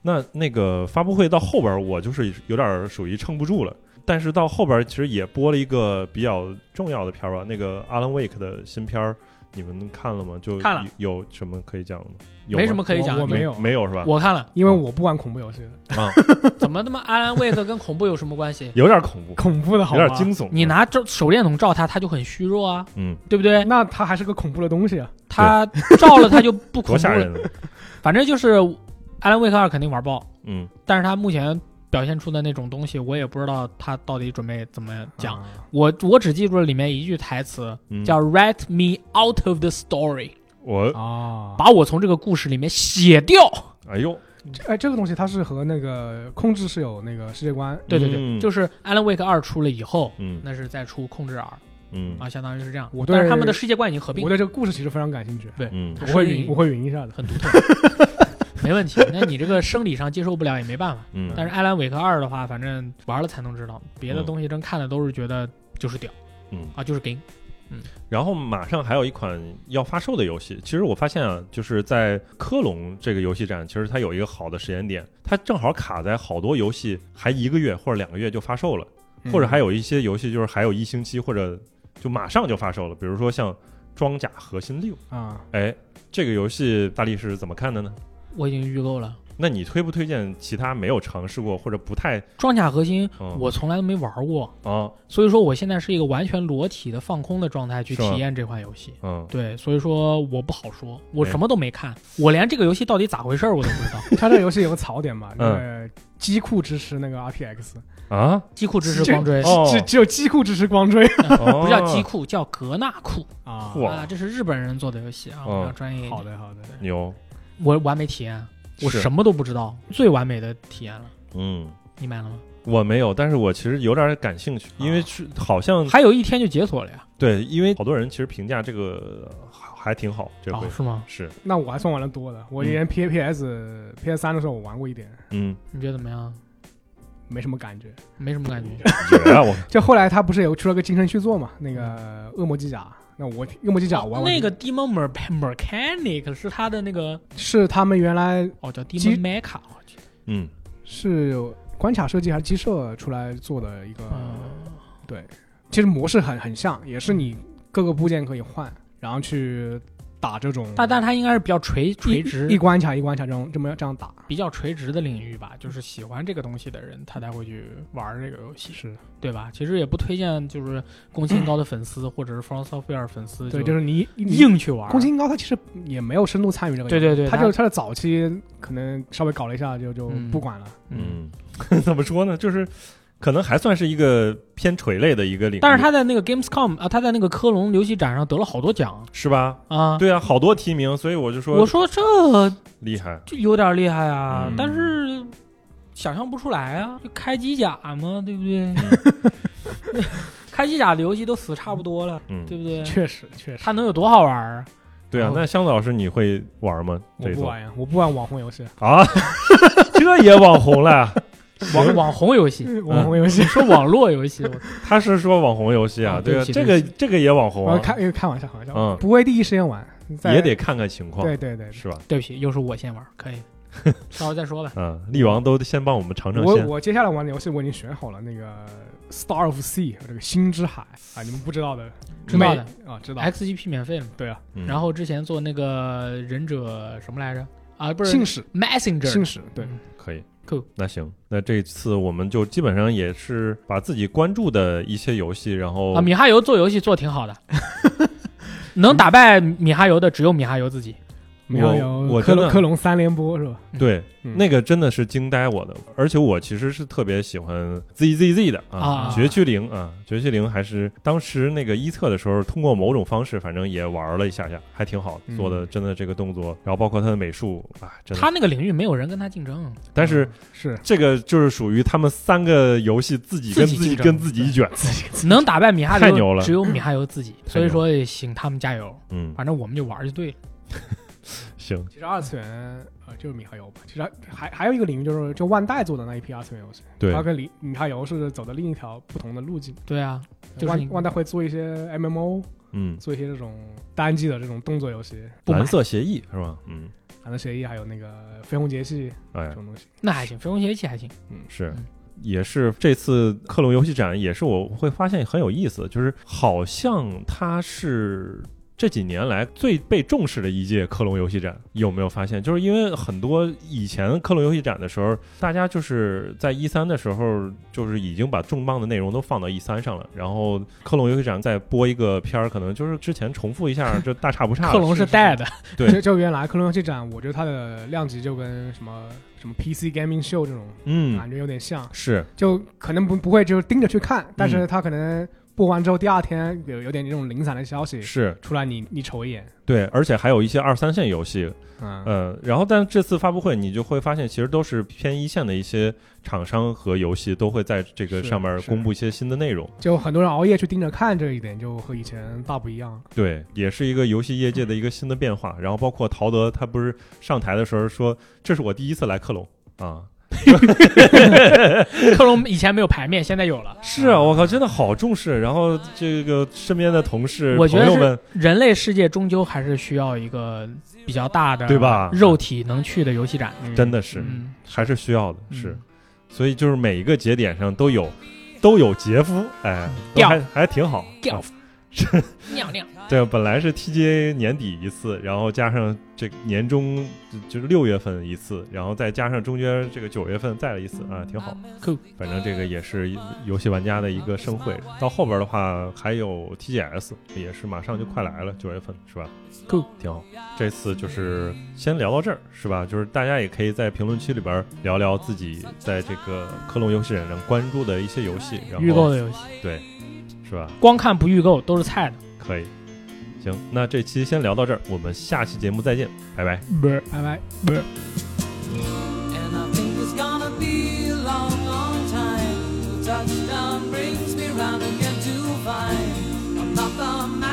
A: 那那个发布会到后边儿，我就是有点儿属于撑不住了。但是到后边儿其实也播了一个比较重要的片儿吧，那个 Alan Wake 的新片儿，你们看了吗？就
B: 看了
A: 有，有什么可以讲的吗？有
B: 没
A: 吗
B: 什么可以讲的
C: 我我，没有
A: 没有是吧？
B: 我看了，
C: 因为我不玩恐怖游戏的，
A: 啊，
B: 怎么他妈安安 wake 跟恐怖有什么关系？
A: 有点恐怖，
C: 恐怖的好
A: 有点？
C: 吗
A: 惊悚。
B: 啊你拿照手电筒照它，它就很虚弱啊，
A: 嗯，
B: 对不对？
C: 那它还是个恐怖的东西啊。
B: 它照了它就不
A: 多
B: 恐怖
A: 吓
B: 了
A: 人。啊！
B: 反正就是《艾伦·威克二》肯定玩爆，
A: 嗯，
B: 但是他目前表现出的那种东西，我也不知道他到底准备怎么 讲。
C: 啊，
B: 我我只记住了里面一句台词，
A: 嗯
B: 叫啊 “Write me out of the story”，
A: 我
C: 哦，
B: 把我从这个故事里面写掉。
A: 哎呦，
C: 这哎，这个东西它是和那个控制是有那个世界观，
B: 对对对，
A: 嗯
B: 就是《艾伦·威克二》出了以后，
A: 嗯
B: 那是再出《控制耳》
A: 嗯
B: 啊，相当于是这样。
C: 我对
B: 但是他们的世界观已经合并
C: 我，对这个故事其实非常感兴趣，
A: 嗯
B: 它
C: 我会
B: 声音
C: 云我会云一下的。
B: 很独特，没问题。那你这个生理上接受不了也没办法。
A: 嗯，
B: 但是《艾兰·韦克二》的话，反正玩了才能知道，别的
A: 嗯
B: 东西真看的都是觉得就是屌，
A: 嗯
B: 啊，就是给
A: 然后马上还有一款要发售的游戏。其实我发现啊，就是在科隆这个游戏展，其实它有一个好的时间点，它正好卡在好多游戏还一个月或者两个月就发售了，
B: 嗯
A: 或者还有一些游戏就是还有一星期或者就马上就发售了。比如说像《装甲核心六》，
C: 啊，
A: 哎，这个游戏大力是怎么看的呢？
B: 我已经预购了
A: 那你推不推荐其他没有尝试过或者不太
B: 《装甲核心》
A: 嗯
B: 我从来都没玩过，
A: 啊
B: 所以说我现在是一个完全裸体的放空的状态去
A: 是吗
B: 体验这款游戏。
A: 嗯
B: 对，所以说我不好说，我
A: 哎
B: 什么都没看，我连这个游戏到底咋回事儿我都不 知道。
C: 它这个游戏有个槽点 嘛，那
B: 嗯
C: 个机库支持那个 RTX，
A: 啊？
B: 机库 支持光追，
A: 哦
C: 只只有机库支持光追
B: 不
A: 不
B: 叫机库，叫格纳库
C: 啊
A: 哇
B: 啊，这是日本人做的游戏啊，
A: 哦
B: 我要专业一点。
C: 好的好的，
A: 牛，
B: 我完美体验，我
A: 是
B: 什么都不知道，最完美的体验了。
A: 嗯。
B: 你买了吗？啊
A: 我没有，但是我其实有点感兴趣，因为是好像
B: 还有一天就解锁了呀。
A: 对，因为好多人其实评价这个还还挺好，这回、
B: 哦，是吗？
A: 是，
C: 那我还算玩的多的，我以
B: 嗯
C: 前 P P S P S 三的时候我玩过一点，
A: 嗯，
B: 你觉得怎么样？
C: 没什么感觉。
B: 没什么感觉。
A: 有啊，我
C: 就后来他不是有出了个精神续作嘛，那个恶魔机甲，那我恶魔机甲我玩完
B: 哦那个 Demon Mer- Mechanic 是他的那个
C: 是他们原来
B: 哦，叫
C: 机
B: Demon Mecha，我去，
A: 嗯，
C: 是关卡设计还是机设出来做的一个，
A: 啊
B: 嗯，
C: 对，其实模式很很像，也是你各个部件可以换，然后去打这种
B: 但但他应该是比较垂垂直
C: 一，关卡一关卡这种这么这样打，
B: 比较垂直的领域吧，就是喜欢这个东西的人，他才会去玩这个游戏，
C: 是
B: 对吧？其实也不推荐就是宫崎英高的粉丝或者是 From Software 粉丝，
C: 嗯对，就是你你
B: 硬去玩。
C: 宫崎英高他其实也没有深度参与这个游戏，
B: 对对对，
C: 他就是他的早期可能稍微搞了一下就就
B: 嗯
C: 不管了，
B: 嗯，
A: 嗯， 怎么说呢？就是可能还算是一个偏垂类的一个领域，
B: 但是他在那个 Gamescom 啊，他在那个科隆游戏展上得了好多奖
A: 是吧？
B: 啊。
A: 对啊，好多提名，所以我就
B: 我
A: 说
B: 说这
A: 厉害。
B: 就有点厉害啊，
A: 嗯
B: 但是想象不出来啊，就开机甲嘛，对不对？ 开机甲的游戏都死差不多了，
A: 嗯，
B: 对不嗯对？
C: 确实确实，
B: 它能有多好玩儿？
A: 对啊
B: 然，后
A: 那箱子老师你会玩吗？
C: 我
A: 这一
C: 不
A: 座
C: 玩呀，我不玩网红游戏，
A: 啊， 这也网红了？
B: 网网红游戏，
C: 网红游 戏
B: 你。说网络游戏，我
A: 他是说网红游戏啊？
B: 啊对
A: 啊，
B: 不起
A: 这
B: 对
A: 个
B: 不
A: 这个也网红
C: 我
A: 啊，
C: 开呃开玩笑，开玩笑，
A: 嗯
C: 不会第一时间玩，在
A: 也得看看情况，
C: 对对对，
A: 是吧？
B: 对不起，又是我先玩儿，可以，到时候再说吧。
A: 嗯，力王都先帮我们尝尝
C: 我
A: 鲜。
C: 我接下来玩的游戏我已经选好了，那个 Star of Sea 这个星之海啊，你们不知道的，
B: 嗯知道的
C: 美啊，知道，
B: XGP 免费嘛？
C: 对啊，
A: 嗯
B: 然后之前做那个忍者什么来着？啊，不是
C: 信使
B: Messenger，
C: 信使，对，
B: 嗯
A: 可以
B: Cool
A: 那行，那这次我们就基本上也是把自己关注的一些游戏，然后
B: 啊，米哈游做游戏做挺好的， 能打败米哈游的只有米哈游自己。
C: 没有
A: 我
C: 有
A: 真
C: 克
A: 的
C: 隆克隆三连播是吧？
A: 对，
C: 嗯
A: 那个真的是惊呆我的，而且我其实是特别喜欢 Z Z Z 的啊，
B: 啊
A: 绝区零啊，绝区零还是当时那个一测的时候，通过某种方式，反正也玩了一下下，还挺好
C: 嗯
A: 做的，真的这个动作，然后包括它的美术啊，真的
B: 他，那个领域没有人跟他竞 争，
A: 但是
C: 是
A: 这个就是属于他们三个游戏自己跟
B: 自己
A: 自己
B: 竞争
A: 跟自己卷，
B: 能打败米哈游
A: 太牛了
B: 只有米哈游自己。
A: 太
B: 所
A: 牛了
B: 以说，也请他们加油，
A: 嗯，
B: 反正我们就玩儿就对了。
A: 行，
C: 其实二次元呃就是米哈游吧，其实还还有一个领域就是就万代做的那一批二次元游戏，
A: 对
C: 它，跟米米哈游是走的另一条不同的路径，
B: 对啊，就是你
C: 万万代会做一些 M M O，
A: 嗯，
C: 做一些这种单机的这种动作游戏，
B: 不买
A: 蓝色协议是吧？嗯，
C: 《蓝色协议》还有那个《绯红节气》
A: 哎
C: 这，种东西，
B: 那还行，飞龙邪 气还行。
A: 是
B: 嗯，
A: 也是这次克隆游戏展，也是我会发现很有意思，就是好像它是。这几年来最被重视的一届克隆游戏展，有没有发现？就是因为很多以前克隆游戏展的时候，大家就是在一三的时候，就是已经把重磅的内容都放到一三上了，然后克隆游戏展再播一个片儿，可能就是之前重复一下，就大差不差了。
B: 克隆是带的，
A: 对
C: 就就原来克隆游戏展，我觉得它的量级就跟什么什么 PC gaming show 这种
A: 嗯，
C: 感觉有点像，
A: 是，
C: 就可能不不会就是盯着去看，
A: 嗯
C: 但是它可能播完之后第二天有有点这种零散的消息
A: 是
C: 出来你，你瞅一眼，
A: 对，而且还有一些二三线游戏，
C: 嗯，
A: 呃，然后但这次发布会你就会发现，其实都是偏一线的一些厂商和游戏都会在这个
C: 是
A: 上面
C: 是
A: 公布一些新的内容。
C: 就很多人熬夜去盯着看这一点，就和以前大不一样。
A: 对，也是一个游戏业界的一个新的变化。然后包括陶德他不是上台的时候说：“这是我第一次来克隆啊。
B: 克隆以前没有牌面，现在有了”。
A: 是啊，我靠，真的好重视。然后这个身边的同事
B: 我觉
A: 朋
B: 得
A: 友
B: 是
A: 们，
B: 人类世界终究还是需要一个比较大的
A: 对吧
B: 肉体能去的游戏展，
A: 真的是、
B: 嗯，
A: 还是需要的，是
B: 嗯。
A: 所以就是每一个节点上都有都有杰夫，哎，都
B: 掉
A: 还还挺好。
B: 掉
A: 啊
B: 尿尿，
A: 对，本来是 TGA 年底一次，然后加上这个年中就就是六月份一次，然后再加上中间这个九月份再来一次啊，挺好。
B: Cool
A: 反正这个也是游戏玩家的一个盛会。到后边的话还有 TGS，也是马上就快来了，九月份是吧
B: Cool
A: 挺好。这次就是先聊到这儿，是吧？就是大家也可以在评论区里边聊聊自己在这个克隆游戏展上关注的一些游戏，然后
B: 预购的游戏，
A: 是吧？
B: 光看不预购都是菜的。
A: 可以。行，那这期先聊到这儿，我们下期节目再见，拜拜。
C: 不是，嗯拜拜，不是。
D: And I think it's gonna be a long, long time. till Touchdown brings me round again to find I'm not about my Oh,